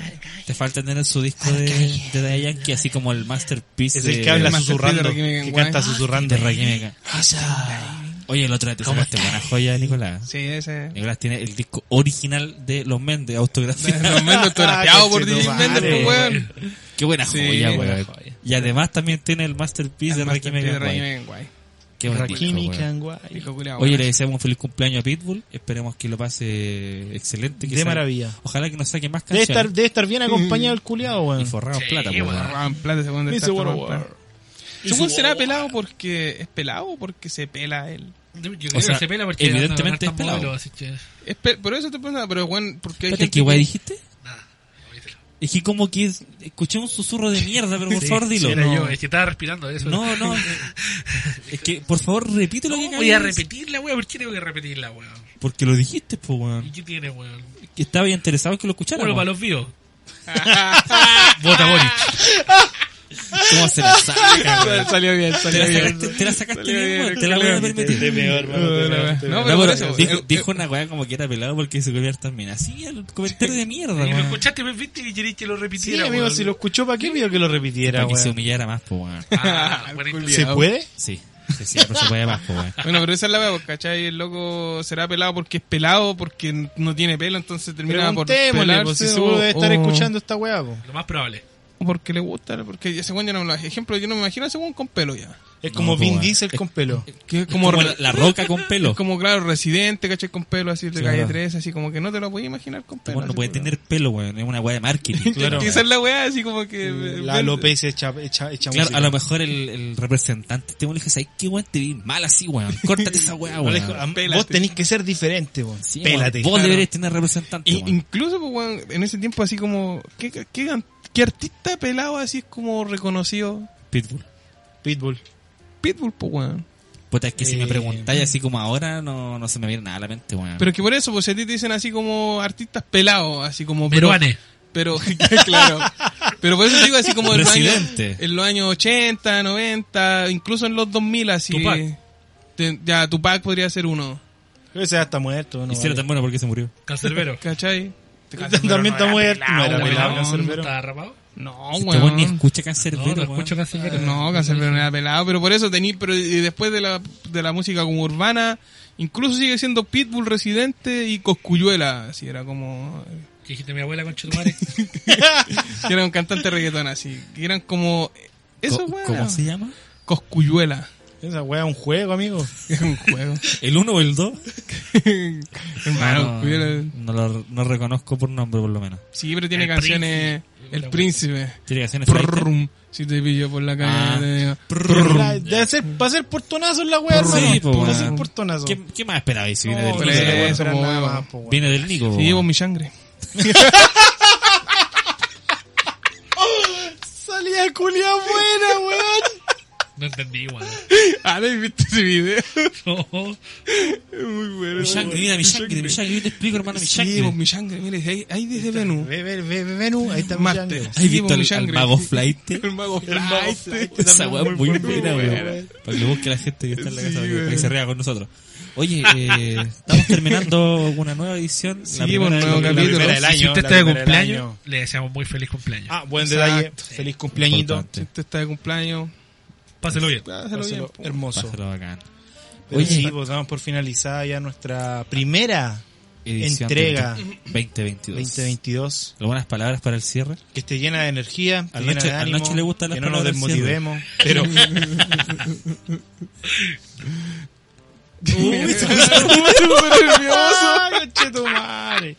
Speaker 2: Te falta tener su disco de, de Daddy Yankee, así como el masterpiece
Speaker 5: Es
Speaker 2: de,
Speaker 5: el que habla
Speaker 3: el más
Speaker 5: susurrando,
Speaker 3: triste de Rakim
Speaker 5: que
Speaker 3: Guay.
Speaker 5: canta susurrando.
Speaker 2: de Rakim Mega.
Speaker 3: Ah,
Speaker 2: Oye, el otro día te sacaste buena joya, Nicolás.
Speaker 3: Sí, ese.
Speaker 2: Nicolás tiene el disco original de Los Méndez, autografiado.
Speaker 3: Los Mendes autografiados por DJ
Speaker 5: Conchetumare.
Speaker 3: Mendes, pues, weón.
Speaker 2: Qué buena
Speaker 3: Sí,
Speaker 2: joya,
Speaker 3: buena
Speaker 2: weón. Y además también tiene el masterpiece de
Speaker 3: El
Speaker 2: Rakim
Speaker 3: masterpiece
Speaker 2: Mega.
Speaker 3: de Rakim
Speaker 2: Guay.
Speaker 3: Megan, guay.
Speaker 2: Qué buen disco,
Speaker 5: Rakimi
Speaker 2: weón.
Speaker 5: Kanguay.
Speaker 3: Pico culiao,
Speaker 2: Oye,
Speaker 3: weón.
Speaker 2: le deseamos un feliz cumpleaños a Pitbull. Esperemos que lo pase excelente. Que
Speaker 5: De
Speaker 2: saque-
Speaker 5: maravilla.
Speaker 2: Ojalá que nos saque más
Speaker 5: Debe
Speaker 2: canciones.
Speaker 5: estar, debe estar bien acompañado el culiado,
Speaker 2: Y
Speaker 5: weón.
Speaker 2: forramos plata,
Speaker 4: Sí,
Speaker 2: pues,
Speaker 4: weón.
Speaker 2: weón.
Speaker 3: Roban plata, ese weón debe
Speaker 5: Me
Speaker 3: estar
Speaker 5: dice,
Speaker 3: robando
Speaker 5: weón, weón.
Speaker 3: plata. Ese weón será pelado porque. ¿Es pelado o porque se pela él?
Speaker 4: Yo creo
Speaker 2: sea,
Speaker 4: que se pela porque
Speaker 2: evidentemente
Speaker 4: anda con
Speaker 2: es
Speaker 4: hartas
Speaker 2: pelado.
Speaker 4: modelos, así que-
Speaker 3: Es pe- Por eso te preguntaba, pero weón, porque hay
Speaker 2: Espérate,
Speaker 3: gente
Speaker 2: ¿qué guay
Speaker 3: que-
Speaker 2: dijiste?
Speaker 4: Nada, ahorita lo-
Speaker 2: Es que como que es- escuché un susurro de mierda, pero por
Speaker 4: Sí,
Speaker 2: favor dilo.
Speaker 4: sí, era
Speaker 2: no.
Speaker 4: yo, eh. es que estaba respirando eso.
Speaker 2: no, no, eh, Es que, por favor, repítelo
Speaker 4: No,
Speaker 2: que
Speaker 4: voy a
Speaker 2: acabas de decir.
Speaker 4: repetir la wea, ¿por qué tengo que repetir la wea?
Speaker 2: Porque lo dijiste, pues,
Speaker 4: ¿Y
Speaker 2: weón.
Speaker 4: qué tiene, weón?
Speaker 2: Que estaba interesado en que lo escuchara.
Speaker 4: Bueno, para
Speaker 2: weón.
Speaker 4: los vivos. Vota Boric.
Speaker 2: ¿Cómo se la saca, weón?
Speaker 3: salió bien,
Speaker 2: Te
Speaker 3: salió
Speaker 2: la
Speaker 3: bien.
Speaker 2: sacaste, te la sacaste
Speaker 3: Salió
Speaker 2: bien,
Speaker 3: bien,
Speaker 2: weón, te la voy a
Speaker 3: salió bien.
Speaker 2: permitir.
Speaker 6: Te veo, hermano. te veo, te veo.
Speaker 3: No,
Speaker 2: No,
Speaker 3: pero por
Speaker 2: pero
Speaker 3: eso, eh,
Speaker 2: dijo,
Speaker 3: el-
Speaker 2: dijo una weá como que era pelado porque su gobierno también así el comentario de mierda,
Speaker 4: Y lo
Speaker 2: weón.
Speaker 4: escuchaste, me viste y queréis que lo
Speaker 5: Sí,
Speaker 4: repitiera.
Speaker 5: amigo,
Speaker 4: weón.
Speaker 5: si lo escuchó, ¿para qué pidió que lo repitiera,
Speaker 2: Para que se
Speaker 5: weón?
Speaker 2: humillara más, po, weón.
Speaker 4: Ah, buena
Speaker 3: Julián.
Speaker 5: ¿Se puede?
Speaker 2: Sí, sí, sí, pero se puede más, po, weón.
Speaker 3: Bueno, pero esa es la weá, pues, ¿cachai? El loco será pelado porque es pelado, porque no tiene pelo, entonces termina por
Speaker 5: Preguntémosle,
Speaker 3: pelarse.
Speaker 5: pues, si seguro debe estar
Speaker 3: o-
Speaker 5: escuchando esta weá, po.
Speaker 4: inter- Lo más probable.
Speaker 3: o porque le gusta, porque ese weón yo no me lo ejemplo, yo no me imagino a ese weón con pelo ya.
Speaker 5: Es
Speaker 2: No,
Speaker 5: como
Speaker 2: po,
Speaker 5: Vin
Speaker 2: weón.
Speaker 5: Diesel con pelo.
Speaker 3: Que es
Speaker 2: Como,
Speaker 3: como,
Speaker 2: la, la roca con pelo.
Speaker 3: como claro, residente, ¿cachai? Con pelo así de
Speaker 2: Sí,
Speaker 3: calle
Speaker 2: verdad.
Speaker 3: 13, así como que no te lo podías imaginar con
Speaker 2: Este
Speaker 3: pelo.
Speaker 2: weón no
Speaker 3: así,
Speaker 2: puede
Speaker 3: pero-
Speaker 2: tener pelo, weón. Es una weá de marketing.
Speaker 5: Claro.
Speaker 3: Y esa es la weá, así como que.
Speaker 5: La alopecia hecha, hecha, hecha
Speaker 2: Claro,
Speaker 5: música.
Speaker 2: a lo mejor el, el representante te dijo, ¿sabes qué, weón? Te vi mal así, weón. Córtate esa weá,
Speaker 5: No,
Speaker 2: weón.
Speaker 5: le dijo, "Am-
Speaker 3: Pélate".
Speaker 5: Vos tenés que ser diferente, weón.
Speaker 2: Sí, weón.
Speaker 5: Pélate.
Speaker 2: Vos
Speaker 3: claro.
Speaker 2: deberías tener representante,
Speaker 3: Y-
Speaker 2: weón.
Speaker 3: incluso, pues, weón, en ese tiempo, así como. ¿Qué, qué, qué artista pelado así es como reconocido?
Speaker 2: Pitbull.
Speaker 5: Pitbull.
Speaker 3: Pitbull, pues, weón.
Speaker 2: Puta, es que si
Speaker 5: Eh.
Speaker 2: me preguntáis así como ahora, no, no se me viene nada a la mente, weón.
Speaker 3: Pero que por eso, pues si a ti te dicen así como artistas pelados, así como. pero-
Speaker 4: Meruane.
Speaker 3: Pero, claro. Pero por eso digo así como en los, años,
Speaker 2: Residente.
Speaker 3: en los años 80, 90, incluso en los 2000, así.
Speaker 4: Tupac.
Speaker 3: Te- ya, Tupac podría ser uno.
Speaker 5: Creo que ese ya está muerto, ¿no?
Speaker 2: Y si era
Speaker 5: vale.
Speaker 2: tan bueno porque se murió.
Speaker 4: Cancerbero.
Speaker 3: ¿Cachai?
Speaker 5: También está muerto. No
Speaker 3: pelado,
Speaker 5: era pelado,
Speaker 3: no,
Speaker 5: Cancerbero.
Speaker 4: ¿Estaba rapado?
Speaker 3: No,
Speaker 2: Este weón ni
Speaker 3: Oh, weón.
Speaker 2: escucha
Speaker 4: No,
Speaker 2: cancerbero,
Speaker 4: no escucho
Speaker 2: weón.
Speaker 4: Cancerbero.
Speaker 3: No, Canserbero no era pelado, pero por eso tení, pero y después de la, de la música como urbana, incluso sigue siendo Pitbull residente y Coscuyuela, así era como
Speaker 4: Que dijiste mi abuela con Chutumare.
Speaker 3: que era un cantante de reggaetón así, que eran como eso,
Speaker 2: Co-
Speaker 3: weón.
Speaker 2: ¿Cómo se llama?
Speaker 3: Coscuyuela.
Speaker 5: Esa weá es un juego, amigo.
Speaker 3: Es un juego.
Speaker 2: ¿El 1 o el 2?
Speaker 3: Hermano,
Speaker 2: no,
Speaker 3: Coscuyuela-
Speaker 2: no lo no reconozco por nombre, por lo menos.
Speaker 3: Sí, pero tiene
Speaker 4: El
Speaker 3: canciones
Speaker 4: Príncipe.
Speaker 3: El Príncipe.
Speaker 2: Tiene canciones favoritas?
Speaker 3: Prrrum, si te pillo por la calle.
Speaker 2: Ah.
Speaker 3: te digo,
Speaker 5: La- Debe ser para ser portonazo en la weá,
Speaker 2: Sí,
Speaker 5: hermano.
Speaker 2: po,
Speaker 5: Para
Speaker 2: weón.
Speaker 5: ser portonazo.
Speaker 2: ¿Qué, ¿Qué más esperabais si viene del
Speaker 5: No, no se
Speaker 2: Nico?
Speaker 5: la puede
Speaker 3: Eso,
Speaker 5: esperar nada
Speaker 3: weón.
Speaker 5: más, po, weón.
Speaker 2: Viene del Nico,
Speaker 3: Si llevo
Speaker 2: weón.
Speaker 3: mi sangre.
Speaker 5: Salía culia buena, weón.
Speaker 4: No entendí, weón.
Speaker 3: Ah, ¿no viste ese video?
Speaker 4: No.
Speaker 3: Muy bueno.
Speaker 2: Mi sangre, mira, mi sangre, mi sangre. Yo te explico, hermano, mi
Speaker 3: Sí, vos,
Speaker 2: sangre.
Speaker 3: mi sangre, mire, ahí, ahí desde Venus.
Speaker 5: Ve, ve, ve, ve, Venus. Ahí está mi
Speaker 3: Marte.
Speaker 5: sangre.
Speaker 2: ¿Has
Speaker 3: Sí,
Speaker 2: visto
Speaker 3: vos, mi
Speaker 2: al, al
Speaker 3: sangre.
Speaker 2: mago flight?
Speaker 3: El mago
Speaker 5: mago
Speaker 3: Flight.
Speaker 5: Flight.
Speaker 2: Esa weá es muy
Speaker 5: Muy
Speaker 2: buena,
Speaker 5: buena,
Speaker 2: weón.
Speaker 5: weón.
Speaker 2: Para que busque la gente que está en la casa
Speaker 3: Sí,
Speaker 2: para que- para que
Speaker 3: weón.
Speaker 2: se ría con nosotros. Oye, eh, estamos terminando una nueva edición.
Speaker 3: Sí,
Speaker 2: la primera
Speaker 3: un
Speaker 2: de-
Speaker 3: nuevo
Speaker 2: la
Speaker 3: capítulo.
Speaker 2: primera
Speaker 5: del año,
Speaker 4: Si usted
Speaker 5: la
Speaker 4: está de
Speaker 5: primera del
Speaker 4: cumpleaños,
Speaker 5: año.
Speaker 4: le deseamos muy feliz cumpleaños.
Speaker 5: Ah, buen
Speaker 3: Exacto.
Speaker 5: detalle. Feliz cumpleañito.
Speaker 2: Importante.
Speaker 3: Este está de cumpleaños.
Speaker 4: Páselo bien.
Speaker 3: Pásalo bien.
Speaker 5: Pásalo
Speaker 3: po.
Speaker 5: Hermoso.
Speaker 2: Pásalo bacán.
Speaker 5: Oye,
Speaker 2: Oye.
Speaker 5: sí, pues damos por finalizada ya nuestra primera
Speaker 2: Edición
Speaker 5: Entrega.
Speaker 2: del 2022.
Speaker 5: 2022.
Speaker 2: ¿Algunas palabras para el cierre?
Speaker 5: Que esté llena de energía, que
Speaker 2: Al
Speaker 5: llena
Speaker 2: Nacho-
Speaker 5: de
Speaker 2: al
Speaker 5: ánimo,
Speaker 2: Nacho le gustan las
Speaker 5: que no nos
Speaker 2: palabras del cierre.
Speaker 5: desmotivemos, pero ¡Ah, conchetumare!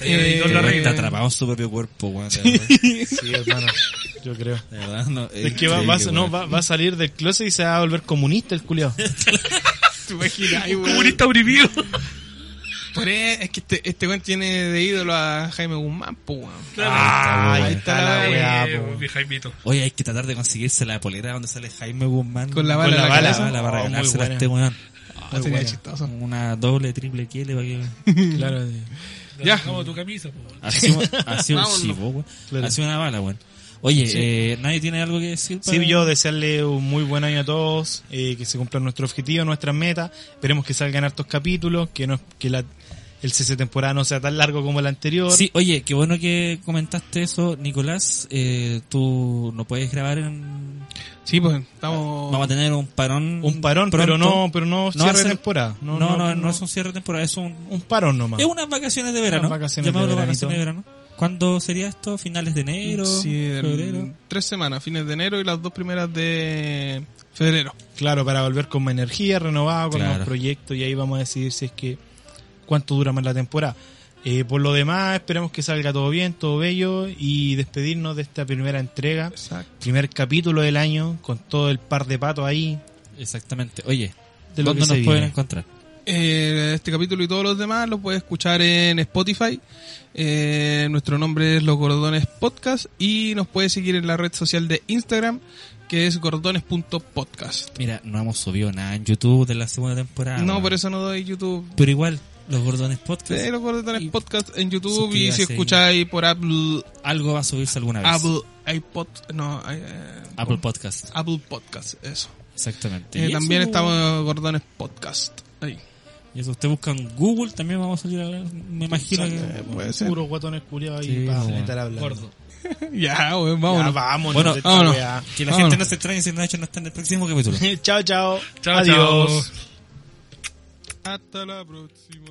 Speaker 3: Eh,
Speaker 4: Editor lo
Speaker 2: Está
Speaker 4: arregla.
Speaker 2: atrapado en su propio cuerpo, weón. de verdad.
Speaker 5: Sí, hermano, yo creo.
Speaker 2: De verdad, no, eh,
Speaker 5: Es que va, va, a- no, va, va a salir del closet y se va a volver comunista el culiao.
Speaker 3: ¿Te imaginas? Ay, weón.
Speaker 4: Comunista oprimido.
Speaker 3: Por eso es que este, este weón tiene de ídolo a Jaime Guzmán, po, weón.
Speaker 5: Ah,
Speaker 2: ahí
Speaker 3: está la
Speaker 5: weá,
Speaker 4: Eh,
Speaker 5: po.
Speaker 4: mi Jaimito.
Speaker 2: Oye, hay que tratar de conseguirse la polera donde sale Jaime Guzmán.
Speaker 3: Con la
Speaker 2: weón.
Speaker 3: bala
Speaker 5: Con
Speaker 3: en la
Speaker 5: la
Speaker 2: bala para
Speaker 3: cabeza.
Speaker 5: bala. Oh, muy
Speaker 2: regalársela a
Speaker 5: buena.
Speaker 2: este weón.
Speaker 3: Ah, sería chistoso.
Speaker 2: Una doble, triple Q para que...
Speaker 5: Claro, sí.
Speaker 3: Ya.
Speaker 4: Como tu camisa, po.
Speaker 2: Así, un- así un
Speaker 3: Vámonos.
Speaker 2: chivo, weón.
Speaker 5: Claro.
Speaker 2: Así una bala, weón. Oye, eh, ¿nadie tiene algo que decir? para-
Speaker 5: Sí, yo desearle un muy buen año a todos, eh, que se cumplan nuestro objetivo, nuestras metas. Esperemos que salgan hartos capítulos, que no que la, el cese de temporada no sea tan largo como el anterior.
Speaker 2: Sí, oye, qué bueno que comentaste eso, Nicolás. Eh, tú no puedes grabar en...
Speaker 3: Sí, pues estamos.
Speaker 2: Vamos a tener un parón.
Speaker 5: un parón,
Speaker 2: Mm, pronto.
Speaker 5: pero no, pero
Speaker 2: No
Speaker 5: no
Speaker 2: va
Speaker 5: cierre
Speaker 2: a ser-
Speaker 5: de temporada.
Speaker 2: No, no, no, es un cierre de temporada, es un...
Speaker 5: un parón nomás.
Speaker 2: Es unas vacaciones de verano.
Speaker 5: Unas vacaciones de
Speaker 2: Llamémoslo
Speaker 5: veranito.
Speaker 2: vacaciones de verano. ¿Cuándo sería esto? ¿Finales de enero?
Speaker 3: Sí, el-
Speaker 2: ¿Febrero?
Speaker 3: tres semanas, fines de enero y las dos primeras de febrero.
Speaker 5: Claro, para volver con más energía, renovado, con
Speaker 2: Claro.
Speaker 5: más proyectos y ahí vamos a decidir si es que cuánto dura más la temporada. Eh, por lo demás, esperemos que salga todo bien, todo bello y despedirnos de esta primera entrega,
Speaker 3: Exacto.
Speaker 5: primer capítulo del año, con todo el par de patos ahí.
Speaker 2: Exactamente. Oye,
Speaker 5: De lo
Speaker 2: ¿dónde
Speaker 5: que
Speaker 2: nos
Speaker 5: se
Speaker 2: pueden
Speaker 5: viene.
Speaker 2: encontrar?
Speaker 3: Eh, este capítulo y todos los demás lo puedes escuchar en Spotify. Eh, nuestro nombre es Los Gordones Podcast y nos puedes seguir en la red social de Instagram que es gordones.podcast.
Speaker 2: Mira, no hemos subido nada en YouTube de la segunda temporada.
Speaker 3: No,
Speaker 2: weón.
Speaker 3: por eso no doy YouTube.
Speaker 2: Pero igual, Los Gordones Podcast.
Speaker 3: Sí, los Gordones
Speaker 2: Y-
Speaker 3: Podcast en YouTube y
Speaker 2: suscríbase y-
Speaker 3: si escucháis por Apple,
Speaker 2: Algo va a subirse alguna vez.
Speaker 3: Apple, iPod, no, eh,
Speaker 2: Apple Podcast.
Speaker 3: Apple Podcast, eso.
Speaker 2: Exactamente.
Speaker 3: Eh,
Speaker 2: Y
Speaker 3: también
Speaker 2: eso-
Speaker 3: estamos en Gordones Podcast. Ahí.
Speaker 2: Y eso usted busca en Google, también vamos a salir a Me imagino que.
Speaker 3: eh, Puede ser.
Speaker 5: Puros guatones culiados
Speaker 2: Sí,
Speaker 5: y vamos
Speaker 2: bueno.
Speaker 5: a estar hablando.
Speaker 4: Gordo.
Speaker 3: Ya, weón,
Speaker 5: Ya,
Speaker 3: vámonos.
Speaker 5: vámonos.
Speaker 2: Bueno,
Speaker 5: de esta
Speaker 3: vámonos.
Speaker 5: weá.
Speaker 2: Que la
Speaker 3: Vámonos.
Speaker 2: gente no se extrañe si Nacho no está en el próximo capítulo.
Speaker 5: chao, chao.
Speaker 4: Chao,
Speaker 5: Adiós.
Speaker 4: chao.
Speaker 3: Hasta la próxima.